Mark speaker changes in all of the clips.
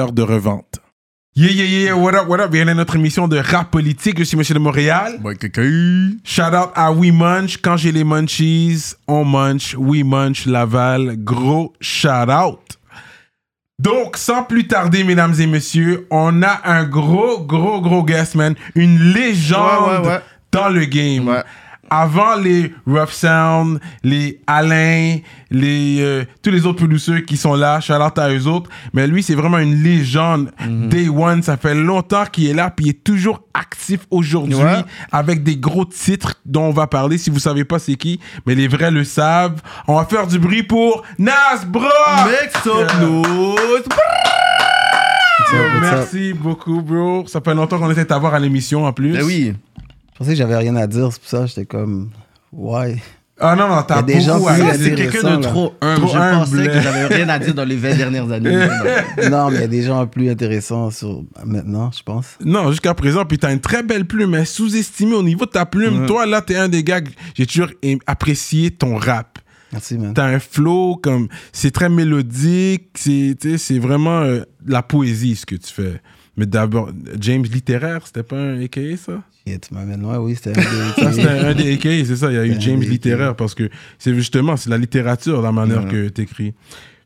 Speaker 1: de revente. Yeah, yeah, yeah, what up, what up? Bienvenue à notre émission de rap politique. Je suis Monsieur de Montréal. Shout out à We Munch. Quand j'ai les munchies, on munch. We Munch Laval. Gros shout out. Donc, sans plus tarder, mesdames et messieurs, on a un gros, gros, gros guest, man. Une légende
Speaker 2: Ouais, ouais, ouais.
Speaker 1: dans le game.
Speaker 2: Ouais.
Speaker 1: Avant les Rough Sound, les Alain, les, euh, tous les autres producteurs qui sont là, shout out à eux autres. Mais lui, c'est vraiment une légende.
Speaker 2: Mhm.
Speaker 1: Day One, ça fait longtemps qu'il est là, puis il est toujours actif aujourd'hui
Speaker 2: Ouais.
Speaker 1: avec des gros titres dont on va parler. Si vous savez pas c'est qui, mais les vrais le savent. On va faire du bruit pour Nas Bro.
Speaker 2: Mix up news.
Speaker 1: Merci beaucoup, bro. Ça fait longtemps qu'on était à voir à l'émission en plus.
Speaker 2: Ben oui.
Speaker 3: Je pensais que j'avais rien à dire, c'est pour ça que j'étais comme. Ouais.
Speaker 1: Ah non, non, t'as
Speaker 3: Il y a des gens
Speaker 1: beaucoup à
Speaker 3: plus
Speaker 1: dire.
Speaker 3: Ça, c'est intéressants.
Speaker 2: Quelqu'un de
Speaker 3: là.
Speaker 2: trop humble.
Speaker 1: Trop
Speaker 2: je
Speaker 1: humble.
Speaker 2: pensais que j'avais rien à dire dans les 20 dernières années.
Speaker 3: Non, mais il y a des gens plus intéressants sur... maintenant, je pense.
Speaker 1: Non, jusqu'à présent, puis t'as une très belle plume, mais sous-estimée au niveau de ta
Speaker 2: Mm.
Speaker 1: plume. Toi, là, t'es un des gars que j'ai toujours aim- apprécié ton rap.
Speaker 3: Merci, man.
Speaker 1: T'as un flow, comme c'est très mélodique, c'est tu sais, c'est vraiment euh, de la poésie ce que tu fais. Mais d'abord, James Littéraire, c'était pas un AKA ça?
Speaker 3: Et tu m'amènes loin, oui, c'était un des-
Speaker 1: Ça, c'était un des AKA, c'est ça, il y a eu
Speaker 3: un
Speaker 1: James
Speaker 3: des AKA.
Speaker 1: Littéraire parce que c'est justement, c'est la littérature, la manière que t'écris.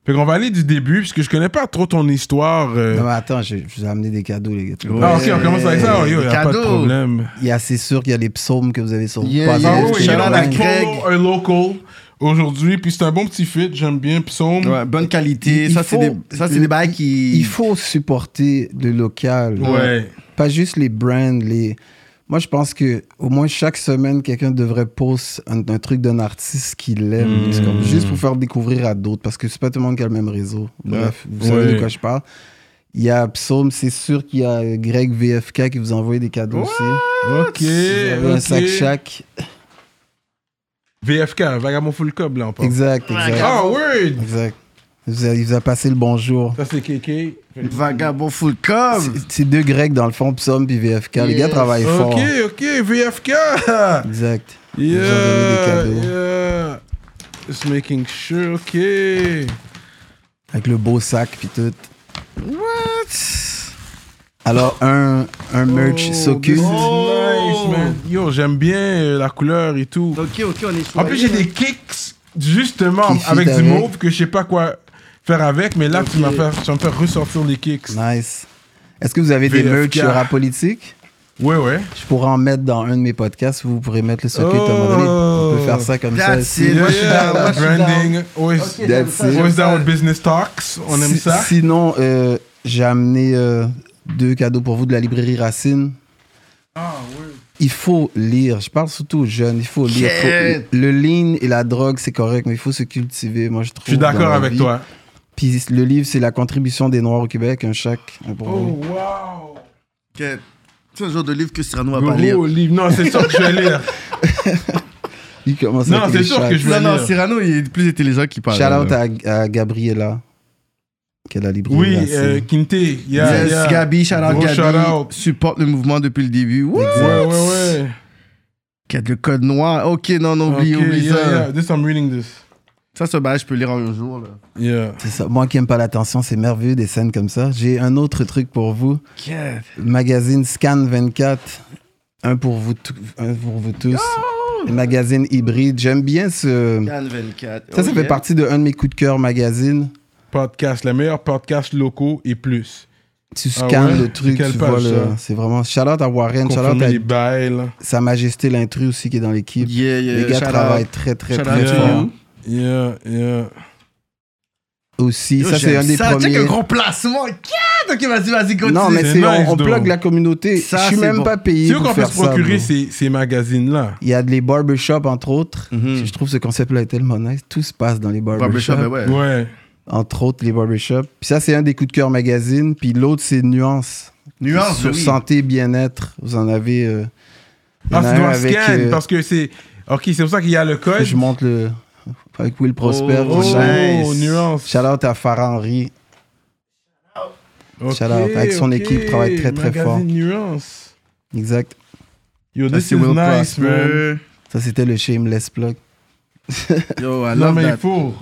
Speaker 1: Fait qu'on va aller du début, puisque je connais pas trop ton histoire. euh.
Speaker 3: Non, mais attends, je, je vous ai amené des cadeaux, les gars.
Speaker 1: Ah, ok, on commence avec ça, oh, yo, y a pas de
Speaker 2: Cadeau.
Speaker 1: problème.
Speaker 3: Il y a, c'est sûr qu'il y a les psaumes que vous avez sur
Speaker 2: Yeah,
Speaker 3: pas-
Speaker 2: yeah,
Speaker 1: Ah
Speaker 2: Et
Speaker 1: oui,
Speaker 2: shout
Speaker 1: il y
Speaker 2: out
Speaker 1: a
Speaker 2: à
Speaker 1: un
Speaker 2: Greg.
Speaker 1: follow, un local aujourd'hui, puis c'est un bon petit fit, j'aime bien, puis sombre.
Speaker 2: Ouais, bonne qualité.
Speaker 3: Il
Speaker 2: ça, c'est
Speaker 3: faut-
Speaker 2: des, ça, c'est des bails qui.
Speaker 3: Il faut supporter le local.
Speaker 1: Ouais.
Speaker 3: Pas juste les brands, les... Moi, je pense que au moins chaque semaine, quelqu'un devrait poster un, un truc d'un artiste qu'il aime, C'est
Speaker 1: Hmm.
Speaker 3: comme juste pour faire découvrir à d'autres, parce que c'est pas tout le monde qui a le même réseau. Bref, vous savez
Speaker 1: Ouais.
Speaker 3: de quoi je parle. Il y a Psaume, c'est sûr qu'il y a Greg VFK qui vous envoie des cadeaux aussi.
Speaker 1: Ok.
Speaker 3: Vous avez
Speaker 1: ok.
Speaker 3: Un sac chaque.
Speaker 1: VFK, Vagabond Full Cob, là, on parle.
Speaker 3: Exact, exact.
Speaker 1: Ah, word!
Speaker 3: Exact. Il vous a, il vous a passé le bonjour.
Speaker 1: Ça, c'est KK.
Speaker 2: Vagabond full cob.
Speaker 3: C'est- C'est deux Grecs dans le fond, Psaume puis VFK. Les
Speaker 2: Yes.
Speaker 3: gars travaillent fort.
Speaker 1: Ok, ok, VFK!
Speaker 3: Exact. Ils vous ont donné des
Speaker 1: Yeah!
Speaker 3: cadeaux.
Speaker 1: Yeah! Just making sure, ok.
Speaker 3: Avec le beau sac puis tout. What? Alors, un, un merch Soku.
Speaker 1: This is
Speaker 2: Oh!
Speaker 1: nice, man. Yo, j'aime bien euh, la couleur et tout.
Speaker 2: Ok, ok, on est
Speaker 1: En plus, j'ai des kicks, justement,
Speaker 3: Qui fit
Speaker 1: avec du
Speaker 3: avec.
Speaker 1: mauve que je sais pas quoi faire avec, mais là, tu
Speaker 2: Ok.
Speaker 1: m'as fait- tu vas me faire ressortir les kicks.
Speaker 3: Nice. Est-ce que vous avez des
Speaker 1: VFK.
Speaker 3: merch sur rap politique?
Speaker 1: Ouais, ouais.
Speaker 3: Je pourrais en mettre dans un de mes podcasts. Vous pourrez mettre le Soku à un moment donné.
Speaker 1: Oh.
Speaker 3: On peut faire ça comme ça.
Speaker 2: That's
Speaker 3: aussi.
Speaker 2: it. Moi, je suis
Speaker 1: Yeah,
Speaker 2: down, moi, je suis
Speaker 1: branding, always,
Speaker 2: Ok,
Speaker 3: That's
Speaker 2: j'aime
Speaker 3: it.
Speaker 2: ça,
Speaker 1: always
Speaker 2: j'aime
Speaker 1: down with
Speaker 2: ça.
Speaker 1: business talks. On aime
Speaker 3: Si-
Speaker 1: ça.
Speaker 3: Sinon, euh, j'ai amené euh, deux cadeaux pour vous de la librairie Racine.
Speaker 1: Ah,
Speaker 3: Il faut lire. Je parle surtout aux jeunes. Il faut lire.
Speaker 2: Yeah.
Speaker 3: Faut- le lean et la drogue, c'est correct, mais il faut se cultiver. Moi, je trouve.
Speaker 1: Je suis
Speaker 3: dans
Speaker 1: d'accord
Speaker 3: la
Speaker 1: avec
Speaker 3: vie.
Speaker 1: toi.
Speaker 3: Puis le livre, c'est la contribution des Noirs au Québec, un chaque. un pour vous.
Speaker 1: Oh, wow.
Speaker 2: Ok. C'est un genre de livre que Cyrano va pas lire.
Speaker 1: Gros livre. Non, c'est sûr que je vais lire.
Speaker 3: Il commence
Speaker 1: Non,
Speaker 3: avec
Speaker 1: c'est
Speaker 3: les
Speaker 1: sûr
Speaker 3: chacs.
Speaker 1: que je vais
Speaker 2: Non, non,
Speaker 1: lire.
Speaker 2: Cyrano, il est plus intelligent qu'il parle.
Speaker 3: Shout out à, à Gabriella, qui est la librairie.
Speaker 1: Oui,
Speaker 3: Racine.
Speaker 1: euh, Kinte. Yeah,
Speaker 2: Yes,
Speaker 1: yeah.
Speaker 2: Gabi, shout out
Speaker 1: Gros
Speaker 2: Gabi.
Speaker 1: shout out.
Speaker 2: Supporte le mouvement depuis le début. Wouh!
Speaker 1: Ouais, ouais, ouais.
Speaker 2: Quel- Le code noir. Ok, non, non, oublie,
Speaker 1: Ok,
Speaker 2: oublie
Speaker 1: yeah,
Speaker 2: ça.
Speaker 1: yeah. This, I'm reading this.
Speaker 2: Ça, ce bail, je peux lire en un jour. Là.
Speaker 1: Yeah.
Speaker 3: C'est ça. Moi qui aime pas l'attention, c'est merveilleux des scènes comme ça. J'ai un autre truc pour vous. Magazine Scan 24. Un pour vous, tou- un pour vous tous. Un Magazine hybride. J'aime bien ce.
Speaker 2: Cannes 24.
Speaker 3: Ça, ça
Speaker 2: Ok.
Speaker 3: fait partie de un de mes coups de cœur magazine.
Speaker 1: Podcast, les meilleurs podcasts locaux et plus.
Speaker 3: Tu
Speaker 1: Ah
Speaker 3: scannes
Speaker 1: ouais?
Speaker 3: le truc,
Speaker 1: Quelle
Speaker 3: tu
Speaker 1: page,
Speaker 3: vois le.
Speaker 1: ça?
Speaker 3: C'est vraiment. Shout out à Warren, shout out
Speaker 1: Confirmer
Speaker 3: à
Speaker 1: les bails. là.
Speaker 3: Sa Majesté l'intrus aussi qui est dans l'équipe.
Speaker 2: Yeah, yeah,
Speaker 3: Les gars
Speaker 2: Euh, shout out.
Speaker 3: travaillent très, très,
Speaker 2: Shout
Speaker 3: très
Speaker 2: out to
Speaker 3: fort.
Speaker 2: you.
Speaker 1: Yeah, yeah.
Speaker 3: aussi.
Speaker 2: Yo,
Speaker 3: ça, c'est
Speaker 2: j'aime
Speaker 3: un des
Speaker 2: ça. Check
Speaker 3: premiers.
Speaker 2: un gros placement. Qu'est-ce Ok, vas-y, vas-y, continue.
Speaker 3: Non, mais
Speaker 1: C'est
Speaker 3: c'est
Speaker 1: nice,
Speaker 3: on, on
Speaker 1: though.
Speaker 3: plug la communauté.
Speaker 2: Ça,
Speaker 3: Je suis
Speaker 2: c'est
Speaker 3: même
Speaker 2: bon.
Speaker 3: pas payé
Speaker 1: C'est où
Speaker 3: pour
Speaker 1: qu'on peut
Speaker 3: faire
Speaker 1: se
Speaker 3: ça.
Speaker 1: procurer
Speaker 3: bro.
Speaker 1: ces, ces magazines-là
Speaker 3: Il y a les barbershops, entre autres.
Speaker 2: Mhm.
Speaker 3: Je trouve ce concept-là est tellement nice. Tout se passe dans les barbershops.
Speaker 2: Barbershop, ben ouais.
Speaker 1: Ouais.
Speaker 3: Entre autres, les barbershops. Puis ça, c'est un des coups de cœur magazine. Puis l'autre, c'est Nuance.
Speaker 2: Nuance,
Speaker 3: Sur
Speaker 2: oui.
Speaker 3: santé, bien-être. Vous en avez. euh, il y en
Speaker 1: Ah,
Speaker 3: a
Speaker 1: tu
Speaker 3: un
Speaker 1: dois
Speaker 3: avec,
Speaker 1: scan
Speaker 3: euh,
Speaker 1: parce que c'est. Ok, c'est pour ça qu'il y a le code.
Speaker 3: Je monte le. Avec Will Prosper.
Speaker 2: Oh,
Speaker 3: vous
Speaker 1: Oh,
Speaker 3: savez.
Speaker 2: Nice.
Speaker 1: nuance.
Speaker 3: Shout out à Farah Henry.
Speaker 1: Ok,
Speaker 3: shout out. Avec son
Speaker 1: ok.
Speaker 3: équipe, travaille très, très fort.
Speaker 1: Magazine nuance.
Speaker 3: Exact.
Speaker 1: Yo,
Speaker 2: Ça,
Speaker 1: this
Speaker 2: Ah, c'est
Speaker 1: is
Speaker 2: Will
Speaker 1: nice, man.
Speaker 2: Prosper.
Speaker 3: Ça, c'était le shameless plug.
Speaker 2: Yo, I
Speaker 1: Non,
Speaker 2: love
Speaker 1: mais il
Speaker 2: that.
Speaker 1: faut.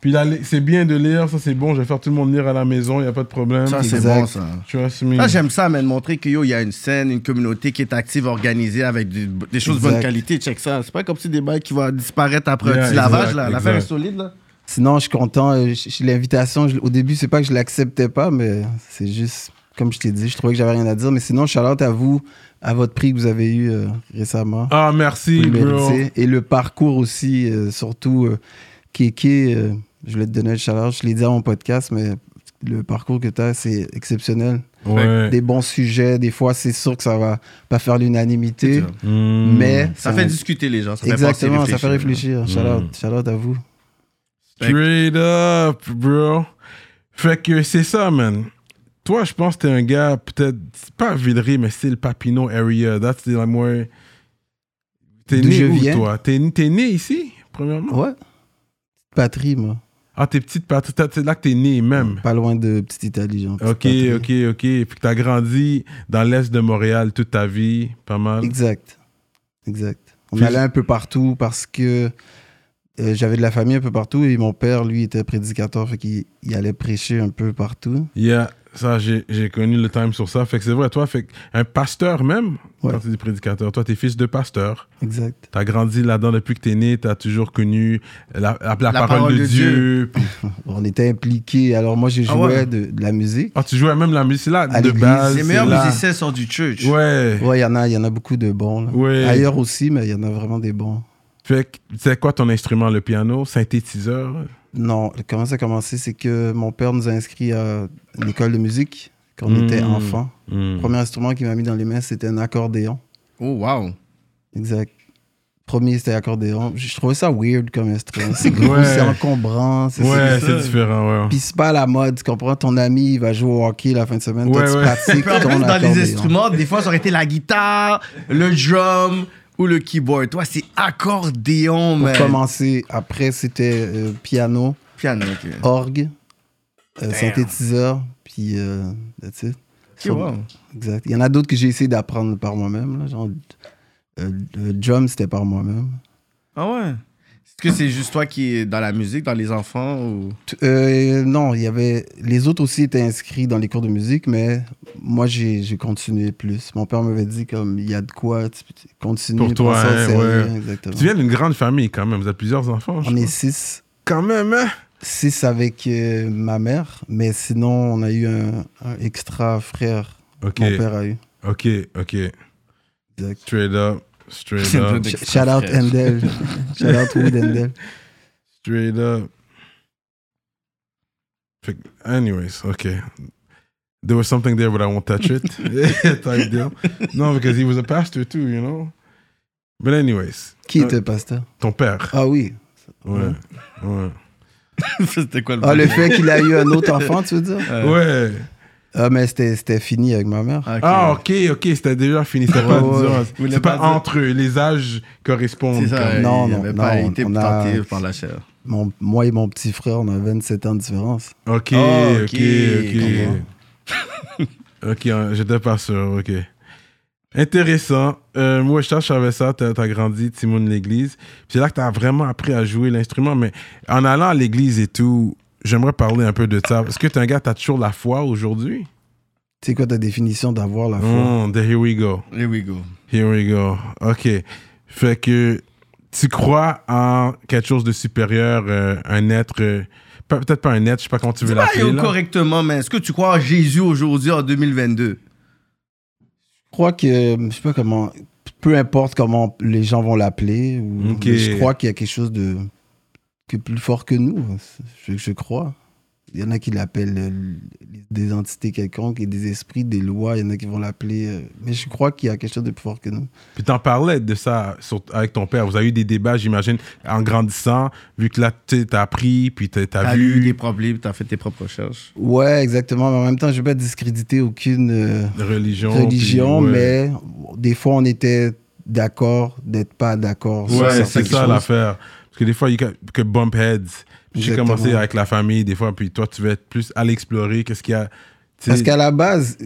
Speaker 1: Puis là, c'est bien de lire, ça c'est bon, je vais faire tout le monde lire à la maison, il n'y a pas de problème.
Speaker 2: Ça, c'est
Speaker 3: Exact.
Speaker 2: bon, ça.
Speaker 1: Trust me.
Speaker 2: Là, j'aime ça, mais de montrer qu'il y a une scène, une communauté qui est active, organisée, avec des, des choses de bonne
Speaker 3: Exact.
Speaker 2: qualité. Check ça. C'est pas comme si des bails qui vont disparaître après
Speaker 1: Yeah,
Speaker 2: un petit
Speaker 1: exact,
Speaker 2: lavage, là. L'affaire est
Speaker 1: exact.
Speaker 2: solide, là.
Speaker 3: Sinon, je suis content. euh, je- je- L'invitation, je- au début, c'est pas que je l'acceptais pas, mais c'est juste, comme je t'ai dit, je trouvais que j'avais rien à dire. Mais sinon, shout out à vous, à votre prix que vous avez eu euh, récemment.
Speaker 1: Ah,
Speaker 3: Vous
Speaker 1: merci,
Speaker 3: le
Speaker 1: bro.
Speaker 3: méritez. Et le parcours aussi, euh, surtout, euh, Kéké, euh, je voulais te donner le shout out. Je l'ai dit à mon podcast, mais le parcours que tu as, c'est exceptionnel.
Speaker 1: Ouais.
Speaker 3: Des bons sujets, des fois, c'est sûr que ça va pas faire l'unanimité,
Speaker 1: Mm.
Speaker 3: mais.
Speaker 2: Ça fait discuter les gens. Ça
Speaker 3: Exactement,
Speaker 2: fait penser,
Speaker 3: ça fait réfléchir. Shout out,
Speaker 1: Hmm.
Speaker 3: shout out à vous.
Speaker 1: Straight up, bro. Fait que c'est ça, man. Toi, je pense que t'es un gars, peut-être, c'est pas à Villeray, mais c'est le Papineau area. That's the, like, more... T'es
Speaker 3: D'où
Speaker 1: né
Speaker 3: je
Speaker 1: où,
Speaker 3: viens?
Speaker 1: toi? T'es t'es né ici, premièrement?
Speaker 3: Ouais. Patrie, moi.
Speaker 1: Ah, t'es petite, pat- t'as- c'est là que t'es né, même.
Speaker 3: Pas loin de Petite Italie, genre.
Speaker 1: Ok,
Speaker 3: Petite
Speaker 1: ok, ok. Puis que t'as grandi dans l'est de Montréal toute ta vie, pas mal.
Speaker 3: Patrie. Exact. Exact. On
Speaker 1: Puis-
Speaker 3: allait un peu partout parce que euh, j'avais de la famille un peu partout et mon père, lui, était prédicateur, fait qu'il il allait prêcher un peu partout.
Speaker 1: Yeah, ça, j'ai j'ai connu le time sur ça. Fait que c'est vrai, toi, fait que un pasteur même,
Speaker 3: Ouais.
Speaker 1: quand t'es prédicateur, toi, t'es fils de pasteur.
Speaker 3: Exact.
Speaker 1: T'as grandi là-dedans depuis que t'es né, t'as toujours connu la, la- la parole,
Speaker 2: parole
Speaker 1: de,
Speaker 2: de
Speaker 1: Dieu. puis-
Speaker 3: On était impliqués. Alors, moi, j'ai
Speaker 2: Ah
Speaker 3: joué
Speaker 2: ouais.
Speaker 3: de, de la musique.
Speaker 1: Ah, tu jouais même la musique là,
Speaker 3: À
Speaker 1: de
Speaker 3: l'église.
Speaker 1: base.
Speaker 2: Les
Speaker 1: c'est
Speaker 2: meilleurs
Speaker 1: là.
Speaker 2: musiciens sont du church.
Speaker 1: Ouais.
Speaker 3: Ouais, il y en a, il y en a beaucoup de bons. là.
Speaker 1: Ouais.
Speaker 3: Ailleurs aussi, mais il y en a vraiment des bons.
Speaker 1: Fait que, c'est quoi ton instrument, le piano, synthétiseur?
Speaker 3: Non, comment ça a commencé, c'est que mon père nous a inscrits à une école de musique quand on
Speaker 1: Hmm.
Speaker 3: était enfant.
Speaker 1: Hmm.
Speaker 3: Le premier instrument qu'il m'a mis dans les mains, c'était un accordéon.
Speaker 2: Oh, wow.
Speaker 3: Exact. Premier, c'était accordéon. Je, je trouvais ça weird comme instrument. C'est gros,
Speaker 1: Ouais.
Speaker 3: c'est encombrant. C'est
Speaker 1: Ouais,
Speaker 3: c'est-
Speaker 1: c'est différent, ouais.
Speaker 3: Puis c'est pas à la mode, tu comprends? Ton ami, il va jouer au hockey la fin de semaine.
Speaker 1: Ouais,
Speaker 3: toi,
Speaker 1: ouais.
Speaker 3: tu pratiques
Speaker 2: Puis en
Speaker 3: ton
Speaker 2: plus, dans
Speaker 3: accordéon.
Speaker 2: les
Speaker 1: hein.
Speaker 2: instruments, des fois, ça aurait été la guitare, le drum ou le keyboard. Toi, c'est accordéon,
Speaker 3: Pour
Speaker 2: mais.
Speaker 3: commencer, après, c'était euh, piano,
Speaker 2: Piano, ok.
Speaker 3: orgue, euh, synthétiseur, puis euh, that's it.
Speaker 2: Ok, wow.
Speaker 3: Exact. Il y en a d'autres que j'ai essayé d'apprendre par moi-même. là, Genre, euh, le drum, c'était par moi-même.
Speaker 2: Ah ouais. Est-ce que c'est juste toi qui est dans la musique, dans les enfants ou.
Speaker 3: T- euh, non, il y avait. Les autres aussi étaient inscrits dans les cours de musique, mais moi, j'ai j'ai continué plus. Mon père m'avait dit, comme, il y a de quoi, tu, tu- continue.
Speaker 1: Pour toi,
Speaker 3: prends ça au
Speaker 1: hein,
Speaker 3: sérieux,
Speaker 1: ouais.
Speaker 3: exactement.
Speaker 1: Tu viens d'une grande famille quand même, vous avez plusieurs enfants. je
Speaker 3: On est
Speaker 1: crois.
Speaker 3: six.
Speaker 1: Quand même, hein?
Speaker 3: Six avec euh, ma mère, mais sinon, on a eu un, un extra frère.
Speaker 1: Ok,
Speaker 3: Mon père a eu.
Speaker 1: ok, ok.
Speaker 3: Exact.
Speaker 1: Straight up, straight
Speaker 2: C'est un peu
Speaker 1: up,
Speaker 2: de-
Speaker 3: Sh-
Speaker 2: Extra
Speaker 3: Shout out
Speaker 2: frère.
Speaker 3: Endel. Shout out Wood Endel.
Speaker 1: straight up. Fait que- Anyways, ok. There was something there, but I won't touch it. Type deal. No, because he was a pastor too, you know? But anyways,
Speaker 3: Qui était pasteur
Speaker 1: ton père.
Speaker 3: Ah oui.
Speaker 1: Ouais, ouais.
Speaker 2: C'était quoi le.
Speaker 3: Ah, le fait qu'il a eu un autre enfant, tu veux dire
Speaker 2: Euh,
Speaker 1: Ouais.
Speaker 3: Ah, mais c'était c'était fini avec ma mère.
Speaker 2: ok.
Speaker 1: Ah, ok, ok, c'était déjà fini. C'était
Speaker 3: Ouais,
Speaker 1: pas,
Speaker 3: ouais.
Speaker 1: disons,
Speaker 2: Vous l'avez
Speaker 1: c'est pas
Speaker 2: pas dit.
Speaker 1: entre eux. Les âges correspondent.
Speaker 2: C'est ça.
Speaker 1: comme-
Speaker 3: Non,
Speaker 2: il
Speaker 3: non,
Speaker 2: avait pas
Speaker 3: non,
Speaker 2: été
Speaker 3: on a-
Speaker 2: tenté par la chair.
Speaker 3: Mon- moi et mon petit frère, on a 27 ans de différence.
Speaker 1: Ok,
Speaker 2: Ah,
Speaker 1: ok,
Speaker 2: ok,
Speaker 1: ok. ok, hein, j'étais pas sûr, ok. Intéressant. Euh, moi, je savais- je savais ça, t'as as grandi, Timon de l'église. Puis C'est là que t'as vraiment appris à jouer l'instrument, mais en allant à l'église et tout, j'aimerais parler un peu de ça. Est-ce que t'es un gars, t'as toujours la foi aujourd'hui?
Speaker 3: C'est quoi ta définition d'avoir la foi
Speaker 1: Hmm, there- here we go.
Speaker 2: Here we go.
Speaker 1: Here we go. OK. Fait que tu crois en quelque chose de supérieur, euh, un être... euh, pas- Peut-être pas un être, je sais pas comment tu veux
Speaker 2: Ah, yo,
Speaker 1: l'appeler. là.
Speaker 2: correctement, mais est-ce que tu crois en Jésus aujourd'hui en 2022
Speaker 3: Je crois que, je sais pas comment, peu importe comment les gens vont l'appeler, ou-
Speaker 1: Ok.
Speaker 3: mais je crois qu'il y a quelque chose de qui est plus fort que nous. Je, je crois. Il y en a qui l'appellent euh, des entités quelconques et des esprits, des lois. Il y en a qui vont l'appeler. euh, mais je crois qu'il y a quelque chose de plus fort que nous.
Speaker 1: Puis t'en parlais de ça sur- avec ton père. Vous avez eu des débats, j'imagine, en grandissant, vu que là, tu sais, t'as appris, puis t'as t'as
Speaker 2: T'as
Speaker 1: vu
Speaker 2: lu des problèmes, t'as fait tes propres recherches.
Speaker 3: Ouais, exactement. Mais en même temps, je ne veux pas discréditer aucune euh,
Speaker 1: religion.
Speaker 3: religion,
Speaker 1: puis, ouais.
Speaker 3: mais des fois, on était d'accord d'être pas d'accord. sur
Speaker 1: Ouais, c'est
Speaker 3: certaines
Speaker 1: ça
Speaker 3: choses.
Speaker 1: l'affaire. Parce que des fois, il y a que bump heads. J'ai
Speaker 3: Exactement.
Speaker 1: commencé avec la famille, des fois, puis toi, tu vas être plus à l'explorer. Qu'est-ce qu'il y a. tu sais.
Speaker 3: Parce qu'à la base,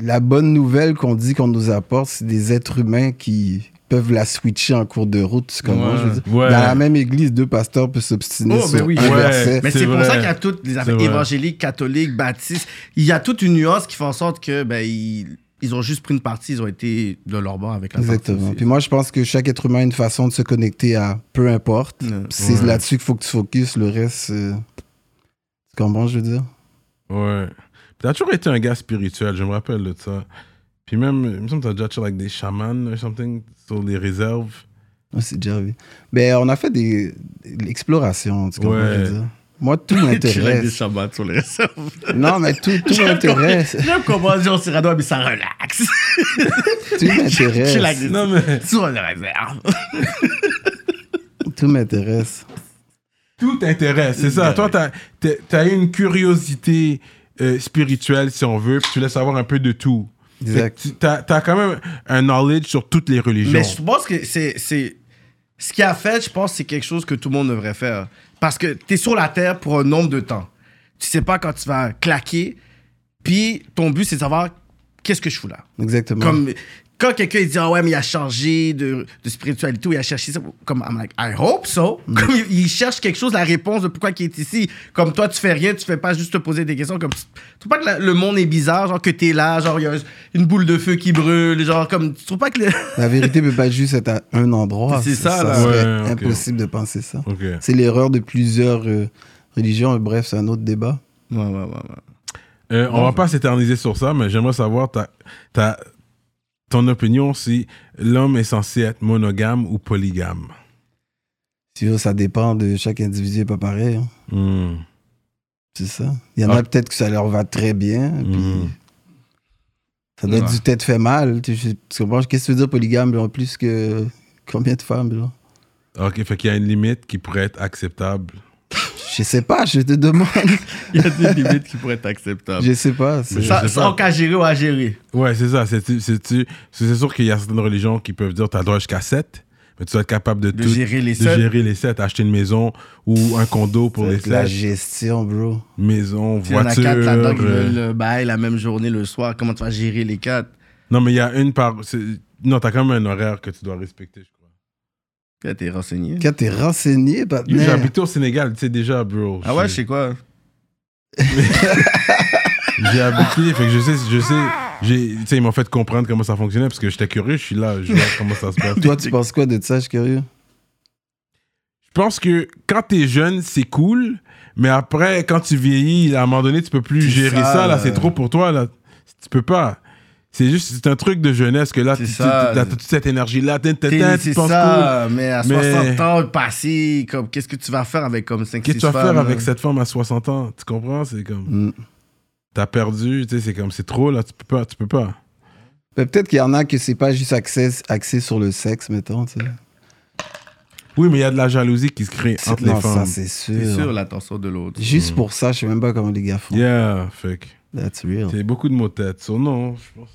Speaker 3: la bonne nouvelle qu'on dit qu'on nous apporte, c'est des êtres humains qui peuvent la switcher en cours de route. tu comprends,
Speaker 2: Ouais.
Speaker 3: je veux dire.
Speaker 1: Ouais.
Speaker 3: Dans la même église, deux pasteurs peuvent s'obstiner
Speaker 2: Oh,
Speaker 3: sur
Speaker 2: ben oui.
Speaker 3: un
Speaker 1: Ouais.
Speaker 3: verset.
Speaker 2: Mais
Speaker 1: C'est
Speaker 2: c'est pour
Speaker 1: vrai.
Speaker 2: ça qu'il y a toutes les affaires
Speaker 1: C'est vrai.
Speaker 2: évangéliques, catholiques, baptistes. Il y a toute une nuance qui fait en sorte que ben, ils, ils ont juste pris une partie, ils ont été de leur bord avec la partie.
Speaker 3: Exactement.
Speaker 2: C'est-
Speaker 3: Puis moi, je pense que chaque être humain a une façon de se connecter à peu importe.
Speaker 2: Ouais.
Speaker 3: Puis C'est là-dessus qu'il faut que tu focuses. Le reste, euh, tu comprends, je veux dire?
Speaker 1: Ouais. Puis T'as toujours été un gars spirituel, je me rappelle de ça. Puis même, il me semble que t'as déjà chill avec des chamans ou something sur les réserves.
Speaker 3: Ah, c'est déjà arrivé. Mais on a fait des, de l'exploration, tu comprends,
Speaker 1: Ouais.
Speaker 3: je veux dire? Moi, tout
Speaker 2: Tu règles des
Speaker 3: m'intéresse.
Speaker 2: chamas sur les réserves.
Speaker 3: non, mais tout, tout m'intéresse.
Speaker 2: J'aime comment dire Cyrano, mais ça relaxe.
Speaker 3: tout
Speaker 2: Chill avec
Speaker 3: m'intéresse.
Speaker 2: des-
Speaker 1: Non, mais.
Speaker 2: Sur les réserves.
Speaker 3: Tout m'intéresse.
Speaker 1: Tout t'intéresse, c'est ça. Toi, t'as- t'es- t'as eu une curiosité euh, spirituelle, si on veut, puis tu voulais savoir un peu de tout.
Speaker 3: Exact.
Speaker 1: Fait que tu- T'as t'as quand même un knowledge sur toutes les religions.
Speaker 2: Mais je pense que c'est. c'est- Ce qu'il a fait, je pense, c'est quelque chose que tout le monde devrait faire. Parce que tu es sur la Terre pour un nombre de temps. Tu sais pas quand tu vas claquer. Puis ton but, c'est de savoir qu'est-ce que je fous là.
Speaker 3: Exactement.
Speaker 2: Comme quand quelqu'un il dit ah ouais mais il a changé de, de spiritualité ou il a cherché ça comme I'm like, I hope so comme il, il cherche quelque chose la réponse de pourquoi il est ici comme toi tu fais rien tu fais pas juste te poser des questions comme tu tu trouves pas que la- le monde est bizarre genre que t'es là genre il y a une boule de feu qui brûle genre comme tu trouves pas que le-
Speaker 3: La vérité peut pas juste être à un endroit.
Speaker 2: C'est ça, là.
Speaker 3: serait
Speaker 1: Ouais, ok.
Speaker 3: impossible de penser ça.
Speaker 1: Ok.
Speaker 3: C'est l'erreur de plusieurs euh, religions. Bref, c'est un autre débat.
Speaker 2: ouais ouais ouais, ouais.
Speaker 1: Euh, on va pas s'éterniser sur ça, mais j'aimerais savoir ta, ta- ton opinion si l'homme est censé être monogame ou polygame.
Speaker 3: Tu vois, ça dépend de chaque individu, pas pareil. hein.
Speaker 1: Hmm.
Speaker 3: C'est ça. Il y en
Speaker 1: Ah.
Speaker 3: a peut-être que ça leur va très bien. puis
Speaker 1: Mhm.
Speaker 3: Ça doit être
Speaker 2: Ouais.
Speaker 3: du tête fait mal. Tu, je- tu comprends? Qu'est-ce que tu veux dire polygame? genre, plus que combien de femmes? Genre?
Speaker 1: Ok, fait qu'il y a une limite qui pourrait être acceptable.
Speaker 3: Je sais pas, je te demande.
Speaker 2: il y a des limites qui pourraient être acceptables
Speaker 3: je sais pas. c'est-
Speaker 1: Mais je
Speaker 2: ça
Speaker 1: sais
Speaker 2: ça,
Speaker 1: pas.
Speaker 2: en cas géré ou à gérer
Speaker 1: Ouais, c'est ça. C'est c'est- c'est- c'est sûr qu'il y a certaines religions qui peuvent dire t'as le droit jusqu'à 7, mais tu dois être capable de,
Speaker 2: de
Speaker 1: tout.
Speaker 2: gérer les
Speaker 1: de
Speaker 2: sept.
Speaker 1: gérer les 7, acheter une maison ou un condo pour les
Speaker 3: C'est la
Speaker 1: 7.
Speaker 3: gestion, bro.
Speaker 1: Maison,
Speaker 2: il y en a
Speaker 1: voiture.
Speaker 2: quatre là-dedans qui
Speaker 1: euh,
Speaker 2: veulent le bail la même journée le soir comment tu vas gérer les quatre
Speaker 1: Non, mais il y a une par. c'est- Non, t'as quand même un horaire que tu dois respecter, je crois.
Speaker 2: Là, t'es renseigné
Speaker 3: Quand t'es renseigné,
Speaker 1: Yo, J'ai
Speaker 3: partenaire.
Speaker 1: habité au Sénégal, tu sais déjà, bro.
Speaker 2: ah ouais je sais quoi
Speaker 1: J'ai habité, fait que je sais, je sais. j'ai- Tu sais, ils m'ont fait comprendre comment ça fonctionnait parce que j'étais curieux, je suis là, je vois comment ça se passe.
Speaker 3: Toi, tu penses quoi de ça? Je suis curieux.
Speaker 1: Je pense que quand t'es jeune, c'est cool, mais après, quand tu vieillis, à un moment donné, tu peux plus
Speaker 3: C'est
Speaker 1: gérer ça,
Speaker 3: ça,
Speaker 1: là,
Speaker 3: là.
Speaker 1: c'est trop pour toi, là. Tu peux pas. C'est juste, c'est un truc de jeunesse que là,
Speaker 2: C'est
Speaker 1: tu
Speaker 2: ça.
Speaker 1: as toute cette énergie-là, tin, tin,
Speaker 2: T'es-
Speaker 1: tin, tu
Speaker 2: C'est
Speaker 1: penses cool.
Speaker 2: ça, mais à
Speaker 1: Mais-
Speaker 2: 60 ans passé, comme qu'est-ce que tu vas faire avec comme 5
Speaker 1: Qu'est-ce que tu vas faire
Speaker 2: hein.
Speaker 1: avec cette femme à 60 ans? Tu comprends? C'est comme,
Speaker 3: Mm.
Speaker 1: t'as perdu, tu sais, c'est comme, c'est trop, là, tu peux pas, tu peux pas.
Speaker 3: Mais Ben, Peut-être qu'il y en a que c'est pas juste axé, axé sur le sexe, mettons. tu sais.
Speaker 1: Oui, mais il y a de la jalousie qui se crée entre les
Speaker 3: non, ça,
Speaker 1: femmes. Hmm.
Speaker 3: c'est
Speaker 2: C'est
Speaker 3: sûr.
Speaker 2: sûr, l'attention de l'autre.
Speaker 3: Juste pour ça, je sais même pas comment les gars font.
Speaker 1: Yeah, fait que
Speaker 3: That's real.
Speaker 1: c'est beaucoup de mots de tête. So, non, je pense.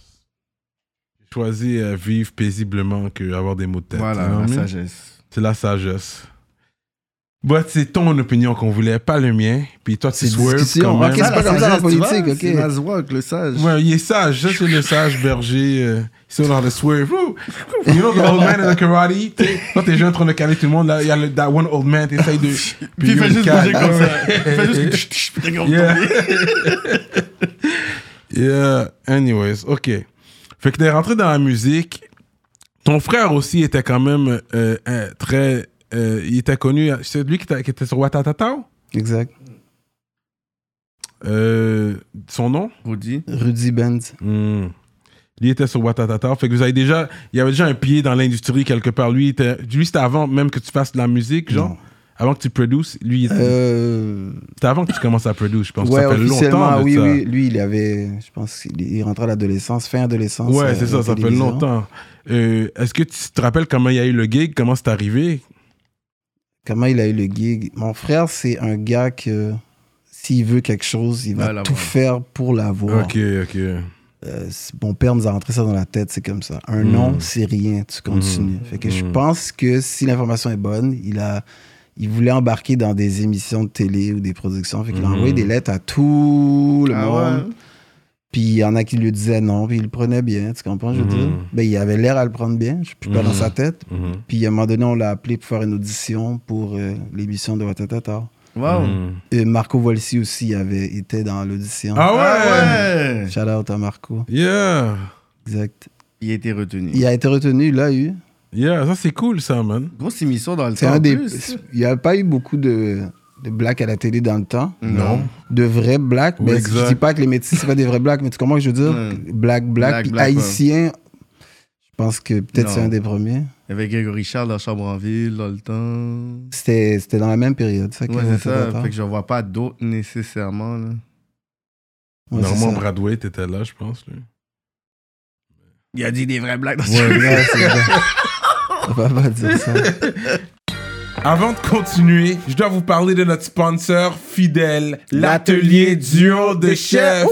Speaker 1: J'ai choisi euh, vivre paisiblement que avoir des mots de tête.
Speaker 2: Voilà,
Speaker 1: you know
Speaker 2: la
Speaker 1: what I mean?
Speaker 2: sagesse.
Speaker 1: C'est la sagesse. Bon, c'est ton opinion qu'on voulait, pas le mien. Puis toi, tu
Speaker 3: C'est
Speaker 1: swerves
Speaker 3: discussion.
Speaker 1: quand
Speaker 3: Ah,
Speaker 1: même.
Speaker 3: qu'est-ce
Speaker 2: Ah,
Speaker 3: pas comme ça
Speaker 2: sagesse,
Speaker 3: en
Speaker 2: tu
Speaker 3: politique,
Speaker 2: vois,
Speaker 3: ok.
Speaker 2: C'est Nazrock, le sage.
Speaker 1: Ouais, il est sage. Ça, c'est le sage berger. Euh, c'est dans le swerve. Ouh, You know the old man in the karate? T'sais, Quand t'es jeune en train de caler tout le monde, là, il y a le, that one old man, t'essayes de...
Speaker 2: Puis il
Speaker 1: yo,
Speaker 2: fait juste
Speaker 1: cale.
Speaker 2: bouger comme ça. Il fait juste tch, tch, putain, comme
Speaker 1: Yeah.
Speaker 2: tombé.
Speaker 1: Yeah. Anyways, ok. Fait que t'es rentré dans la musique. Ton frère aussi était quand même euh, euh, très. euh, il était connu. C'est lui qui, t'a- qui était sur Watatatao
Speaker 3: Exact.
Speaker 1: Euh, Son nom
Speaker 2: Rudy.
Speaker 3: Rudy Benz.
Speaker 1: Hmm. Lui était sur Watatatao. Fait que vous avez déjà. Il y avait déjà un pied dans l'industrie quelque part. Lui, était- lui c'était avant même que tu fasses de la musique, genre.
Speaker 3: Non.
Speaker 1: Avant que tu produces, lui, il-
Speaker 3: Hmm. Euh,
Speaker 1: c'était avant que tu commences à produire, je pense.
Speaker 3: ouais,
Speaker 1: ça fait
Speaker 3: officiellement,
Speaker 1: longtemps. de
Speaker 3: oui,
Speaker 1: ça.
Speaker 3: oui. Lui, il avait, je pense, il il rentrait à l'adolescence, fin adolescence.
Speaker 1: Ouais,
Speaker 3: euh,
Speaker 1: c'est ça, ça fait
Speaker 3: télévision.
Speaker 1: longtemps. Euh, Est-ce que tu te rappelles comment il y a eu le gig, comment c'est arrivé
Speaker 3: Comment il a eu le gig Mon frère, c'est un gars que s'il veut quelque chose, il
Speaker 2: Va
Speaker 3: va
Speaker 2: l'avoir.
Speaker 3: tout faire pour l'avoir.
Speaker 1: Ok, ok.
Speaker 3: Euh, c- mon père nous a rentré ça dans la tête, c'est comme ça. Un
Speaker 1: Hmm.
Speaker 3: non, c'est rien, tu continues. Fait que je pense que si l'information est bonne, il a. Il voulait embarquer dans des émissions de télé ou des productions. Fait qu'il a
Speaker 1: Hmm.
Speaker 3: envoyé des lettres à tout le
Speaker 2: Ah
Speaker 3: monde.
Speaker 2: ouais?
Speaker 3: Puis il y en a qui lui disaient non, puis il le prenait bien. Tu comprends, je veux dire?
Speaker 2: Mhm.
Speaker 3: Ben, il avait l'air à le prendre bien, je suis pas dans sa tête.
Speaker 1: Mhm.
Speaker 3: Puis à un moment donné, on l'a appelé pour faire une audition pour euh, l'émission de Watatata.
Speaker 2: Wow.
Speaker 1: Mm.
Speaker 3: Et Marco Volsi aussi avait été dans l'audition.
Speaker 1: Ah ouais,
Speaker 2: Ah ouais.
Speaker 3: Shout out à Marco.
Speaker 1: Yeah
Speaker 3: Exact.
Speaker 2: Il a été retenu.
Speaker 3: Il a été retenu, il l'a eu.
Speaker 1: Yeah, ça c'est cool ça, man.
Speaker 2: Grosse émission dans le
Speaker 3: C'est
Speaker 2: temps.
Speaker 3: un
Speaker 2: en
Speaker 3: des.
Speaker 2: plus.
Speaker 3: Il n'y a pas eu beaucoup de, de blacks à la télé dans le temps.
Speaker 2: Non.
Speaker 3: De vrais blacks.
Speaker 1: Oui,
Speaker 3: mais
Speaker 1: exact.
Speaker 3: je dis pas que les métis, c'est pas des vrais blacks, mais tu comprends ce que je veux dire?
Speaker 2: Ouais.
Speaker 3: Black,
Speaker 2: Black,
Speaker 3: black, puis
Speaker 2: black, Mm. ouais.
Speaker 3: haïtien. Je pense que peut-être
Speaker 2: Non.
Speaker 3: c'est un des premiers.
Speaker 2: Il y avait Grégory Charles dans Chambre en Ville dans le temps.
Speaker 3: C'était c'était dans la même période, ça. que
Speaker 2: Ouais,
Speaker 3: on
Speaker 2: c'est
Speaker 3: était
Speaker 2: ça.
Speaker 3: d'accord.
Speaker 2: Fait que je vois pas d'autres nécessairement. Là.
Speaker 3: Ouais, c'est
Speaker 1: Normalement,
Speaker 3: ça.
Speaker 1: Bradway était là, je pense. Lui.
Speaker 2: Il a dit des vraies blagues dans
Speaker 3: Ouais, ouais, c'est vrai. On va pas dire ça.
Speaker 1: Avant de continuer, je dois vous parler de notre sponsor fidèle, l'atelier duo de chef. Oui!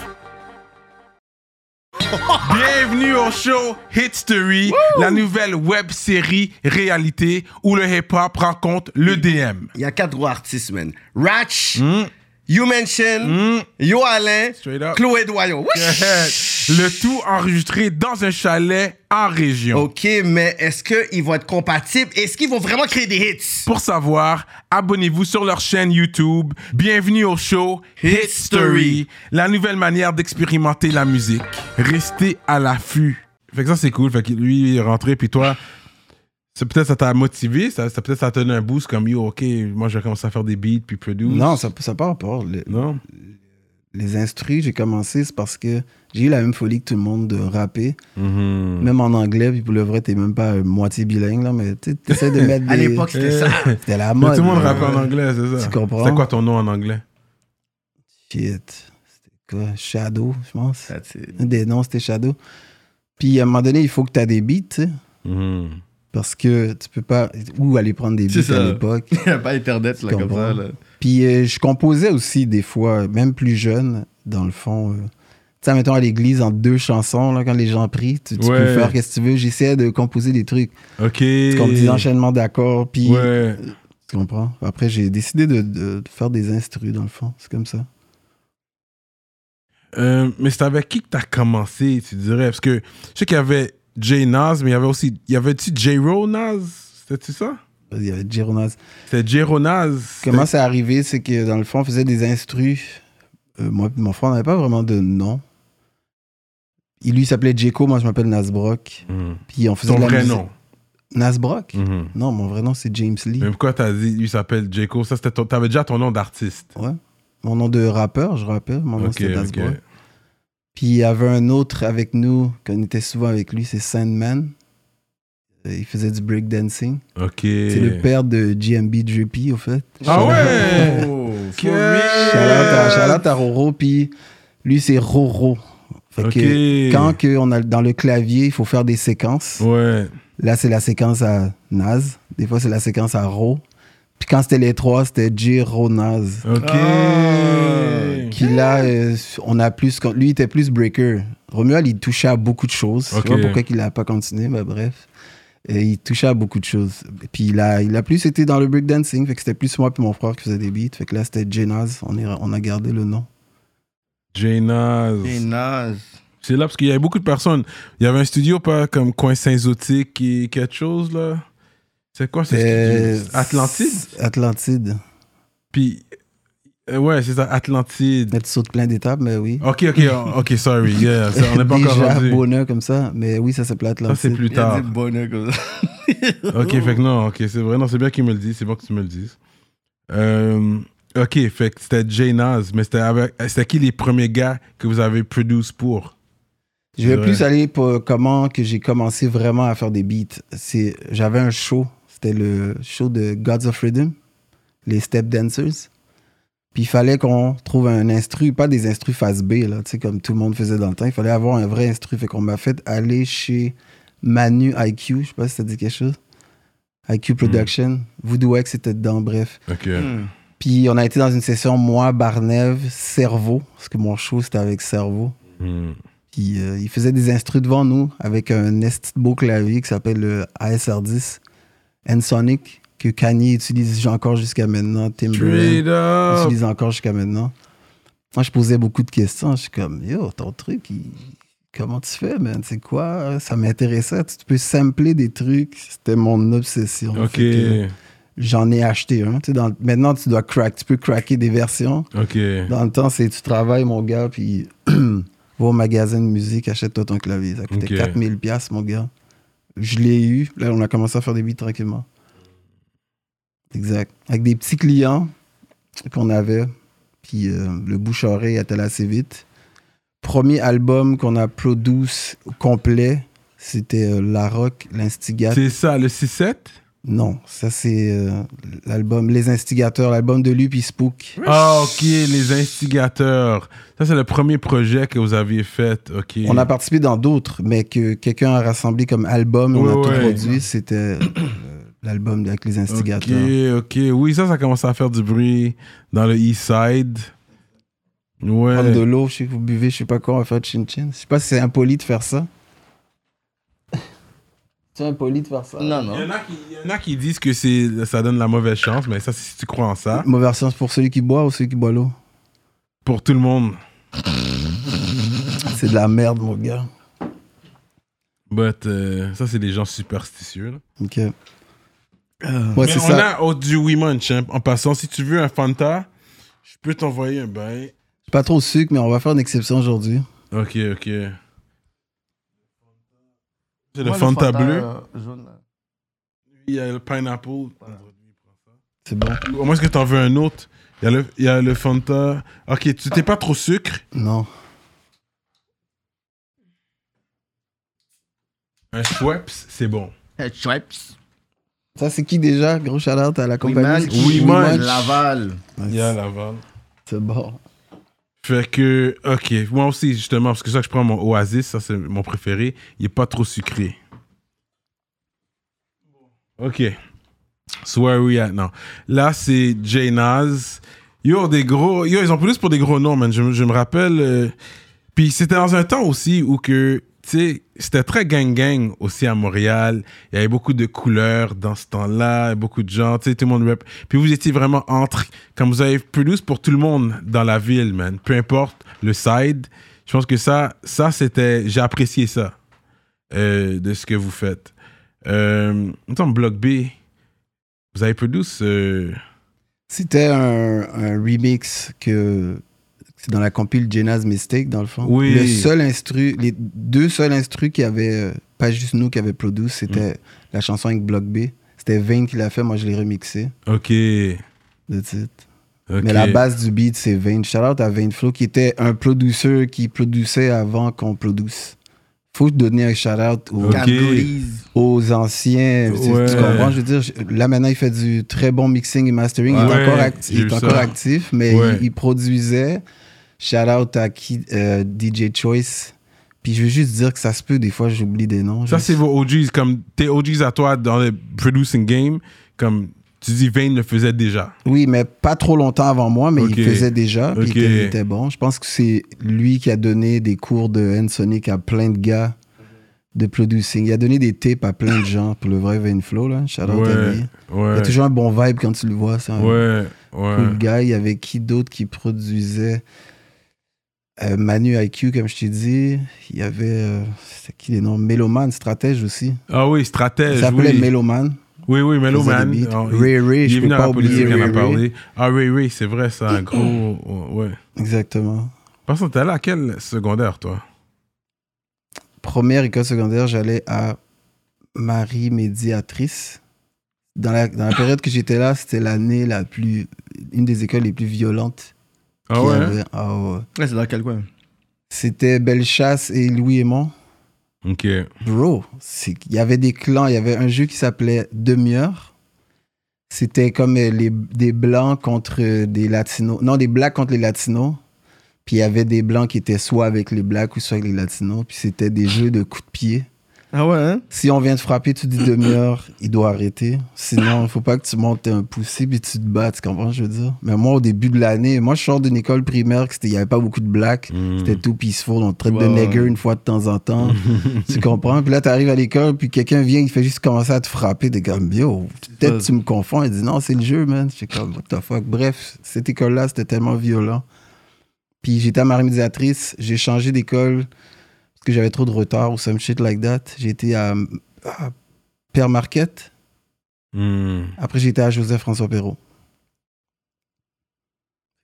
Speaker 1: Bienvenue au show Hitstory, la nouvelle web série réalité où le hip-hop rencontre le Mm, DM.
Speaker 2: Il y a quatre gros artistes, man. Ratch, You Mention,
Speaker 1: mm,
Speaker 2: Yo Alain,
Speaker 1: Straight up.
Speaker 2: Chloé Doyon.
Speaker 1: Le tout enregistré dans un chalet en région.
Speaker 2: Ok, mais est-ce qu'ils vont être compatibles? Est-ce qu'ils vont vraiment créer des hits?
Speaker 1: Pour savoir, abonnez-vous sur leur chaîne YouTube. Bienvenue au show History, la nouvelle manière d'expérimenter la musique. Restez à l'affût. Fait que ça, c'est cool. Fait que lui, il est rentré, puis toi, c'est peut-être ça t'a motivé, ça, ça- peut-être ça t'a donné un boost comme yo, ok, moi, je vais commencer à faire des beats, puis produire.
Speaker 3: Non, ça n'a pas rapport. Le-
Speaker 1: Non?
Speaker 3: les instrus, j'ai commencé, c'est parce que j'ai eu la même folie que tout le monde de rapper,
Speaker 2: Mm.
Speaker 3: même en anglais, puis pour le vrai, t'es même pas euh, moitié bilingue, là, mais tu essaies de mettre des...
Speaker 2: À l'époque, c'était ça.
Speaker 3: c'était la
Speaker 1: Mais
Speaker 3: mode.
Speaker 1: tout le monde
Speaker 3: là.
Speaker 1: rappe en anglais, c'est ça.
Speaker 3: Tu comprends?
Speaker 1: C'est quoi ton nom en anglais?
Speaker 3: Shit. C'était quoi? Shadow, je pense.
Speaker 2: That's it.
Speaker 3: Un des noms, c'était Shadow. Puis à un moment donné, il faut que t'as des beats, tu sais, parce que tu peux pas... Où aller prendre des
Speaker 2: C'est
Speaker 3: beats à
Speaker 2: ça.
Speaker 3: l'époque?
Speaker 2: Il n'y a pas Internet, là,
Speaker 3: Tu
Speaker 2: comme
Speaker 3: comprends.
Speaker 2: ça. Là.
Speaker 3: Puis euh, je composais aussi des fois, même plus jeune, dans le fond. euh, tu sais, mettons à l'église en deux chansons, là, quand les gens prient, tu, tu
Speaker 1: Ouais.
Speaker 3: peux faire qu'est-ce que tu veux. J'essayais de composer des trucs,
Speaker 1: Ok.
Speaker 3: comme des enchaînements d'accords, puis
Speaker 1: Ouais.
Speaker 3: tu comprends. Après, j'ai décidé de, de- de faire des instrus, dans le fond. C'est comme ça.
Speaker 1: Euh, mais c'est avec qui que t'as commencé, tu dirais? Parce que je sais qu'il y avait Jay Nas, mais il y avait aussi. Il y avait-tu J. Ro Nas? C'était-tu ça?
Speaker 3: Il y avait Gironaz.
Speaker 1: C'était J. Ro Nas.
Speaker 3: Comment c'est arrivé, c'est que dans le fond, on faisait des instrus. Euh, moi et mon frère, on n'avait pas vraiment de nom. Il lui il s'appelait Jeko, moi je m'appelle Nasbrock.
Speaker 1: Mhm.
Speaker 3: Puis on faisait
Speaker 1: Ton
Speaker 3: de la
Speaker 1: vrai
Speaker 3: musique-
Speaker 1: nom.
Speaker 3: Nasbrock
Speaker 1: Mhm.
Speaker 3: Non, mon vrai nom c'est James Lee.
Speaker 1: Mais pourquoi t'as dit, lui s'appelle Jaco? Ça, c'était ton- t'avais déjà ton nom d'artiste.
Speaker 3: Ouais. Mon nom de rappeur, je rappelle. Mon nom,
Speaker 1: Ok,
Speaker 3: c'était Das
Speaker 1: ok.
Speaker 3: Boy. Puis il y avait un autre avec nous, qu'on était souvent avec lui, c'est Sandman. Euh, Il faisait du breakdancing.
Speaker 1: Ok.
Speaker 3: C'est le père de GMB Drippy, au fait.
Speaker 1: Ah ouais!
Speaker 2: Oh, for
Speaker 1: Yeah.
Speaker 2: real.
Speaker 3: Shout out à, shout out à Roro, puis lui, c'est Roro. Fait
Speaker 1: Ok.
Speaker 3: que quand que on a, dans le clavier, il faut faire des séquences.
Speaker 1: Ouais.
Speaker 3: Là, c'est la séquence à Naz. Des fois, c'est la séquence à Ro. Puis quand c'était les trois, c'était J, Ro, Naz.
Speaker 1: Ok.
Speaker 3: Qui là, euh, on a plus. con- Lui, il était plus breaker. Romuald, il touchait à beaucoup de choses. Je
Speaker 1: Ok.
Speaker 3: sais pas pourquoi il a pas continué, mais bref. Et il touchait à beaucoup de choses. Et Puis il a, il a plus été dans le breakdancing. Fait que c'était plus moi et mon frère qui faisait des beats. Fait que là, c'était Jenaz. On, est- on a gardé le nom.
Speaker 1: Jay Nas.
Speaker 2: Et naze.
Speaker 1: C'est là parce qu'il y avait beaucoup de personnes. Il y avait un studio pas comme Coin Saint-Zotique et quelque chose là. C'est quoi? C'est
Speaker 3: Euh,
Speaker 1: Atlantide?
Speaker 3: Atlantide.
Speaker 1: Puis Euh, ouais, c'est ça, Atlantide.
Speaker 3: Mais tu sautes plein d'étapes, mais oui.
Speaker 1: Ok, ok, oh, ok, sorry. Yeah, ça, on n'est pas encore
Speaker 3: Déjà,
Speaker 1: rendu.
Speaker 3: bonheur comme ça. Mais oui, ça s'appelle
Speaker 1: Ça,
Speaker 3: Atlantique.
Speaker 1: c'est plus
Speaker 2: Il a
Speaker 1: tard.
Speaker 2: dit bonheur comme ça.
Speaker 1: Ok, fait que non, ok, c'est vrai. Non, c'est bien qu'ils me le disent, c'est bon que tu me le dises. Euh, ok, fait que c'était Jay Nas, mais c'était avec- c'était qui les premiers gars que vous avez produits pour
Speaker 3: Je vais
Speaker 1: Ouais.
Speaker 3: plus aller pour comment que j'ai commencé vraiment à faire des beats. C'est, j'avais un show, c'était le show de Gods of Rhythm, les Step Dancers. Puis il fallait qu'on trouve un instru, pas des instrus face B, là, tu sais, comme tout le monde faisait dans le temps. Il fallait avoir un vrai instru. Fait qu'on m'a fait aller chez Manu IQ, je sais pas si ça dit quelque chose. IQ Production. Voodoo X était dedans, bref.
Speaker 1: Ok.
Speaker 3: Puis on a été dans une session, moi, Barnev, Cerveau, parce que mon show c'était avec Cerveau.
Speaker 1: Hmm.
Speaker 3: Puis euh, il faisait des instrus devant nous avec un esti de beau clavier qui s'appelle le ASR10 N-Sonic que Kanye utilise encore jusqu'à maintenant. Timberland
Speaker 1: Straight up.
Speaker 3: utilise encore jusqu'à maintenant. Moi, je posais beaucoup de questions. Je suis comme, yo, ton truc, il- comment tu fais, man? C'est quoi? Ça m'intéressait. Tu peux sampler des trucs. C'était mon obsession.
Speaker 1: Ok,
Speaker 3: Fait que J'en ai acheté un. Tu sais, dans- Maintenant, tu dois crack. Tu peux cracker des versions.
Speaker 1: ok.
Speaker 3: Dans le temps, c'est tu travailles, mon gars, puis va au magasin de musique, achète-toi ton clavier. Ça coûtait
Speaker 1: Ok.
Speaker 3: 4000 pièces mon gars. Je l'ai eu. Là, on a commencé à faire des beats tranquillement. Exact. Avec des petits clients qu'on avait, puis euh, le bouche-oreille est allé assez vite. Premier album qu'on a produit au complet, c'était euh, La Rock, L'Instigate.
Speaker 1: C'est ça, le 6-7
Speaker 3: Non, ça c'est euh, l'album Les Instigateurs, l'album de lui, puis Spook.
Speaker 1: Ah, ok, les instigateurs. Ça, c'est le premier projet que vous aviez fait. Ok.
Speaker 3: On a participé dans d'autres, mais que quelqu'un a rassemblé comme album, on a
Speaker 1: Ouais,
Speaker 3: tout
Speaker 1: ouais.
Speaker 3: produit, c'était euh, l'album avec les instigateurs.
Speaker 1: Ok, ok. Oui, ça, ça commence à faire du bruit dans le East Side.
Speaker 3: Prendre de
Speaker 1: Ouais.
Speaker 3: l'eau, je sais que vous buvez, je sais pas quoi, on va faire chin chin. Je sais pas si c'est impoli de faire ça. C'est impoli de faire ça.
Speaker 2: Non,
Speaker 1: Il y,
Speaker 2: non.
Speaker 1: en a qui, il y en a qui disent que c'est, ça donne la mauvaise chance, mais ça, c'est si tu crois en ça,
Speaker 3: Hein? Mauvaise sens pour celui qui boit ou celui qui boit l'eau.
Speaker 1: pour tout le monde.
Speaker 3: C'est de la merde, mon gars.
Speaker 1: But, euh, ça, c'est des gens superstitieux. là.
Speaker 3: Ok. Euh,
Speaker 1: Mais
Speaker 3: Ouais, c'est
Speaker 1: on
Speaker 3: ça.
Speaker 1: a oh, du Wee Munch. hein. En passant, si tu veux un Fanta, je peux t'envoyer un bail.
Speaker 3: Pas trop de sucre, mais on va faire une exception aujourd'hui.
Speaker 1: Ok, ok. C'est le Fanta, bleu. Il y a le pineapple.
Speaker 3: C'est bon.
Speaker 1: Au moins, est-ce que t'en veux un autre Il y a le, il y a le Fanta. Ok, tu t'es pas trop sucre.
Speaker 3: Non.
Speaker 1: Un Schweppes, c'est bon.
Speaker 2: Schweppes.
Speaker 3: Ça, c'est qui déjà? Gros shout à la compagnie.
Speaker 1: Oui,
Speaker 3: Oui,
Speaker 1: man.
Speaker 3: man.
Speaker 2: Laval.
Speaker 1: Il y a Laval.
Speaker 3: C'est bon.
Speaker 1: Fait que, ok, moi aussi, justement, parce que ça, que je prends mon Oasis, ça, c'est mon préféré. Il est pas trop sucré. Ok. So where we at now? Là, c'est Jay Nas. Yo, des gros. Yo, ils ont plus pour des gros noms, man. Je, je me rappelle. euh, Puis c'était dans un temps aussi où que. Tu sais, c'était très gang-gang aussi à Montréal. Il y avait beaucoup de couleurs dans ce temps-là, beaucoup de gens, tu sais, tout le monde rap. Puis vous étiez vraiment entre, comme vous avez plus pour tout le monde dans la ville, man. Peu importe le side. Je pense que ça, ça c'était, j'ai apprécié ça euh, de ce que vous faites. Euh, attends, Block B, vous avez produit euh,
Speaker 3: C'était un, un remix que c'est dans la compile Jenna's Mistake, dans le fond.
Speaker 1: Oui.
Speaker 3: Le seul instru, les deux seuls instrus qui avaient, euh, pas juste nous qui avait produit,
Speaker 1: Mm.
Speaker 3: c'était la chanson avec Block B. C'était Vane qui l'a fait, moi je l'ai remixé
Speaker 1: Ok.
Speaker 3: de titre.
Speaker 1: ok.
Speaker 3: Mais la base du beat, c'est Vane. Shout out à Vane Flow qui était un producer qui produisait avant qu'on produise. Faut donner un shout out au
Speaker 1: Ok.
Speaker 2: Cambrise.
Speaker 3: aux anciens. Tu-
Speaker 1: Ouais.
Speaker 3: Tu comprends? Je veux dire, je- là maintenant, il fait du très bon mixing et mastering. il
Speaker 1: Ouais,
Speaker 3: est encore, acti-
Speaker 1: j'ai
Speaker 3: il est
Speaker 1: vu
Speaker 3: encore
Speaker 1: ça.
Speaker 3: actif, mais
Speaker 1: Ouais.
Speaker 3: il, il produisait. Shout out à qui, euh, DJ Choice. Puis je veux juste dire que ça se peut, des fois, j'oublie des noms.
Speaker 1: Ça,
Speaker 3: Juste-
Speaker 1: c'est vos OGs, comme tes OGs à toi dans le producing game, comme tu dis, Vane le faisait déjà.
Speaker 3: Oui, mais pas trop longtemps avant moi, mais
Speaker 1: Ok.
Speaker 3: il faisait déjà. Puis
Speaker 1: Ok.
Speaker 3: il, était, il était bon. Je pense que c'est lui qui a donné des cours de N-Sonic à plein de gars de producing. Il a donné des tips à plein de gens pour le vrai Vane Flow. Là. Shout out à lui.
Speaker 1: Ouais,
Speaker 3: Il y
Speaker 1: ouais,
Speaker 3: a toujours un bon vibe quand tu le vois. C'est un-
Speaker 1: ouais, ouais.
Speaker 3: Cool Guy, il y avait qui d'autre qui produisait Euh, Manu IQ, comme je t'ai dit. Il y avait, euh, c'était qui les noms Méloman, Stratège aussi.
Speaker 1: Ah oui,
Speaker 3: Il
Speaker 1: stratège,
Speaker 3: s'appelait
Speaker 1: oui.
Speaker 3: Méloman.
Speaker 1: Oui, oui, Mellow
Speaker 3: faisait
Speaker 1: Man.
Speaker 3: des beats.
Speaker 1: Oh, il-
Speaker 3: Ray Ray,
Speaker 1: il
Speaker 3: je
Speaker 1: est
Speaker 3: peux
Speaker 1: venu à
Speaker 3: pas
Speaker 1: la politique,
Speaker 3: oublier
Speaker 1: on en a
Speaker 3: Ray Ray.
Speaker 1: parlé. Ah, Ray Ray, c'est vrai, c'est un gros. euh, Ouais.
Speaker 3: Exactement.
Speaker 1: Par contre, t'es allé à quel secondaire, toi
Speaker 3: Première école secondaire, j'allais à Marie Médiatrice. Dans la, dans la période que j'étais là, c'était l'année la plus. une des écoles les plus violentes.
Speaker 1: Ah
Speaker 3: qu'il y
Speaker 1: ouais
Speaker 3: avait. Ah ouais.
Speaker 2: Là, c'est dans quel coin
Speaker 3: C'était Bellechasse et Louis Aymon.
Speaker 1: Ok.
Speaker 3: Bro, c'est- il y avait des clans. Il y avait un jeu qui s'appelait Demi-heure. C'était comme euh, les, des blancs contre euh, des latinos. Non, des blacks contre les latinos. Puis il y avait des blancs qui étaient soit avec les blacks ou soit avec les latinos. Puis c'était des jeux de coups de pied.
Speaker 2: Ah ouais, hein
Speaker 3: Si on vient te frapper, tu dis demi-heure, il doit arrêter. Sinon, il faut pas que tu montes un poussé puis tu te bats, tu comprends ce que je veux dire? Mais moi, au début de l'année, moi, je sors d'une école primaire que c'était- il y avait pas beaucoup de blacks. C'était tout peaceful. On te traite de
Speaker 2: Hmm. Ouais, ouais.
Speaker 3: nigger une fois de temps en temps. tu comprends? Puis là, tu arrives à l'école, puis quelqu'un vient, il fait juste commencer à te frapper. T'es comme, yo, peut-être
Speaker 2: Ouais.
Speaker 3: tu me confonds. Il dit, non, c'est le jeu, man. Je comme, what the fuck. Bref, cette école-là, c'était tellement violent. Puis j'étais à Marmisatrice. J'ai changé d'école parce que j'avais trop de retard ou some shit like that. J'ai été à, à Père Marquette.
Speaker 1: Hmm.
Speaker 3: Après, j'étais à Joseph-François Perrault.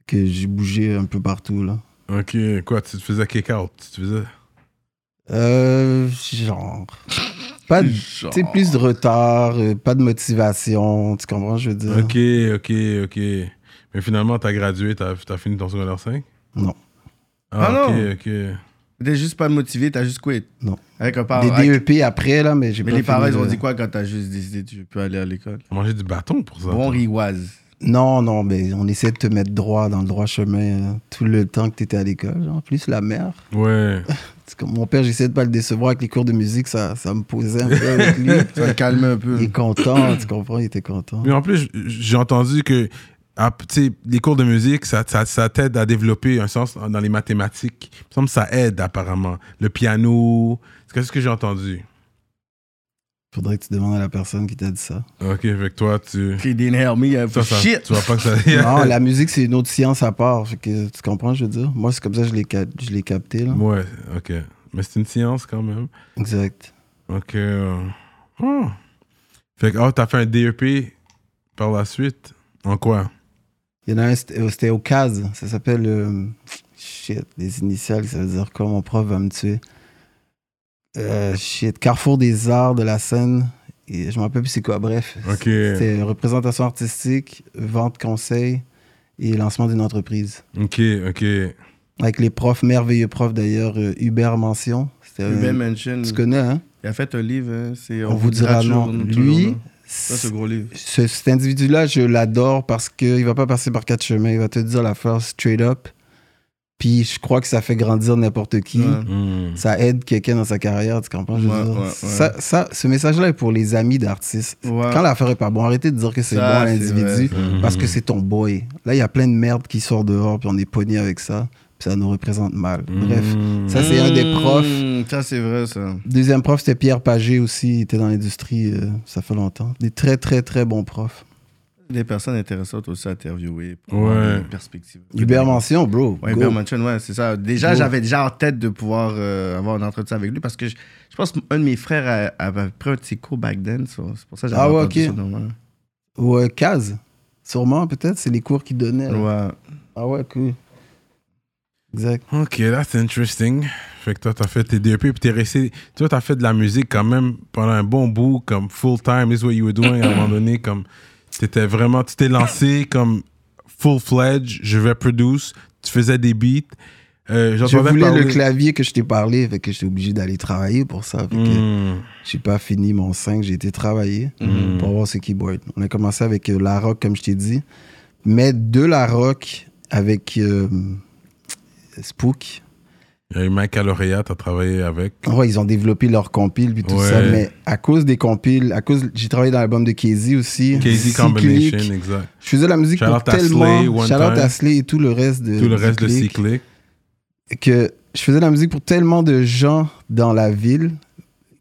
Speaker 3: Que j'ai bougé un peu partout, là.
Speaker 1: Ok, quoi, tu te faisais kick out Tu te faisais.
Speaker 3: Euh, genre. Pas de, tu sais, plus de retard, euh, pas de motivation, tu comprends, je veux dire.
Speaker 1: Ok, ok, ok. Mais finalement, t'as gradué, t'as as fini ton secondaire 5
Speaker 3: Non.
Speaker 1: Ah,
Speaker 2: Ah
Speaker 1: ok,
Speaker 2: non.
Speaker 1: ok.
Speaker 2: T'es juste pas motivé, t'as juste quitté.
Speaker 3: Non.
Speaker 2: Avec un parent.
Speaker 3: Des
Speaker 2: avec-
Speaker 3: DEP après, là, mais j'ai
Speaker 2: Mais
Speaker 3: pas euh,
Speaker 2: les parents,
Speaker 3: fini
Speaker 2: ils ont
Speaker 3: de-
Speaker 2: dit quoi quand t'as juste décidé tu peux aller à l'école
Speaker 1: On mangeait du bâton pour ça.
Speaker 2: Bon
Speaker 1: toi.
Speaker 2: riwaz.
Speaker 3: Non, non, mais on essaie de te mettre droit dans le droit chemin euh, tout le temps que tu étais à l'école. genre. En plus, la mère.
Speaker 1: Ouais.
Speaker 3: C'est comme mon père, j'essayais de pas le décevoir avec les cours de musique, ça, ça me posait un peu avec lui.
Speaker 2: Tu vas le calmer un
Speaker 3: Il
Speaker 2: peu.
Speaker 3: est content, tu comprends, il était content.
Speaker 1: Mais en plus, j- j'ai entendu que ah, p- tu sais, les cours de musique, ça, ça, ça t'aide à développer un sens dans les mathématiques. Il me semble que ça aide apparemment. Le piano, c'est ce que j'ai entendu.
Speaker 3: Faudrait que tu demandes à la personne qui t'a dit ça.
Speaker 1: Ok, avec toi, tu.
Speaker 2: He didn't help me.
Speaker 1: Toi, ça-
Speaker 2: Shit.
Speaker 1: Tu vois pas que ça.
Speaker 3: Non, la musique, c'est une autre science à part. fait que tu comprends, je veux dire. Moi, c'est comme ça que je l'ai cap- je l'ai capté, là.
Speaker 1: ouais, ok. Mais c'est une science quand même.
Speaker 3: Exact.
Speaker 1: Ok. euh, oh. Fait que, oh, t'as fait un DEP par la suite. En quoi
Speaker 3: Il y en a un, c'était euh, c'était au CAS. Ça s'appelle. euh, shit, les initiales, ça veut dire quoi Mon prof va me tuer. Euh, shit, Carrefour des arts de la scène. Et je me rappelle plus c'est quoi. Bref.
Speaker 1: Ok.
Speaker 3: C'était représentation artistique, vente conseil et lancement d'une entreprise.
Speaker 1: Ok, ok.
Speaker 3: Avec les profs, merveilleux profs d'ailleurs, euh, Hubert Mention. C'était un-
Speaker 2: Ben Mention.
Speaker 3: Tu connais, hein
Speaker 2: Il a fait un livre. hein, c'est
Speaker 3: On, vous dira non.
Speaker 2: toujours, toujours,
Speaker 3: Lui,
Speaker 2: non. hein. Ça, ce gros livre.
Speaker 3: ce- cet individu-là, je l'adore parce qu'il va pas passer par quatre chemins. Il va te dire la force straight up. Puis je crois que ça fait grandir n'importe qui.
Speaker 2: Ouais.
Speaker 1: Hmm.
Speaker 3: Ça aide quelqu'un dans sa carrière, tu comprends? Je veux
Speaker 2: Ouais,
Speaker 3: dire?
Speaker 2: ouais, ouais.
Speaker 3: Ça, ça- ce message-là est pour les amis d'artistes.
Speaker 2: Ouais.
Speaker 3: Quand l'affaire est pas bon, arrêtez de dire que c'est bon
Speaker 2: Ça, Mhm.
Speaker 3: à
Speaker 2: c'est
Speaker 3: l'individu
Speaker 1: vrai.
Speaker 3: parce que c'est ton boy. Là, il y a plein de merde qui sort dehors, puis on est pogné avec ça, puis ça nous représente mal.
Speaker 2: Mhm.
Speaker 3: Bref,
Speaker 1: Hmm.
Speaker 3: ça, c'est un des profs.
Speaker 2: Mmh, Ça, c'est vrai, ça.
Speaker 3: Deuxième prof, c'était Pierre Pagé aussi. Il était dans l'industrie, euh, ça fait longtemps. Des très, très, très bons profs.
Speaker 2: Des personnes intéressantes aussi à interviewer. Pour
Speaker 1: Ouais.
Speaker 2: avoir des perspectives.
Speaker 3: Hubert Mention, bro.
Speaker 2: Ouais,
Speaker 3: go.
Speaker 2: Hubert Manchon, ouais, c'est ça. Déjà,
Speaker 3: Go.
Speaker 2: j'avais déjà en tête de pouvoir euh, avoir un entretien avec lui parce que je, je pense qu'un de mes frères a- avait pris un de ses cours back then. so C'est pour ça que j'avais
Speaker 3: Ah ouais,
Speaker 2: entendu
Speaker 3: ok.
Speaker 2: ça de moi.
Speaker 3: Ou euh, Kaz, sûrement, peut-être. C'est les cours qu'il donnait. là.
Speaker 2: Ouais.
Speaker 3: Ah ouais, cool. Exact.
Speaker 1: Ok, that's interesting. Fait que toi, t'as fait tes DEP, puis t'es resté... Toi, t'as fait de la musique quand même pendant un bon bout, comme full-time, is what you were doing, à un moment donné, comme... T'étais vraiment... Tu t'es lancé comme full-fledged, je vais produce, tu faisais des beats. Euh,
Speaker 3: Je
Speaker 1: j'entendais
Speaker 3: voulais
Speaker 1: parler-
Speaker 3: le clavier que je t'ai parlé, fait que j'étais obligé d'aller travailler pour ça. Fait que
Speaker 1: Hmm,
Speaker 3: j'ai pas fini mon 5, j'ai été travailler
Speaker 1: Mm.
Speaker 3: pour avoir ce keyboard. On a commencé avec euh, la rock, comme je t'ai dit, mais de la rock avec euh, Spook.
Speaker 1: Il y a eu Mike Caloria, t'as travaillé avec.
Speaker 3: Ouais, ils ont développé leurs compiles puis tout
Speaker 1: Ouais.
Speaker 3: ça, mais à cause des compiles, à cause j'ai travaillé dans l'album de Casey aussi.
Speaker 1: Casey
Speaker 3: Cyclic.
Speaker 1: Combination, exact.
Speaker 3: Je faisais de la musique
Speaker 1: Shout
Speaker 3: pour
Speaker 1: out à Slay,
Speaker 3: tellement
Speaker 1: One
Speaker 3: Shout
Speaker 1: Time.
Speaker 3: out à Slay et tout le reste de
Speaker 1: Tout le reste de
Speaker 3: Cyclic.
Speaker 1: Cyclic.
Speaker 3: que je faisais de la musique pour tellement de gens dans la ville.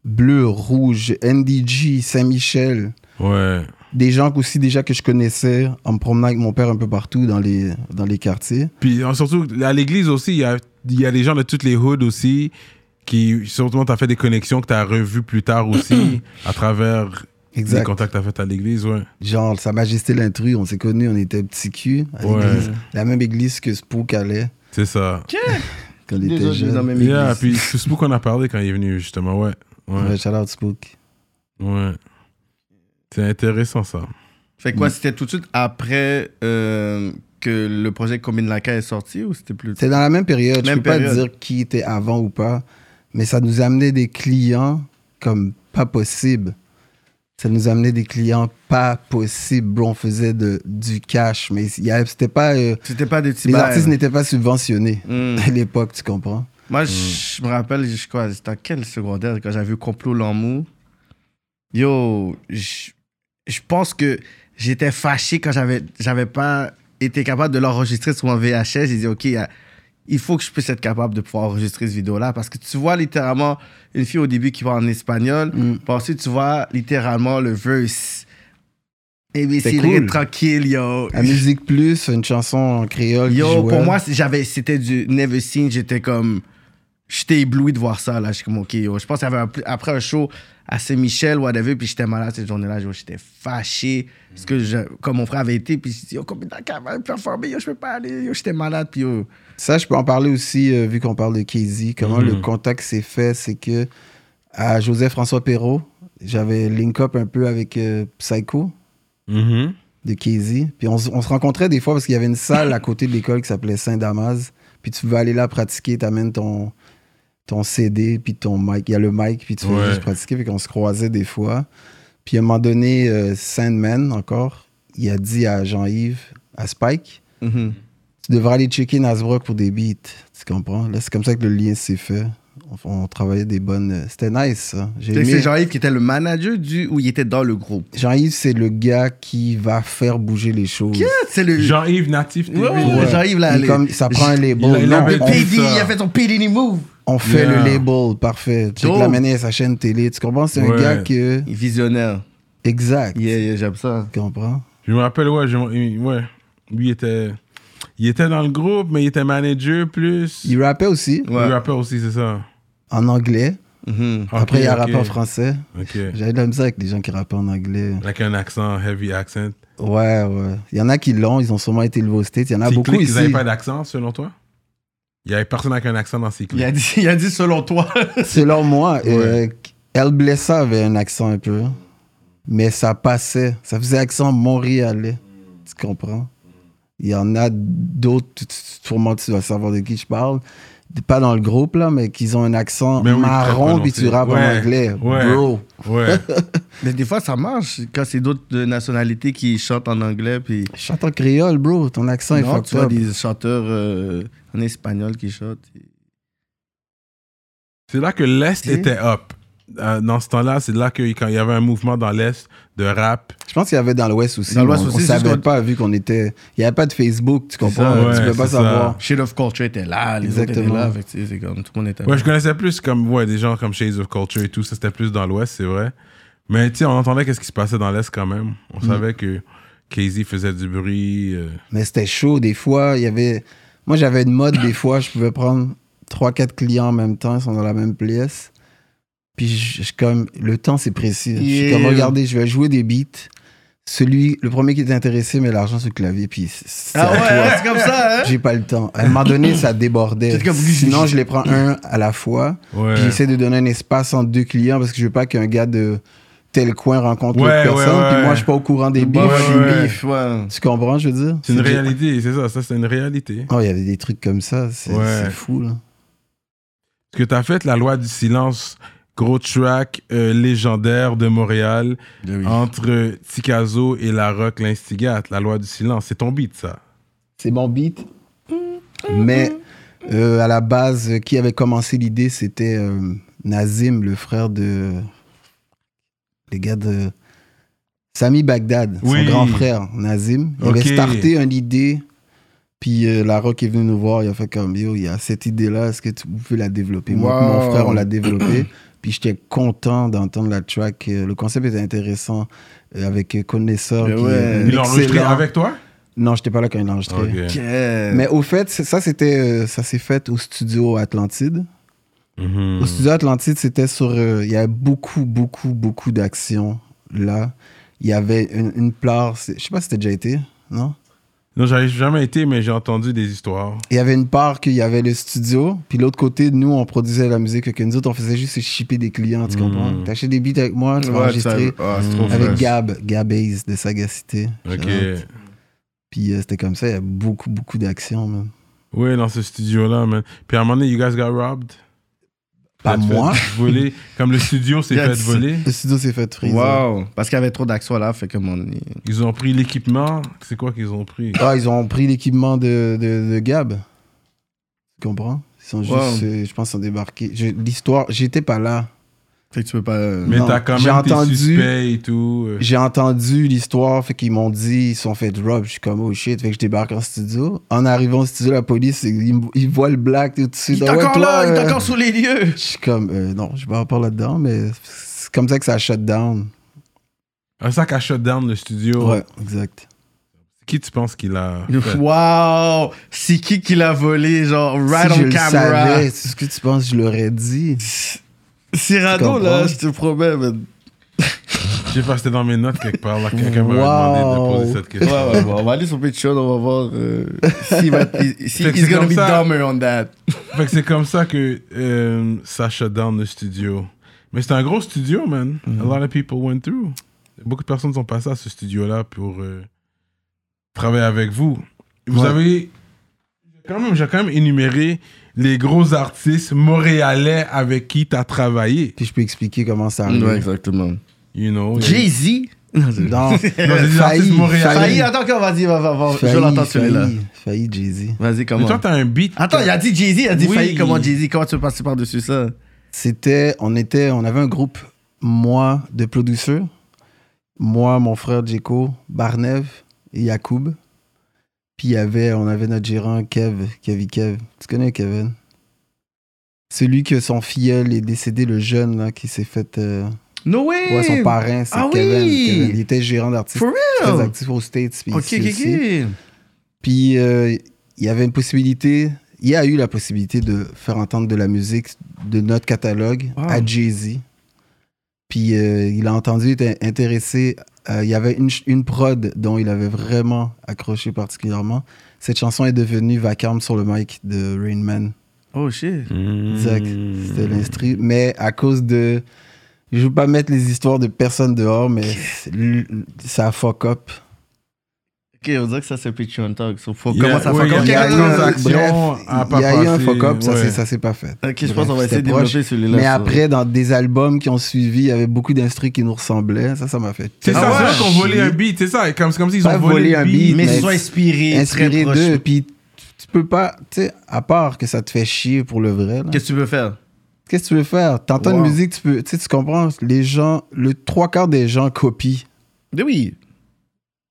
Speaker 3: Bleu, rouge, NDG, Saint-Michel.
Speaker 1: Ouais.
Speaker 3: Des gens aussi déjà que je connaissais en me promenant avec mon père un peu partout dans les, dans les quartiers.
Speaker 1: Puis euh, surtout, à l'église aussi, il y a, il y a les gens de toutes les hoods aussi, qui, surtout, t'as fait des connexions que t'as revues plus tard aussi, à travers Les
Speaker 3: Exact.
Speaker 1: contacts que t'as fait à l'église, ouais.
Speaker 3: Genre, Sa Majesté l'intrus, on s'est connus, on était petits cul à
Speaker 1: Ouais.
Speaker 3: l'église. La même église que Spook allait
Speaker 1: C'est ça.
Speaker 3: quand il
Speaker 2: Déjà,
Speaker 3: était
Speaker 2: je suis dans
Speaker 3: jeune.
Speaker 2: la même
Speaker 1: Yeah,
Speaker 2: église.
Speaker 1: puis c'est Spook qu'on a parlé quand il est venu, justement, ouais. Ouais,
Speaker 3: Ouais, shout out Spook.
Speaker 1: ouais. C'est intéressant, ça.
Speaker 2: Fait quoi, c'était tout de suite après euh, que le projet Combine Laca est sorti ou c'était plus.
Speaker 3: C'est dans la même période. je
Speaker 2: Même
Speaker 3: peux
Speaker 2: période.
Speaker 3: pas dire qui était avant ou pas, mais ça nous amenait des clients comme pas possible. Ça nous amenait des clients pas possible. Bro, on faisait de, du cash, mais il y avait- c'était pas. euh,
Speaker 2: C'était pas des petits
Speaker 3: les
Speaker 2: bails. hein?
Speaker 3: artistes n'étaient pas subventionnés
Speaker 2: Mm.
Speaker 3: à l'époque, tu comprends?
Speaker 2: Moi,
Speaker 3: Hmm.
Speaker 2: je me rappelle, je crois, c'était en quel secondaire quand j'avais vu Complot L'Amour. Yo, je je pense que j'étais fâché quand j'avais j'avais pas été capable de l'enregistrer sur mon VHS. J'ai dit, OK, il y a- il faut que je puisse être capable de pouvoir enregistrer cette vidéo-là parce que tu vois littéralement une fille au début qui parle en espagnol, puis ensuite tu vois littéralement le verse. Eh Et mais
Speaker 3: C'est
Speaker 2: c'est
Speaker 3: cool.
Speaker 2: tranquille, yo.
Speaker 3: À Musique Plus, une chanson en créole. qui
Speaker 2: Yo,
Speaker 3: jouait.
Speaker 2: pour moi, c'est- j'avais, c'était du Never Seen. J'étais comme. J'étais ébloui de voir ça, là. J'étais comme, OK, yo. Je pense qu'il y avait un pl- après un show à Saint-Michel, whatever, puis j'étais malade cette journée-là. yo, J'étais fâché. Parce que, je- comme mon frère avait été, puis j'ai dit, yo, combien de temps va performer? Yo, je peux pas aller. Yo, j'étais malade, puis yo.
Speaker 3: Ça, je peux en parler aussi, euh, vu qu'on parle de Casey. Comment
Speaker 2: Hmm.
Speaker 3: le contact s'est fait, c'est que à Joseph-François Perrault, j'avais link up un peu avec euh, Psycho
Speaker 1: Mhm.
Speaker 3: de Casey. Puis on, se- on se rencontrait des fois parce qu'il y avait une salle à côté de l'école qui s'appelait Saint-Damas. Puis tu veux aller là pratiquer, t'amènes ton, ton CD, puis ton mic. Il y a le mic, puis tu veux
Speaker 1: Ouais.
Speaker 3: juste pratiquer. Puis qu'on se croisait des fois. Puis à un moment donné, euh, Sandman, encore, il a dit à Jean-Yves, à Spike,
Speaker 2: Mm-hmm.
Speaker 3: tu devrais aller checker Nasbrock pour des beats. Tu comprends? Là, c'est comme ça que le lien s'est fait. On, on travaillait des bonnes. euh, C'était nice, ça. J'ai
Speaker 2: C'est-
Speaker 3: aimé-
Speaker 2: C'est Jean-Yves qui était le manager du. ou il était dans le groupe.
Speaker 3: Jean-Yves, c'est le gars qui va faire bouger les choses.
Speaker 2: C'est le.
Speaker 1: Jean-Yves Natif TV.
Speaker 2: Ouais, ouais, ouais, Jean-Yves, là.
Speaker 3: Il est
Speaker 2: les-
Speaker 3: comme- ça prend un label.
Speaker 1: il a- il
Speaker 3: Non,
Speaker 1: avait
Speaker 3: on-
Speaker 1: dit-
Speaker 2: PD, il a fait son PD move.
Speaker 3: On fait
Speaker 1: Yeah.
Speaker 3: le label, parfait. Tu
Speaker 2: Dope.
Speaker 3: l'as mené à sa chaîne télé. Tu comprends? C'est
Speaker 1: Ouais.
Speaker 3: un gars que.
Speaker 2: Visionnaire.
Speaker 3: Exact.
Speaker 2: Yeah, yeah, j'aime ça.
Speaker 3: Tu comprends?
Speaker 1: Je me rappelle, ouais, je- il- ouais. Lui, il était, il était dans le groupe, mais il était manager plus.
Speaker 3: Il rappait aussi,
Speaker 1: Il rappait aussi, c'est ça.
Speaker 3: en anglais.
Speaker 2: Mhm.
Speaker 3: Après,
Speaker 1: Ok,
Speaker 3: il y a
Speaker 1: ok.
Speaker 3: rappé en français.
Speaker 1: Ok.
Speaker 3: J'avais de la misère avec les gens qui rappent en anglais.
Speaker 1: Avec un accent, heavy accent.
Speaker 3: Ouais, ouais. Il y en a qui l'ont, ils ont sûrement été élevés aux States. Il y en a
Speaker 1: Cyclique,
Speaker 3: Ah, beaucoup
Speaker 1: ils n'avaient
Speaker 3: ici.
Speaker 1: pas d'accent, selon toi Il n'y avait personne avec un accent dans
Speaker 2: Il
Speaker 1: Cyclique.
Speaker 2: a dit, il a dit selon toi.
Speaker 3: Selon moi, euh, El Blessa avait un accent un peu, mais ça passait. Ça faisait accent montréalais. Tu comprends? Il y en a d'autres, tu- tu- tu- sûrement tu dois savoir de qui je parle. Pas dans le groupe, là, mais qu'ils ont un accent
Speaker 1: Mais oui, très
Speaker 3: marron, puis tu
Speaker 1: prononcé.
Speaker 3: rappes
Speaker 1: Ouais,
Speaker 3: en anglais.
Speaker 1: ouais.
Speaker 3: Bro.
Speaker 1: Ouais.
Speaker 2: Mais des fois, ça marche quand c'est d'autres euh, nationalités qui chantent en anglais. Puis
Speaker 3: Chante en créole, bro. Ton accent est
Speaker 2: non,
Speaker 3: fucked
Speaker 2: tu vois
Speaker 3: up.
Speaker 2: des chanteurs euh, en espagnol qui chantent.
Speaker 1: C'est là que l'Est
Speaker 2: Ok.
Speaker 1: était up. Euh, dans ce temps-là, c'est là que quand il y avait un mouvement dans l'Est de rap,
Speaker 3: Je pense qu'il y avait dans l'Ouest aussi.
Speaker 2: Dans l'Ouest
Speaker 3: on,
Speaker 2: aussi,
Speaker 3: on
Speaker 2: c'est
Speaker 3: savait
Speaker 2: juste qu'on-
Speaker 3: pas, vu qu'on était. Il n'y avait pas de Facebook, tu comprends?
Speaker 1: ça,
Speaker 3: tu
Speaker 1: ouais,
Speaker 3: peux pas
Speaker 1: c'est ça.
Speaker 3: savoir.
Speaker 2: Shade of Culture était là, les autres
Speaker 3: Exactement.
Speaker 2: étaient là. fait que, tu sais, c'est comme tout le monde était là.
Speaker 1: Ouais, je connaissais plus comme ouais, des gens comme Shades of Culture et tout, ça c'était plus dans l'ouest, c'est vrai. Mais tu sais, on entendait qu'est-ce qui se passait dans l'est quand même. On savait que Casey faisait du bruit. euh,
Speaker 3: Mais c'était chaud des fois. Il y avait. Moi, j'avais une mode des fois. Je pouvais prendre 3-4 clients en même temps. Ils sont dans la même pièce. Puis, je, je- comme, le temps, c'est précis. Je suis
Speaker 2: Yeah.
Speaker 3: comme, regardez, je vais jouer des beats. Celui, le premier qui est intéressé met l'argent sur le clavier. Puis, c'est- c'est
Speaker 2: Ah
Speaker 3: à
Speaker 2: ouais,
Speaker 3: toi.
Speaker 2: ouais, c'est comme ça, hein?
Speaker 3: J'ai pas le temps. À un moment donné, ça débordait.
Speaker 2: C'est comme-
Speaker 3: Sinon, je les prends un à la fois.
Speaker 1: Ouais.
Speaker 3: Puis j'essaie de donner un espace entre deux clients parce que je veux pas qu'un gars de tel coin rencontre
Speaker 1: Ouais,
Speaker 3: l'autre
Speaker 1: ouais,
Speaker 3: personne.
Speaker 1: ouais.
Speaker 3: Puis moi, je suis pas au courant des beats.
Speaker 2: Bah,
Speaker 1: ouais,
Speaker 2: du
Speaker 1: ouais.
Speaker 2: beef, ouais.
Speaker 3: Tu comprends, je veux dire?
Speaker 1: C'est une
Speaker 3: déjà-
Speaker 1: réalité, c'est ça, ça c'est une réalité.
Speaker 3: Oh, il y avait des trucs comme ça. C'est
Speaker 1: Ouais.
Speaker 3: c'est fou, là.
Speaker 1: Parce que t'as fait la loi du silence, gros track euh, légendaire de Montréal, entre Ticazo et La Rock l'instigate, la loi du silence. C'est ton beat, ça.
Speaker 3: C'est mon beat. Mais euh, à la base, euh, qui avait commencé l'idée, c'était euh, Nazim, le frère de. Les gars de. Sami Bagdad,
Speaker 1: Oui.
Speaker 3: son grand frère, Nazim. Il
Speaker 1: Ok.
Speaker 3: avait starté une idée. Puis euh, La Rock est venue nous voir. Il a fait comme Yo, il y a cette idée-là. Est-ce que tu vous pouvez la développer Moi,
Speaker 2: Wow.
Speaker 3: mon frère, on l'a développée. Puis j'étais content d'entendre la track. Euh, Le concept était intéressant euh, avec euh, Connaisseur.
Speaker 2: Mais
Speaker 3: qui est
Speaker 2: ouais.
Speaker 3: un
Speaker 1: Il l'a enregistré
Speaker 3: excellent-
Speaker 1: avec toi
Speaker 3: Non, j'étais pas là quand il l'a enregistré.
Speaker 1: Ok.
Speaker 2: Ok.
Speaker 1: Euh.
Speaker 3: Mais au fait, c'est- ça c'était euh, ça s'est fait au studio Atlantide.
Speaker 1: Mhm.
Speaker 3: Au studio Atlantide, c'était sur euh, il y a beaucoup beaucoup beaucoup d'actions là, il y avait une, une place, je sais pas si t'as déjà été, non?
Speaker 1: Non, j'avais jamais été, mais j'ai entendu des histoires.
Speaker 3: Il y avait une part qu'il y avait le studio, puis l'autre côté, nous, on produisait la musique, fait que nous autres, on faisait juste shipper des clients, tu comprends?
Speaker 1: Mhm.
Speaker 3: T'achètes des beats avec moi, tu vas
Speaker 2: Ouais, ça-
Speaker 3: enregistrer
Speaker 2: ah, c'est trop
Speaker 3: avec
Speaker 2: fresh.
Speaker 3: Gab, Gab Hayes de Sagacité.
Speaker 1: Ok.
Speaker 3: Shout out. Puis euh, c'était comme ça, il y a beaucoup, beaucoup d'actions, même.
Speaker 1: Ouais, dans ce studio-là, man. Puis à un moment donné, you guys got robbed.
Speaker 3: Pas
Speaker 1: Vous êtes fait
Speaker 3: moi.
Speaker 1: Voler. Comme le studio s'est
Speaker 2: Yes.
Speaker 1: fait voler.
Speaker 3: Le studio s'est fait friser.
Speaker 2: Wow. Parce qu'il y avait trop d'axos là, fait que mon.
Speaker 1: Ils ont pris l'équipement. C'est quoi qu'ils ont pris
Speaker 3: Ah, ils ont pris l'équipement de, de, de Gab. Tu comprends? Ils sont juste,
Speaker 2: Wow.
Speaker 3: euh, je pense, ils sont débarqués. Je- L'histoire, j'étais pas là.
Speaker 2: Fait que tu peux pas. euh,
Speaker 1: Mais
Speaker 3: non,
Speaker 1: t'as quand
Speaker 3: j'ai
Speaker 1: même des
Speaker 3: entendu-
Speaker 1: suspects et tout. euh.
Speaker 3: J'ai entendu l'histoire, fait qu'ils m'ont dit, ils se sont fait drop. Je suis comme, oh shit, fait que je débarque en studio. En arrivant au studio, la police, ils, me- ils voient le black tout de suite.
Speaker 2: Il est
Speaker 3: Ah ouais,
Speaker 2: encore
Speaker 3: toi,
Speaker 2: là, il est
Speaker 3: euh,
Speaker 2: encore sous les lieux.
Speaker 3: Je suis comme, euh, non, je vais en parler là-dedans, mais c'est comme ça que ça a shut down.
Speaker 1: Un sac à shut down le studio.
Speaker 3: Ouais, exact.
Speaker 1: Qui tu penses qu'il a fait?
Speaker 2: Wow. C'est qui qui l'a volé, genre, right
Speaker 3: si je
Speaker 2: on
Speaker 3: le
Speaker 2: camera.
Speaker 3: savais, c'est ce que tu penses, je l'aurais dit.
Speaker 2: Cyrano,
Speaker 3: Tu
Speaker 2: là,
Speaker 3: comprends?
Speaker 2: je te promets, man.
Speaker 1: Je sais pas, c'était dans mes notes quelque part. là. Quelqu'un m'a demandé
Speaker 3: Wow.
Speaker 1: de poser cette
Speaker 2: Ouais,
Speaker 1: question.
Speaker 2: ouais, bon, on va aller sur Patreon, on va voir euh, s'il va. il- si-
Speaker 1: Fait que
Speaker 2: he's
Speaker 1: c'est
Speaker 2: gonna
Speaker 1: comme
Speaker 2: be
Speaker 1: ça.
Speaker 2: dumber on that.
Speaker 1: Fait que c'est comme ça que euh, ça shut down le studio. Mais c'était un gros studio, man.
Speaker 3: Mm-hmm.
Speaker 1: A lot of people went through. Beaucoup de personnes sont passées à ce studio-là pour euh, travailler avec vous. Vous
Speaker 3: Ouais.
Speaker 1: avez quand même, j'ai quand même énuméré les gros artistes montréalais avec qui tu as travaillé.
Speaker 3: Puis je peux expliquer comment ça arrive.
Speaker 2: Ah, exactement.
Speaker 1: You know. il y a-
Speaker 2: Jay-Z.
Speaker 3: Dans,
Speaker 1: Non, c'est des artistes montréalais.
Speaker 2: Failli, attends qu'on va dire, va, va, va. Oh, je l'entends celui-là.
Speaker 3: Failli, failli Jay-Z.
Speaker 2: Vas-y,
Speaker 1: Mais
Speaker 2: comment
Speaker 1: toi, t'as un beat.
Speaker 2: Attends, il a dit Jay-Z, il a dit
Speaker 1: Oui.
Speaker 2: Failli, comment Jay-Z Comment tu veux passer par-dessus ça
Speaker 3: C'était, on était, on avait un groupe, moi, de producteurs, moi, mon frère Djeko, Barnev et Yacoub. Puis il y avait, on avait notre gérant Kev, Kevy Kev. Tu connais Kevin? Celui que son filleul est décédé, le jeune, là, qui s'est fait... euh,
Speaker 2: No way
Speaker 3: ouais, son parrain, c'est
Speaker 2: Ah
Speaker 3: Kevin,
Speaker 2: oui!
Speaker 3: Kevin. Il était gérant d'artiste.
Speaker 2: For
Speaker 3: Très
Speaker 2: real
Speaker 3: actif aux States. puis
Speaker 2: Ok,
Speaker 3: ici
Speaker 2: ok,
Speaker 3: aussi.
Speaker 2: ok.
Speaker 3: Puis euh, il y avait une possibilité, il y a eu la possibilité de faire entendre de la musique de notre catalogue
Speaker 2: Wow.
Speaker 3: à Jay-Z. Puis euh, il a entendu, il était intéressé. Euh, il y avait une, ch- une prod dont il avait vraiment accroché particulièrement. Cette chanson est devenue Vacarme sur le mic de Rain Man.
Speaker 2: Oh shit.
Speaker 3: Exact.
Speaker 1: Hmm.
Speaker 3: C'était l'instru. Mais à cause de. Je veux pas mettre les histoires de personnes dehors, mais c'est- l- ça fuck up.
Speaker 2: Ok, on dirait que ça c'est Patreon Talk. So, faut
Speaker 1: Il y a-
Speaker 2: comment ça
Speaker 1: ouais,
Speaker 2: fuck
Speaker 1: il y a
Speaker 2: up
Speaker 3: Il y a eu
Speaker 1: une
Speaker 3: un-
Speaker 2: Quelqu'un-
Speaker 1: transaction
Speaker 3: bref,
Speaker 1: à
Speaker 3: Il y a
Speaker 1: Ah, pas
Speaker 3: eu un
Speaker 1: passer,
Speaker 3: fuck-up, ça
Speaker 1: ouais.
Speaker 3: c'est- ça s'est pas fait.
Speaker 2: Ok, je
Speaker 3: Bref,
Speaker 2: pense qu'on va essayer de
Speaker 3: c'était proche.
Speaker 2: développer celui-là.
Speaker 3: Mais
Speaker 2: ça.
Speaker 3: après, dans des albums qui ont suivi, il y avait beaucoup d'instrus qui nous ressemblaient. Ça, ça m'a fait.
Speaker 1: C'est
Speaker 2: Ah
Speaker 1: ça,
Speaker 2: ouais.
Speaker 1: c'est vrai qu'on volait
Speaker 3: chier.
Speaker 1: un beat. C'est ça, comme, c'est comme s'ils
Speaker 3: Pas
Speaker 1: ont volé
Speaker 3: volé
Speaker 1: le
Speaker 3: un
Speaker 1: beat.
Speaker 3: beat,
Speaker 2: Mais
Speaker 3: mais
Speaker 2: ils sont inspirés.
Speaker 3: Inspiré
Speaker 2: très
Speaker 3: d'eux,
Speaker 2: proches.
Speaker 3: puis tu- tu peux pas, tu sais, à part que ça te fait chier pour le vrai. là.
Speaker 2: Qu'est-ce que tu veux faire
Speaker 3: Qu'est-ce que tu veux faire? T'entends
Speaker 2: Wow.
Speaker 3: une musique, tu peux, tu sais, tu comprends? Les gens, le trois quarts des gens copient.
Speaker 2: Mais oui.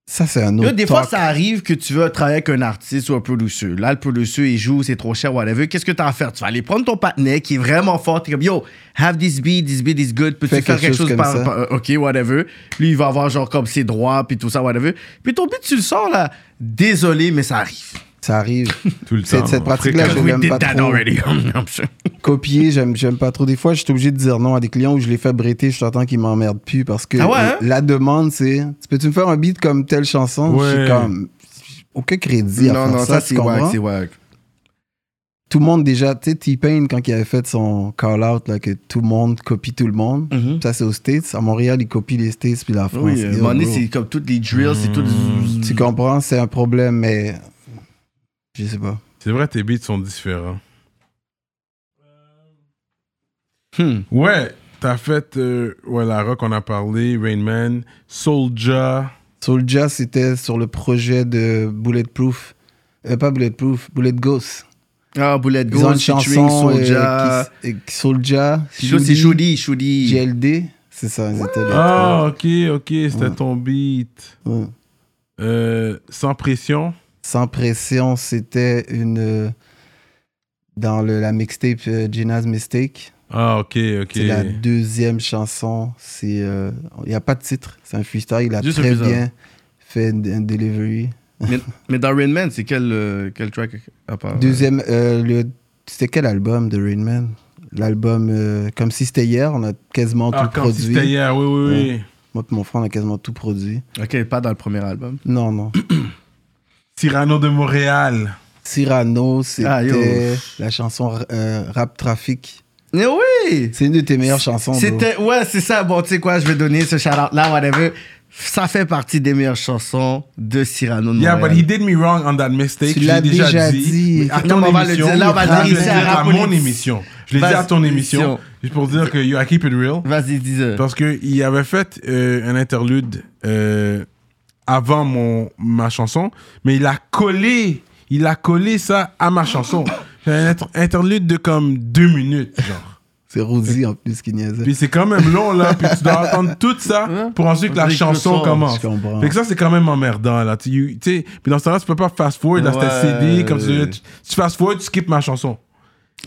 Speaker 3: Ça, c'est un
Speaker 2: Yo,
Speaker 3: autre.
Speaker 2: des fois,
Speaker 3: talk.
Speaker 2: ça arrive que tu veux travailler avec un artiste ou un producer. Là, le producer, il joue, c'est trop cher, whatever. Qu'est-ce que t'as à faire? Tu vas aller prendre ton partenaire qui est vraiment fort. T'es comme, yo, have this beat, this beat is good. Peux-tu
Speaker 3: Fais
Speaker 2: faire quelque chose,
Speaker 3: comme
Speaker 2: par,
Speaker 3: ça.
Speaker 2: par- euh, OK, whatever. Lui, il va avoir genre comme ses droits, puis tout ça, whatever. Puis ton beat, tu le sors, là. Désolé, mais ça arrive.
Speaker 3: Ça arrive.
Speaker 1: Tout le
Speaker 3: Cette-
Speaker 1: temps.
Speaker 3: cette
Speaker 1: on
Speaker 3: pratique-là,
Speaker 1: fréquente.
Speaker 3: je-
Speaker 2: Because we
Speaker 3: l'aime
Speaker 2: did
Speaker 3: pas
Speaker 2: that
Speaker 3: trop.
Speaker 2: already. I'm sure.
Speaker 3: Copier, j'aime, j'aime pas trop. Des fois, je suis obligé de dire non à des clients où je les fais bretter, je t'entends qu'ils m'emmerdent plus parce que
Speaker 2: Ah ouais, hein?
Speaker 3: la demande, c'est tu peux-tu me faire un beat comme telle chanson? Je
Speaker 1: Ouais.
Speaker 3: suis comme. Aucun crédit à faire ça, tu comprends?
Speaker 2: wack.
Speaker 3: tout le monde déjà, tu sais, T-Pain, quand il avait fait son call-out, là, que tout le monde copie tout le monde,
Speaker 2: Mhm.
Speaker 3: ça c'est aux States. À Montréal, ils copient les States puis la France.
Speaker 2: Oui, euh,
Speaker 3: Yo,
Speaker 2: money,
Speaker 3: bro. Mm.
Speaker 2: c'est comme toutes les drills, c'est tout.
Speaker 3: Tu comprends, c'est un problème, mais je sais pas.
Speaker 1: C'est vrai, tes beats sont différents.
Speaker 2: Hmm.
Speaker 1: Ouais, t'as fait euh, ouais, la rock, on a parlé, Rain Man, Soulja.
Speaker 3: Soulja, c'était sur le projet de Bulletproof. Euh, pas Bulletproof, Bullet Ghost.
Speaker 2: Ah, Bullet
Speaker 3: Ils ont
Speaker 2: Gold,
Speaker 3: une
Speaker 2: featuring
Speaker 3: chanson euh,
Speaker 2: Soulja.
Speaker 3: Soulja, Soulja
Speaker 2: Yo, C'est
Speaker 3: Judy,
Speaker 2: Judy, Judy.
Speaker 3: GLD. C'est ça, ils étaient là.
Speaker 1: Ah, ok, ok, c'était ton beat.
Speaker 3: Ouais.
Speaker 1: Euh, sans pression.
Speaker 3: Sans pression, c'était une. euh, Dans le, la mixtape euh, Gina's Mistake.
Speaker 1: Ah, ok, ok.
Speaker 3: C'est la deuxième chanson. C'est, Il n'y a pas de titre. C'est un freestyle. Il a
Speaker 2: Juste un
Speaker 3: très
Speaker 2: freestyle.
Speaker 3: bien fait un, un delivery.
Speaker 2: mais, mais dans Rain Man, c'est quel, euh, quel track à part euh,
Speaker 3: Deuxième. euh, le, c'était quel album de Rain Man L'album euh, Comme si c'était hier. On a quasiment
Speaker 1: Ah,
Speaker 3: tout
Speaker 1: comme si
Speaker 3: produit.
Speaker 1: c'était hier, oui, oui, oui.
Speaker 3: Moi et mon frère, on a quasiment tout produit.
Speaker 2: euh, Ok, pas dans le premier album.
Speaker 3: Non, non.
Speaker 1: Cyrano de Montréal.
Speaker 3: Cyrano,
Speaker 2: Ah, yo.
Speaker 3: c'était la chanson euh, Rap Trafic.
Speaker 2: Mais oui!
Speaker 3: C'est une de tes meilleures chansons. bro.
Speaker 2: C'était, ouais, c'est ça. Bon, tu sais quoi, je vais donner ce shout-out là, whatever. Ça fait partie des meilleures chansons de Cyrano de
Speaker 1: Yeah,
Speaker 2: Montréal.
Speaker 1: but he did me wrong on that mistake.
Speaker 3: Tu
Speaker 1: je
Speaker 3: l'as
Speaker 1: l'ai déjà,
Speaker 3: déjà
Speaker 1: dit.
Speaker 3: dit.
Speaker 1: Mais à
Speaker 2: Non,
Speaker 1: ton
Speaker 2: mais on va le
Speaker 1: émission,
Speaker 2: dire, là, on va le
Speaker 1: je
Speaker 2: dire
Speaker 1: l'ai
Speaker 2: ici
Speaker 1: dit
Speaker 2: à
Speaker 1: à
Speaker 2: Rapolix.
Speaker 1: mon émission. Je l'ai dit
Speaker 2: Vas-y,
Speaker 1: à ton émission.
Speaker 2: émission.
Speaker 1: Juste pour dire que you I keep it real.
Speaker 2: Vas-y, dis-le.
Speaker 1: Parce qu'il avait fait euh, un interlude euh, avant mon, ma chanson, mais il a collé, il a collé ça à ma chanson. C'est un inter- interlude de comme deux minutes, genre.
Speaker 3: C'est Rosie en plus qui niaisait.
Speaker 1: Puis c'est quand même long, là. Puis tu dois attendre tout ça pour ensuite que la
Speaker 2: Dès que le
Speaker 1: chanson
Speaker 2: son,
Speaker 1: commence.
Speaker 3: je comprends.
Speaker 1: Fait que ça, c'est quand même emmerdant, là. Tu you- tu sais, puis dans ce temps-là, tu peux pas fast-forward. Là, c'était
Speaker 2: Ouais.
Speaker 1: CD, comme tu, tu- tu fast-forward, tu skippes ma chanson.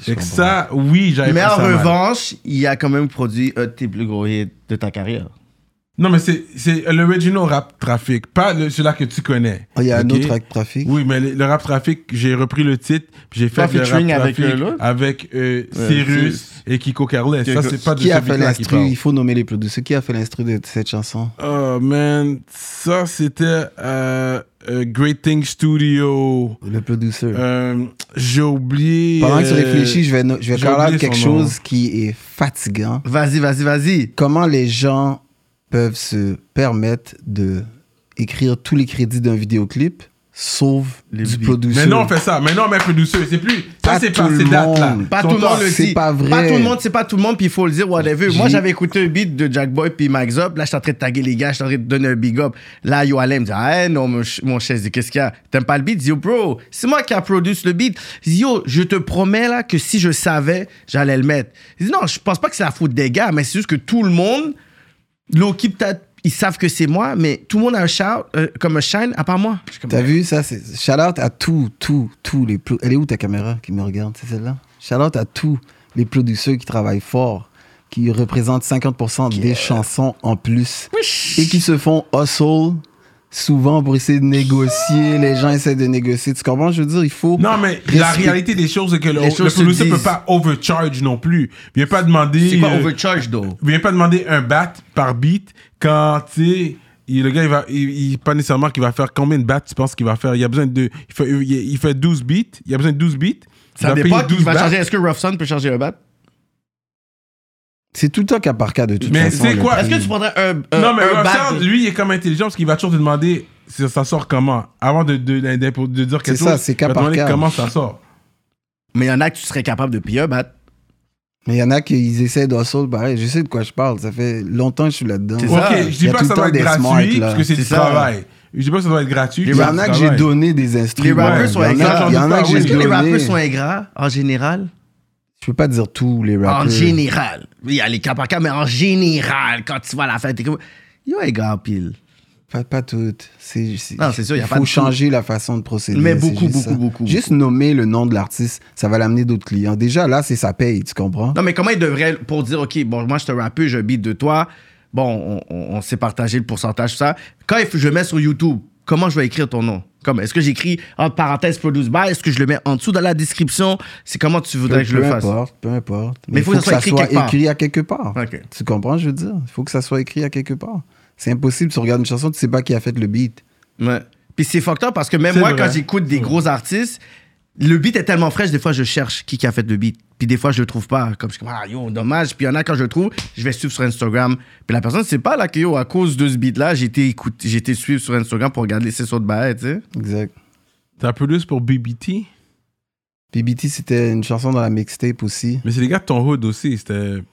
Speaker 1: Fait que ça, oui, j'avais
Speaker 2: Mais
Speaker 1: pris
Speaker 2: en
Speaker 1: ça mal.
Speaker 2: revanche, il a quand même produit un de tes plus gros hits de ta carrière.
Speaker 1: Non, mais c'est, c'est l'original rap trafic, pas le- celui-là que tu connais.
Speaker 3: Ah, Il y a
Speaker 1: Ok?
Speaker 3: un autre Rap Trafic.
Speaker 1: Oui, mais le, le rap trafic, j'ai repris le titre, puis j'ai fait
Speaker 2: Pas
Speaker 1: le rap
Speaker 2: featuring avec,
Speaker 1: trafic
Speaker 2: euh, l'autre?
Speaker 1: avec euh,
Speaker 2: Euh,
Speaker 1: Cyrus et Kiko Carles. Ça, c'est pas de
Speaker 3: Qui a fait
Speaker 1: celui-là qui
Speaker 3: l'instru
Speaker 1: parle.
Speaker 3: Il faut nommer les producteurs. Qui a fait l'instru de cette chanson
Speaker 1: Oh man, ça c'était euh, euh, Great Thing Studio.
Speaker 3: Le producteur.
Speaker 1: Euh, j'ai oublié.
Speaker 3: Pendant que tu
Speaker 1: euh,
Speaker 3: réfléchis, je vais, no- je vais
Speaker 1: j'ai
Speaker 3: parler
Speaker 1: oublié
Speaker 3: de quelque
Speaker 1: son nom.
Speaker 3: chose qui est fatigant.
Speaker 2: Vas-y, vas-y, vas-y.
Speaker 3: Comment les gens peuvent se permettre de écrire tous les crédits d'un vidéoclip, sauf
Speaker 2: Les
Speaker 3: du
Speaker 2: beats.
Speaker 3: producteur
Speaker 1: Maintenant, on fait ça. Maintenant, on met plus douceur. C'est plus. Ça,
Speaker 3: Pas
Speaker 1: c'est
Speaker 3: tout
Speaker 1: pas
Speaker 3: le
Speaker 1: ces dates-là.
Speaker 3: monde.
Speaker 2: Pas
Speaker 1: Son
Speaker 2: tout le
Speaker 1: temps,
Speaker 2: monde le
Speaker 3: c'est
Speaker 2: dit.
Speaker 3: pas vrai.
Speaker 2: tout le monde, c'est pas tout le monde, puis il faut le dire, whatever. Moi,
Speaker 3: J'ai-
Speaker 2: j'avais écouté un beat de Jack Boy, puis Max Up. Là, je suis en train de taguer les gars, je suis en train de donner un big up. Là, Yo Alain me dit, ah hey, non, mon, ch- mon chef, dit, qu'est-ce qu'il y a? T'aimes pas le beat? Je dis, Yo, bro, c'est moi qui a produit le beat. Je dis, Yo, je te promets là que si je savais, j'allais le mettre. Je dis, non, je pense pas que c'est la faute des gars, mais c'est juste que tout le monde, l'équipe, t'as- ils savent que c'est moi, mais tout le monde a un shout, euh, comme un shine, à part moi. Je suis comme,
Speaker 3: T'as vu ça c'est Shout out à tout, tout, tous les. pro- Elle est où ta caméra qui me regarde C'est celle-là Shout out à tous les producteurs qui travaillent fort, qui représentent 50%
Speaker 1: euh,
Speaker 3: des chansons en plus et qui se font hustle souvent pour essayer de négocier. Les gens essaient de négocier. Tu comprends Je veux dire, il faut.
Speaker 1: Non, mais la
Speaker 3: respecter-
Speaker 1: réalité des choses, c'est que le,
Speaker 2: Les
Speaker 1: le
Speaker 2: choses se
Speaker 1: producer
Speaker 2: disent.
Speaker 1: peut pas overcharge non plus. Viens pas demander.
Speaker 2: C'est quoi
Speaker 1: euh,
Speaker 2: overcharge, though?
Speaker 1: viens pas demander un bat par beat quand, tu sais, il- le gars, il va, il, il- pas nécessairement qu'il va faire combien de bats tu penses qu'il va faire. Il a besoin de. Il fait, il, il fait 12 beats. Il a besoin de 12 beats.
Speaker 2: Ça
Speaker 1: va
Speaker 2: dépend
Speaker 1: payer
Speaker 2: qui va
Speaker 1: bats.
Speaker 2: charger. Est-ce que Rough Sun peut charger un bat?
Speaker 3: C'est tout le temps cas par cas de toute
Speaker 1: Mais
Speaker 3: façon.
Speaker 1: c'est
Speaker 3: le
Speaker 1: quoi?
Speaker 3: prix.
Speaker 2: Est-ce que tu prendrais un, un,
Speaker 1: non, mais
Speaker 2: Euh, un bat
Speaker 1: Roxanne,
Speaker 2: de-
Speaker 1: lui, il est comme intelligent parce qu'il va toujours te demander si ça sort comment. Avant de, de, de- de- de dire quelque
Speaker 3: C'est
Speaker 1: chose,
Speaker 3: ça, c'est
Speaker 1: il va
Speaker 3: cas
Speaker 1: te
Speaker 3: par
Speaker 1: demander
Speaker 3: cas.
Speaker 1: comment ça sort.
Speaker 2: Mais il y en a que tu serais capable de payer un bat.
Speaker 3: Mais il y en a qui ils essaient d'hustle, pareil. Je sais de quoi je parle. Ça fait longtemps que je suis là-dedans.
Speaker 2: C'est
Speaker 1: Ok,
Speaker 2: ça.
Speaker 1: je
Speaker 3: Il
Speaker 1: dis
Speaker 3: y a
Speaker 1: pas
Speaker 3: tout
Speaker 1: que
Speaker 3: le
Speaker 1: ça
Speaker 3: temps
Speaker 1: doit
Speaker 3: des
Speaker 1: être
Speaker 3: smart,
Speaker 1: gratuit
Speaker 3: là.
Speaker 1: parce que c'est
Speaker 2: C'est
Speaker 1: du
Speaker 2: ça.
Speaker 1: travail. Je dis pas que ça doit être gratuit.
Speaker 3: Il y en a que j'ai donné des instruments.
Speaker 2: Les rappeurs sont
Speaker 3: Il y en a-
Speaker 2: ingrats,
Speaker 3: il y en a
Speaker 1: j'en doute
Speaker 3: que j'ai
Speaker 1: pas,
Speaker 2: Est-ce que les rappeurs
Speaker 3: donné.
Speaker 2: sont ingrats en général?
Speaker 3: Je peux pas dire tous les rappeurs.
Speaker 2: En général. Oui, il y a les cas par cas, mais en général, quand tu vas à la fête, t'es comme. Yo, ingrat en pile.
Speaker 3: Pas, pas toutes. C'est, c'est-
Speaker 2: Non, c'est sûr, y a
Speaker 3: il
Speaker 2: pas
Speaker 3: faut
Speaker 2: de
Speaker 3: changer la façon de procéder.
Speaker 2: Mais
Speaker 3: c'est
Speaker 2: beaucoup,
Speaker 3: juste
Speaker 2: beaucoup,
Speaker 3: ça.
Speaker 2: beaucoup,
Speaker 3: Juste nommer le nom de l'artiste, ça va l'amener d'autres clients. Déjà, là, c'est sa paye, tu comprends?
Speaker 2: Non, mais comment ils devraient, pour dire, OK, bon, moi, je te rappelle, je beat de toi. Bon, on, on- on s'est partagé le pourcentage, tout ça. Quand il faut- je mets sur YouTube, comment je vais écrire ton nom? Comme, est-ce que j'écris entre parenthèses produce by? Est-ce que je le mets en dessous dans la description? C'est comment tu voudrais que je
Speaker 3: peu
Speaker 2: le fasse?
Speaker 3: importe, peu importe.
Speaker 2: Mais faut que ça soit écrit quelque part.
Speaker 3: écrit à quelque part.
Speaker 2: Ok.
Speaker 3: Tu comprends, je veux dire? Il faut que ça soit écrit à quelque part. C'est impossible, tu regardes une chanson, tu sais pas qui a fait le beat.
Speaker 2: Ouais. Puis c'est fucked up parce que même
Speaker 1: C'est
Speaker 2: moi,
Speaker 1: vrai.
Speaker 2: quand j'écoute des gros artistes, le beat est tellement fraîche, des fois je cherche qui, qui a fait le beat. Puis des fois je le trouve pas. Comme je suis comme, ah yo, dommage. Puis il y en a quand je le trouve, je vais suivre sur Instagram. Puis la personne, c'est pas là que yo, à cause de ce beat-là, j'ai été, écoute- j'ai été suivre sur Instagram pour regarder ses sauts de bail, tu sais.
Speaker 3: Exact.
Speaker 1: T'as plus pour BBT,
Speaker 3: PBT, c'était une chanson dans la mixtape aussi.
Speaker 1: mais c'est les gars de ton hood aussi. C'était.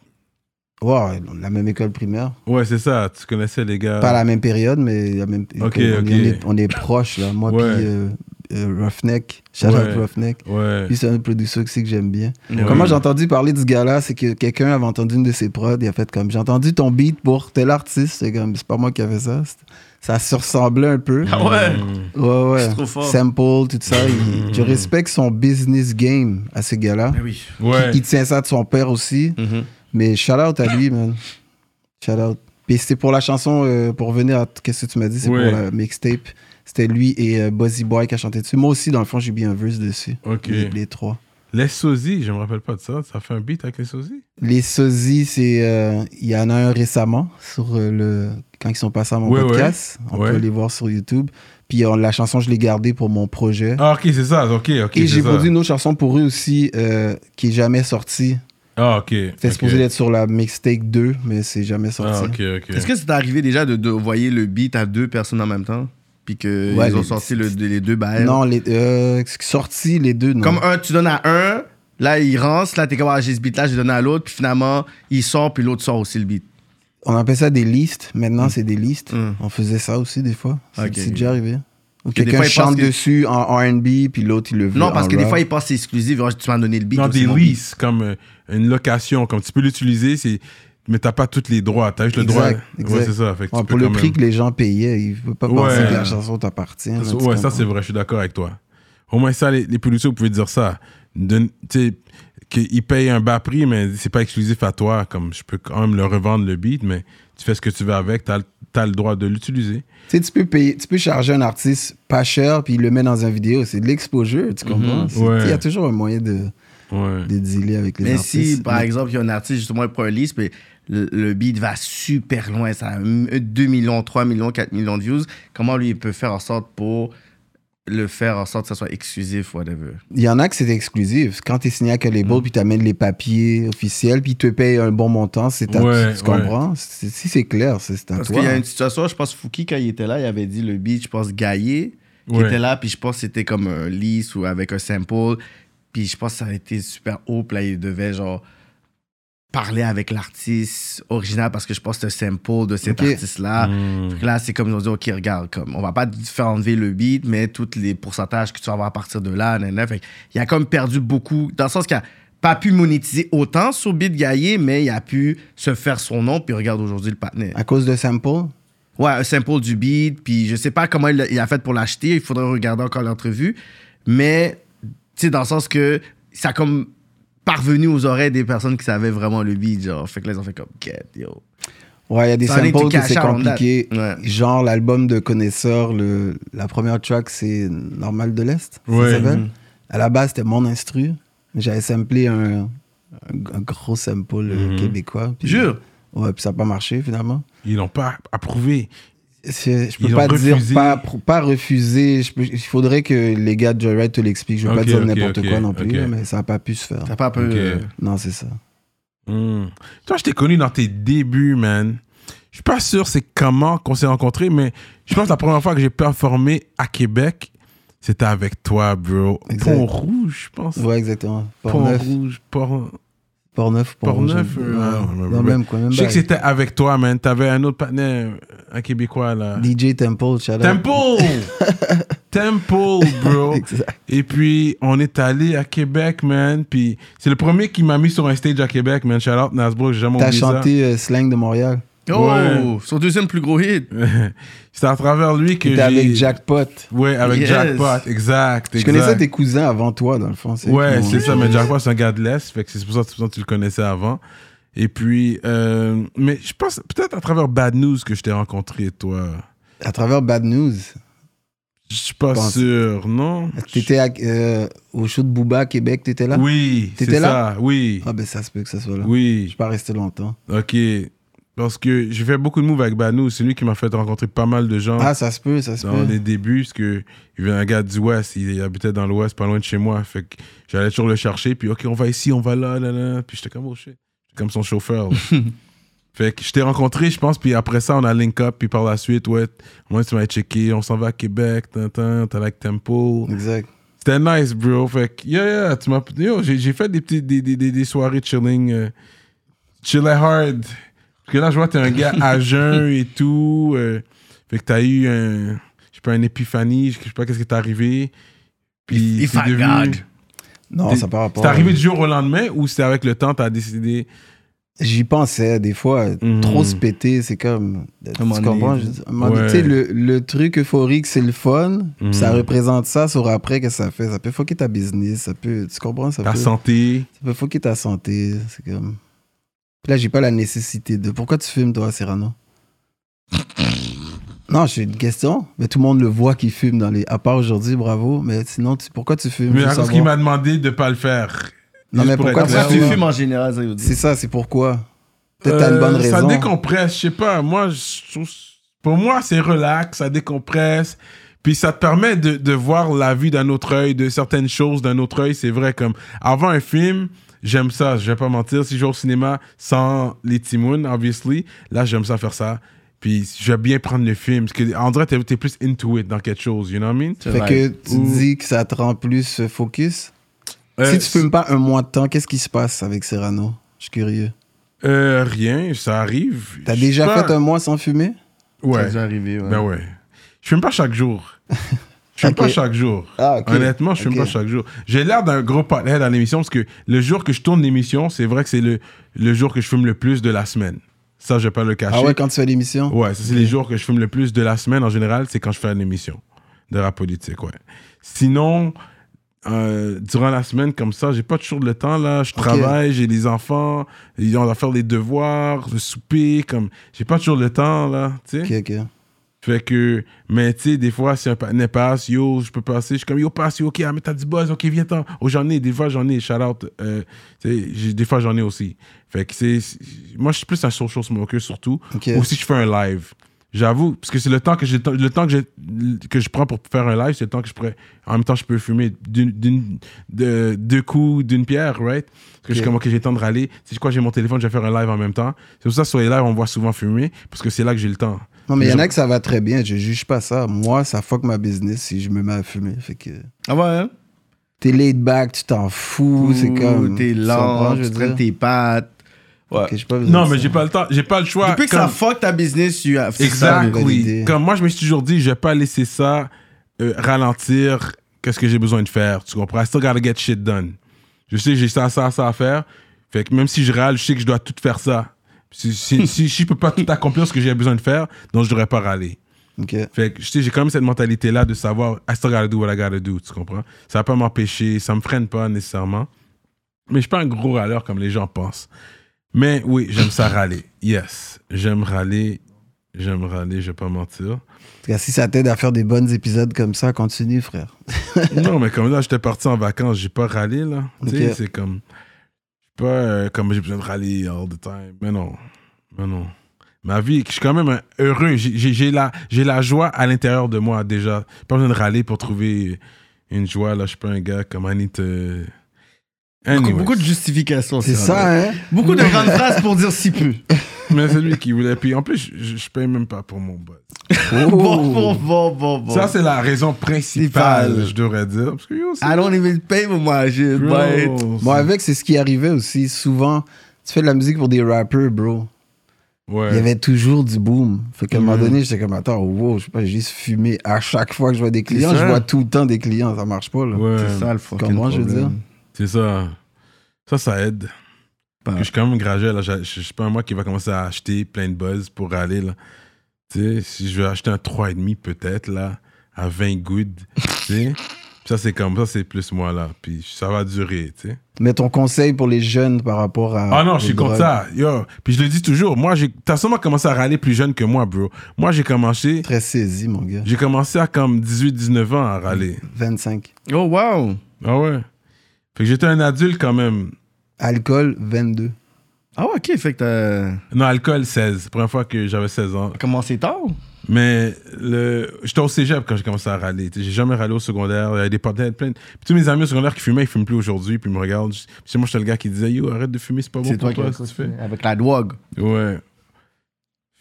Speaker 3: Wow, la même école primaire.
Speaker 1: Ouais, c'est ça. Tu connaissais les gars.
Speaker 3: Pas à la même période, mais la même
Speaker 1: Euh, Ok,
Speaker 3: on,
Speaker 1: ok.
Speaker 3: Est, on est proches, là. Moi,
Speaker 1: Ouais.
Speaker 3: puis euh, euh, Roughneck. Shout out
Speaker 1: Ouais.
Speaker 3: Roughneck.
Speaker 1: Ouais.
Speaker 3: Puis c'est un producteur que c'est que j'aime bien.
Speaker 2: Ouais.
Speaker 3: Comment j'ai entendu parler de ce gars-là, c'est que quelqu'un avait entendu une de ses prods, il a fait comme j'ai entendu ton beat pour tel artiste, c'est comme c'est pas moi qui avais ça, C'est- ça se ressemblait un peu.
Speaker 2: Ah ouais!
Speaker 3: Hmm. Ouais ouais.
Speaker 2: C'est trop fort.
Speaker 3: Sample, tout ça. il-
Speaker 1: Mm.
Speaker 3: je respecte son business game à ce gars-là.
Speaker 2: Ben oui.
Speaker 1: Ouais. Mhm.
Speaker 3: Il tient ça de son père aussi, mais shout out à lui man. Shout out. Puis c'était pour la chanson euh, pour venir à qu'est-ce que tu m'as dit, c'est
Speaker 1: Ouais.
Speaker 3: pour la mixtape. C'était lui et euh, Buzzy Boy qui a chanté dessus. Moi aussi dans le fond, j'ai bien un verse dessus.
Speaker 1: Ok.
Speaker 3: Les- les trois.
Speaker 1: Les sosies, je me rappelle pas de ça. Ça fait un beat avec les sosies.
Speaker 3: Les sosies, c'est. euh, Il y en a un récemment sur euh, le. quand ils sont passés à mon
Speaker 1: Ouais,
Speaker 3: podcast.
Speaker 1: ouais.
Speaker 3: On
Speaker 1: Ouais.
Speaker 3: peut les voir sur YouTube. Puis euh, la chanson, je l'ai gardée pour mon projet.
Speaker 1: Ah, ok, c'est ça. Ok, ok.
Speaker 3: Et
Speaker 1: c'est
Speaker 3: j'ai
Speaker 1: ça.
Speaker 3: produit une autre chanson pour eux aussi euh, qui est jamais sortie.
Speaker 1: Ah, ok.
Speaker 3: C'était
Speaker 1: ok.
Speaker 3: supposé être sur la mixtape 2, mais c'est jamais sorti.
Speaker 1: Ah, ok, ok.
Speaker 2: Est-ce que c'est arrivé déjà de, de envoyer le beat à deux personnes en même temps? Puis qu'ils
Speaker 3: Ouais,
Speaker 2: ont
Speaker 3: les-
Speaker 2: sorti le- les deux bails?
Speaker 3: Non, les, euh, sorti les deux, non.
Speaker 2: Comme un, tu donnes à un, là, il rance, là, t'es comme, ah, j'ai ce beat-là, j'ai donné à l'autre, puis finalement, il sort, puis l'autre sort aussi le beat.
Speaker 3: On appelle ça des listes. Maintenant, c'est des listes.
Speaker 2: Mm.
Speaker 3: On faisait ça aussi des fois. C'est
Speaker 2: Ok.
Speaker 3: c'est déjà arrivé. Ou
Speaker 2: des
Speaker 3: quelqu'un
Speaker 2: fois, ils
Speaker 3: chante
Speaker 2: pensent que-
Speaker 3: dessus en R&B, puis l'autre, il le veut
Speaker 2: Non, parce
Speaker 3: en
Speaker 2: que des
Speaker 3: rap.
Speaker 2: fois, il pense que c'est exclusif, genre, tu m'as donné le beat.
Speaker 1: Non,
Speaker 2: donc c'est
Speaker 1: des
Speaker 2: mon beat.
Speaker 1: leases, comme euh, une location, comme tu peux l'utiliser, c'est... mais t'as pas tous les droits. T'as juste le droit.
Speaker 3: Exact, exact.
Speaker 1: Ouais, c'est ça. Fait que
Speaker 3: Ouais,
Speaker 1: tu peux
Speaker 3: pour le
Speaker 1: quand
Speaker 3: prix
Speaker 1: même-
Speaker 3: que les gens payaient, il ne faut pas penser
Speaker 1: Ouais.
Speaker 3: que la chanson t'appartient. là,
Speaker 1: Ça,
Speaker 3: tu
Speaker 1: ouais, ça
Speaker 3: comprends.
Speaker 1: c'est vrai, je suis d'accord avec toi. Au moins ça, les, les producteurs, vous pouvez dire ça. Donne- tu sais, qu'ils payent un bas prix, mais c'est pas exclusif à toi. Comme je peux quand même leur revendre le beat, mais tu fais ce que tu veux avec, t'as as le droit de l'utiliser.
Speaker 3: Tu sais, tu peux, payer, tu peux charger un artiste pas cher, puis il le met dans une vidéo. C'est de l'exposure,
Speaker 2: Mhm.
Speaker 3: tu comprends? C'est-
Speaker 1: ouais.
Speaker 3: Il y a toujours un moyen de,
Speaker 1: Ouais.
Speaker 3: de dealer avec les
Speaker 2: Mais
Speaker 3: artistes.
Speaker 2: si, par
Speaker 3: Mais-
Speaker 2: exemple, il y a un artiste, justement, pour un liste, mais le, le beat va super loin, ça a m- 2 millions, 3 millions, 4 millions de views, comment lui, il peut faire en sorte pour le faire en sorte que ça soit exclusif, whatever?
Speaker 3: Il y en a que c'est exclusif. Quand tu es signé à
Speaker 1: Mm.
Speaker 3: Calebo, puis tu amènes les papiers officiels, puis ils te payent un bon montant, c'est à
Speaker 1: Ouais,
Speaker 3: tu comprends? C'est- Si c'est clair, c'est c'est à
Speaker 2: Parce
Speaker 3: toi.
Speaker 2: qu'il y a une situation, je pense, Fouki, quand il était là, il avait dit le beat, je pense, Gaillé, qui
Speaker 1: Ouais.
Speaker 2: était là, puis je pense que c'était comme un lease ou avec un sample. Puis je pense que ça a été super haut, puis là, il devait, genre, parler avec l'artiste original, parce que je pense que c'est un sample de cet
Speaker 3: Ok.
Speaker 2: artiste-là.
Speaker 1: Mm.
Speaker 2: Fait que Là, c'est comme ils ont dit, OK, regarde, comme, on va pas te faire enlever le beat, mais tous les pourcentages que tu vas avoir à partir de là, nanana. Fait que il a comme perdu beaucoup, dans le sens qu'il a pas pu monétiser autant sur Beat Gaillé, mais il a pu se faire son nom, puis regarde aujourd'hui le partenaire.
Speaker 3: À cause de sample?
Speaker 2: Ouais, un sample du beat, puis je sais pas comment il a, il a fait pour l'acheter, il faudrait regarder encore l'entrevue, mais tu sais, dans le sens que ça a comme parvenu aux oreilles des personnes qui savaient vraiment le beat, genre. Fait que là, ils ont fait comme, get, yo.
Speaker 3: Ouais, il y a des
Speaker 2: Ça en est
Speaker 3: samples
Speaker 2: du
Speaker 3: que c'est
Speaker 2: cash out on that.
Speaker 3: compliqué.
Speaker 2: Ouais.
Speaker 3: Genre l'album de Connaisseur, le, la première track, c'est Normal de l'Est,
Speaker 1: Ouais.
Speaker 3: ça s'appelle.
Speaker 2: Mm.
Speaker 3: À la base, c'était mon instru. J'avais samplé un, un- un gros sample euh,
Speaker 1: Mm-hmm.
Speaker 3: québécois. puis-
Speaker 2: Jure?
Speaker 3: Ouais, puis ça n'a pas marché finalement.
Speaker 1: Ils l'ont pas approuvé.
Speaker 3: C'est- Je peux
Speaker 1: Ils ont
Speaker 3: pas dire
Speaker 1: refusé.
Speaker 3: pas, appro- pas refuser. Je peux- il faudrait que les gars de Joyride te l'expliquent. Je veux pas
Speaker 1: Ok,
Speaker 3: dire
Speaker 1: ok,
Speaker 3: n'importe
Speaker 1: ok,
Speaker 3: quoi non plus,
Speaker 1: ok.
Speaker 3: mais ça n'a pas pu se faire.
Speaker 2: T'as pas un peu.
Speaker 1: Ok.
Speaker 2: euh,
Speaker 3: Non, c'est ça.
Speaker 1: Hmm. Toi, je t'ai connu dans tes débuts, man. Je suis pas sûr c'est comment qu'on s'est rencontrés, mais je pense que la première fois que j'ai performé à Québec, c'était avec toi, bro.
Speaker 3: Exact.
Speaker 1: Pont Rouge, je pense.
Speaker 3: Ouais, exactement.
Speaker 1: Pont
Speaker 3: Port-Neuf.
Speaker 1: Rouge, Port.
Speaker 3: Port-Neuf.
Speaker 1: Port-Neuf,
Speaker 3: Port-Rouge.
Speaker 1: euh, I don't
Speaker 3: Ouais.
Speaker 1: remember,
Speaker 3: Non,
Speaker 1: but-
Speaker 3: même quoi. Même
Speaker 1: Je sais que
Speaker 3: bail.
Speaker 1: c'était avec toi, man. T'avais un autre partenaire, un Québécois, là.
Speaker 3: DJ Temple, shout out.
Speaker 1: Temple! Temple, bro.
Speaker 3: Exact.
Speaker 1: Et puis, on est allé à Québec, man. Puis, c'est le premier qui m'a mis sur un stage à Québec, man. Shout out Nasbro, j'ai jamais
Speaker 3: T'as
Speaker 1: oublié ça.
Speaker 3: chanté euh, Slang de Montréal.
Speaker 2: Oh,
Speaker 1: Ouais.
Speaker 2: son deuxième plus gros hit.
Speaker 1: c'est à travers lui que j'ai...
Speaker 3: T'étais avec Jackpot.
Speaker 1: Ouais, avec
Speaker 2: Yes.
Speaker 1: Jackpot, exact,
Speaker 3: Je
Speaker 1: exact.
Speaker 3: connaissais tes cousins avant toi, dans le fond. eux
Speaker 1: Ouais,
Speaker 3: qui m'ont-
Speaker 1: c'est ça, mais Jackpot, c'est un gars de l'Est, fait que c'est pour ça c'est pour ça que tu le connaissais avant. Et puis, euh, mais je pense peut-être à travers Bad News que je t'ai rencontré, toi.
Speaker 3: À travers Bad News.
Speaker 1: Je suis pas
Speaker 3: pense.
Speaker 1: sûr, non?
Speaker 3: T'étais à- euh, au show de Booba à Québec, t'étais là?
Speaker 1: Oui,
Speaker 3: T'étais
Speaker 1: c'est
Speaker 3: là?
Speaker 1: ça, oui.
Speaker 3: Ah, ben ça se peut que ça soit là. Je
Speaker 1: Oui,
Speaker 3: suis pas resté longtemps.
Speaker 1: ok. Parce que j'ai fait beaucoup de moves avec Bad News, c'est lui qui m'a fait rencontrer pas mal de gens
Speaker 3: Ah, ça se peut, ça se
Speaker 1: dans
Speaker 3: peut.
Speaker 1: les débuts, parce que il venait un gars du Ouest, il habitait dans l'Ouest, pas loin de chez moi, fait que j'allais toujours le chercher, puis ok, on va ici, on va là, là, là, puis j'étais comme, oh shit, j'étais comme son chauffeur. là. fait que je t'ai rencontré, je pense, puis après ça, on a link up, puis par la suite, ouais, moi, tu m'as checké, on s'en va à Québec, tintin, t'as like Tempo.
Speaker 3: Exact.
Speaker 1: C'était nice, bro. Fait que, yeah, yeah, tu m'as. Yo, j'ai j'ai fait des, petits, des, des, des, des soirées chilling. euh, chill at hard. Parce que là, je vois, t'es un gars à jeun et tout. euh, fait que t'as eu un. Je sais pas, une épiphanie. Je sais pas qu'est-ce qui t'est arrivé. Puis.
Speaker 2: Il
Speaker 1: c'est
Speaker 2: fait
Speaker 1: devenu-
Speaker 2: garde.
Speaker 3: ah, Non,
Speaker 1: T'es-
Speaker 3: ça par rapport.
Speaker 1: C'est arrivé du jour au lendemain ou c'est avec le temps, t'as décidé.
Speaker 3: J'y pensais, hein, des fois,
Speaker 1: Mhm.
Speaker 3: trop se péter, c'est comme. Tu
Speaker 2: moment donné,
Speaker 3: comprends? Je- un moment donné,
Speaker 1: Ouais.
Speaker 3: Tu sais, le, le truc euphorique, c'est le fun.
Speaker 1: Mhm.
Speaker 3: Ça représente ça sur après que ça fait. Ça peut fucker ta business. Ça peut, tu comprends? Ça
Speaker 1: Ta
Speaker 3: peut,
Speaker 1: santé.
Speaker 3: ça peut fucker ta santé. C'est comme. Puis là, j'ai pas la nécessité de. Pourquoi tu fumes, toi, Cyrano? Non, j'ai une question. Mais tout le monde le voit qui fume dans les. À part aujourd'hui, bravo. Mais sinon, tu- pourquoi tu fumes?
Speaker 1: Mais
Speaker 3: Je veux
Speaker 1: à cause
Speaker 3: savoir.
Speaker 1: qu'il m'a demandé de pas le faire.
Speaker 3: Non,
Speaker 1: Juste
Speaker 3: mais
Speaker 1: pour
Speaker 3: pourquoi
Speaker 1: être
Speaker 3: tu
Speaker 1: clair.
Speaker 2: Pourquoi
Speaker 3: Ouais,
Speaker 2: tu
Speaker 3: ouais.
Speaker 2: fumes en général, ça veut dire.
Speaker 3: C'est ça, c'est pourquoi. Peut-être t'as
Speaker 1: Euh,
Speaker 3: une bonne raison.
Speaker 1: Ça décompresse, je sais pas. Moi, je trouve Pour moi, c'est relax, ça décompresse. Puis ça te permet de, de voir la vie d'un autre œil, de certaines choses d'un autre œil. C'est vrai, comme avant un film, j'aime ça, je vais pas mentir. Si je vais au cinéma sans les timounes, obviously, là, j'aime ça faire ça. Puis j'aime bien prendre le film. Parce que, en vrai, t'es t'es plus into it dans quelque chose, you know what I mean?
Speaker 3: Fait que tu dis que ça te rend plus euh, focus.
Speaker 1: Euh,
Speaker 3: si tu peux me parler un mois de temps, qu'est-ce qui se passe avec Serrano Je suis curieux.
Speaker 1: Euh, rien, ça arrive.
Speaker 3: T'as
Speaker 1: Je
Speaker 3: déjà
Speaker 1: suis pas-
Speaker 3: fait un mois sans fumer
Speaker 1: Ouais.
Speaker 2: C'est arrivé, ouais.
Speaker 1: Ben ouais. Je fume pas chaque jour. Je fume
Speaker 3: Ok.
Speaker 1: pas chaque jour.
Speaker 3: Ah, ok.
Speaker 1: Honnêtement, je fume
Speaker 3: Ok.
Speaker 1: pas chaque jour. J'ai l'air d'un gros palais dans l'émission parce que le jour que je tourne l'émission, c'est vrai que c'est le, le jour que je fume le plus de la semaine. Ça, je vais pas le cacher.
Speaker 3: Ah ouais, quand tu fais l'émission
Speaker 1: Ouais, ça, c'est les jours que je fume le plus de la semaine en général, c'est quand je fais une émission de rap politique, ouais. Sinon, euh, durant la semaine, comme ça, j'ai pas toujours le temps, là. Je travaille, j'ai des enfants, et on doit faire les devoirs, le souper, comme. J'ai pas toujours le temps, là, tu sais.
Speaker 3: Ok, ok.
Speaker 1: Fait que, mais tu sais, des fois, si un partenaire passe, yo, je peux passer, je suis comme, yo, passe, yo, ok, ah, mais t'as du buzz, ok, viens-t'en. Oh, j'en ai, des fois, j'en ai, shout out. euh, tu sais, j'ai- des fois, j'en ai aussi. Fait que c'est. c'est- Moi, je suis plus un social smoker surtout.
Speaker 3: Ok.
Speaker 1: Ou si je fais un live. J'avoue, parce que c'est le temps que j'ai, le temps que je, que je prends pour faire un live, c'est le temps que je pourrais. En même temps, je peux fumer d'une, d'une- de, deux coups d'une pierre, right? Parce que je suis comme, ok, j'ai le temps de râler. Si je crois que j'ai mon téléphone, je vais faire un live en même temps. C'est pour ça, sur les lives, on me voit souvent fumer, parce que c'est là que j'ai le temps.
Speaker 3: Non, mais il y en
Speaker 1: Je-
Speaker 3: a que ça va très bien, je juge pas ça. Moi, ça fuck ma business si je me mets à fumer. Fait que.
Speaker 2: Ah ouais, hein?
Speaker 3: T'es laid back, tu t'en fous, c'est comme.
Speaker 2: T'es
Speaker 3: tu comprends,
Speaker 2: lent,
Speaker 3: je veux
Speaker 2: tu traînes
Speaker 3: dire?
Speaker 2: tes pattes. Ouais.
Speaker 3: Ok, j'ai pas besoin
Speaker 1: Non,
Speaker 3: de
Speaker 1: mais
Speaker 3: ça.
Speaker 1: j'ai pas le temps, j'ai pas le choix.
Speaker 2: Depuis que ça
Speaker 1: Comme-
Speaker 2: fuck ta business, tu as. c'est
Speaker 1: Exact,
Speaker 2: ça,
Speaker 3: une bonne
Speaker 1: oui.
Speaker 3: idée.
Speaker 1: Comme moi, je me suis toujours dit, je vais pas laisser ça euh, ralentir qu'est-ce que j'ai besoin de faire. Tu comprends? I still gotta get shit done. Je sais que j'ai ça, ça, ça à faire. Fait que même si je râle, je sais que je dois tout faire ça. Si, si, si- si je peux pas tout accomplir ce que j'ai besoin de faire, donc je devrais pas râler.
Speaker 3: Ok.
Speaker 1: Fait que, je sais, j'ai quand même cette mentalité-là de savoir, I still gotta do what I gotta do, tu comprends? Ça va pas m'empêcher, ça me freine pas nécessairement. Mais je suis pas un gros râleur comme les gens pensent. Mais oui, j'aime ça râler. Yes. J'aime râler. J'aime râler, je vais pas mentir.
Speaker 3: En tout cas, si ça t'aide à faire des bons épisodes comme ça, continue, frère.
Speaker 1: Non, mais comme là, j'étais parti en vacances, j'ai pas râlé, là. Tu sais,
Speaker 3: Ok.
Speaker 1: c'est comme. Je suis pas euh, comme j'ai besoin de râler all the time. Mais non. Mais non. Ma vie, je suis quand même un heureux. J'ai- J'ai j'ai la, j'ai la joie à l'intérieur de moi, déjà. Pas besoin de râler pour trouver une joie, là. Je suis pas un gars comme Anit. euh,
Speaker 2: Beaucoup,
Speaker 1: anyways.
Speaker 2: beaucoup de justifications.
Speaker 3: C'est ça, hein
Speaker 2: Beaucoup de grandes phrases pour dire si peu.
Speaker 1: Mais c'est lui qui voulait. Puis en plus, je, je paye même pas pour mon buzz.
Speaker 2: Bon, bon, bon, bon, bon.
Speaker 1: Oh. Ça, c'est la raison principale, je devrais dire. Parce que yo, c'est.
Speaker 2: I don't even pay for my shit,
Speaker 1: Bro,
Speaker 2: mate.
Speaker 3: Bon, avec, c'est ce qui arrivait aussi. Souvent, tu fais de la musique pour des rappers, bro.
Speaker 1: ouais. Mm-hmm.
Speaker 3: Il y avait toujours du boom. Fait qu'à un moment donné, j'étais comme, attends, wow, je sais pas, j'ai juste fumé à chaque fois que je vois des clients.
Speaker 1: C'est
Speaker 3: Je
Speaker 1: ça.
Speaker 3: vois tout le temps des clients, ça marche pas, là.
Speaker 1: Ouais.
Speaker 2: C'est ça le fucking
Speaker 3: Comment, je veux
Speaker 2: problème.
Speaker 3: dire?
Speaker 1: C'est ça. Ça, ça aide.
Speaker 2: Ben.
Speaker 1: Puis je suis quand même gragé, là. Je, je suis pas moi qui va commencer à acheter plein de buzz pour aller, là. Tu sais, si je veux acheter un 3,5 peut-être, là, à 20 good, tu sais. Puis ça, c'est comme ça, c'est plus moi, là. Puis ça va durer, tu sais.
Speaker 3: Mais ton conseil pour les jeunes par rapport à.
Speaker 1: Ah non, je
Speaker 3: aux
Speaker 1: suis contre
Speaker 3: drogues.
Speaker 1: ça. Yo. Puis je le dis toujours, moi, j'ai- t'as sûrement commencé à râler plus jeune que moi, bro. Moi, j'ai commencé,
Speaker 3: Très saisi, mon gars.
Speaker 1: j'ai commencé à comme 18-19 ans à râler.
Speaker 3: 25.
Speaker 2: Oh, wow.
Speaker 1: Ah ouais. Fait que j'étais un adulte quand même.
Speaker 3: Alcool, 22.
Speaker 2: Ah, ouais, ok. Fait que
Speaker 1: Non, alcool, 16. Première fois que j'avais 16 ans.
Speaker 2: t'as commencé tard.
Speaker 1: Mais le... j'étais au cégep quand j'ai commencé à râler. t'sais. J'ai jamais râlé au secondaire. Il y a des partenaires plein. de- Puis tous mes amis au secondaire qui fumaient, ils fument plus aujourd'hui. Puis ils me regardent. Je- Puis c'est moi, j'étais le gars qui disait Yo, arrête de fumer, c'est pas bon
Speaker 2: C'est
Speaker 1: pour
Speaker 2: toi qui
Speaker 1: toi,
Speaker 2: as
Speaker 1: ce que tu fais.
Speaker 2: Avec la drogue.
Speaker 1: Ouais.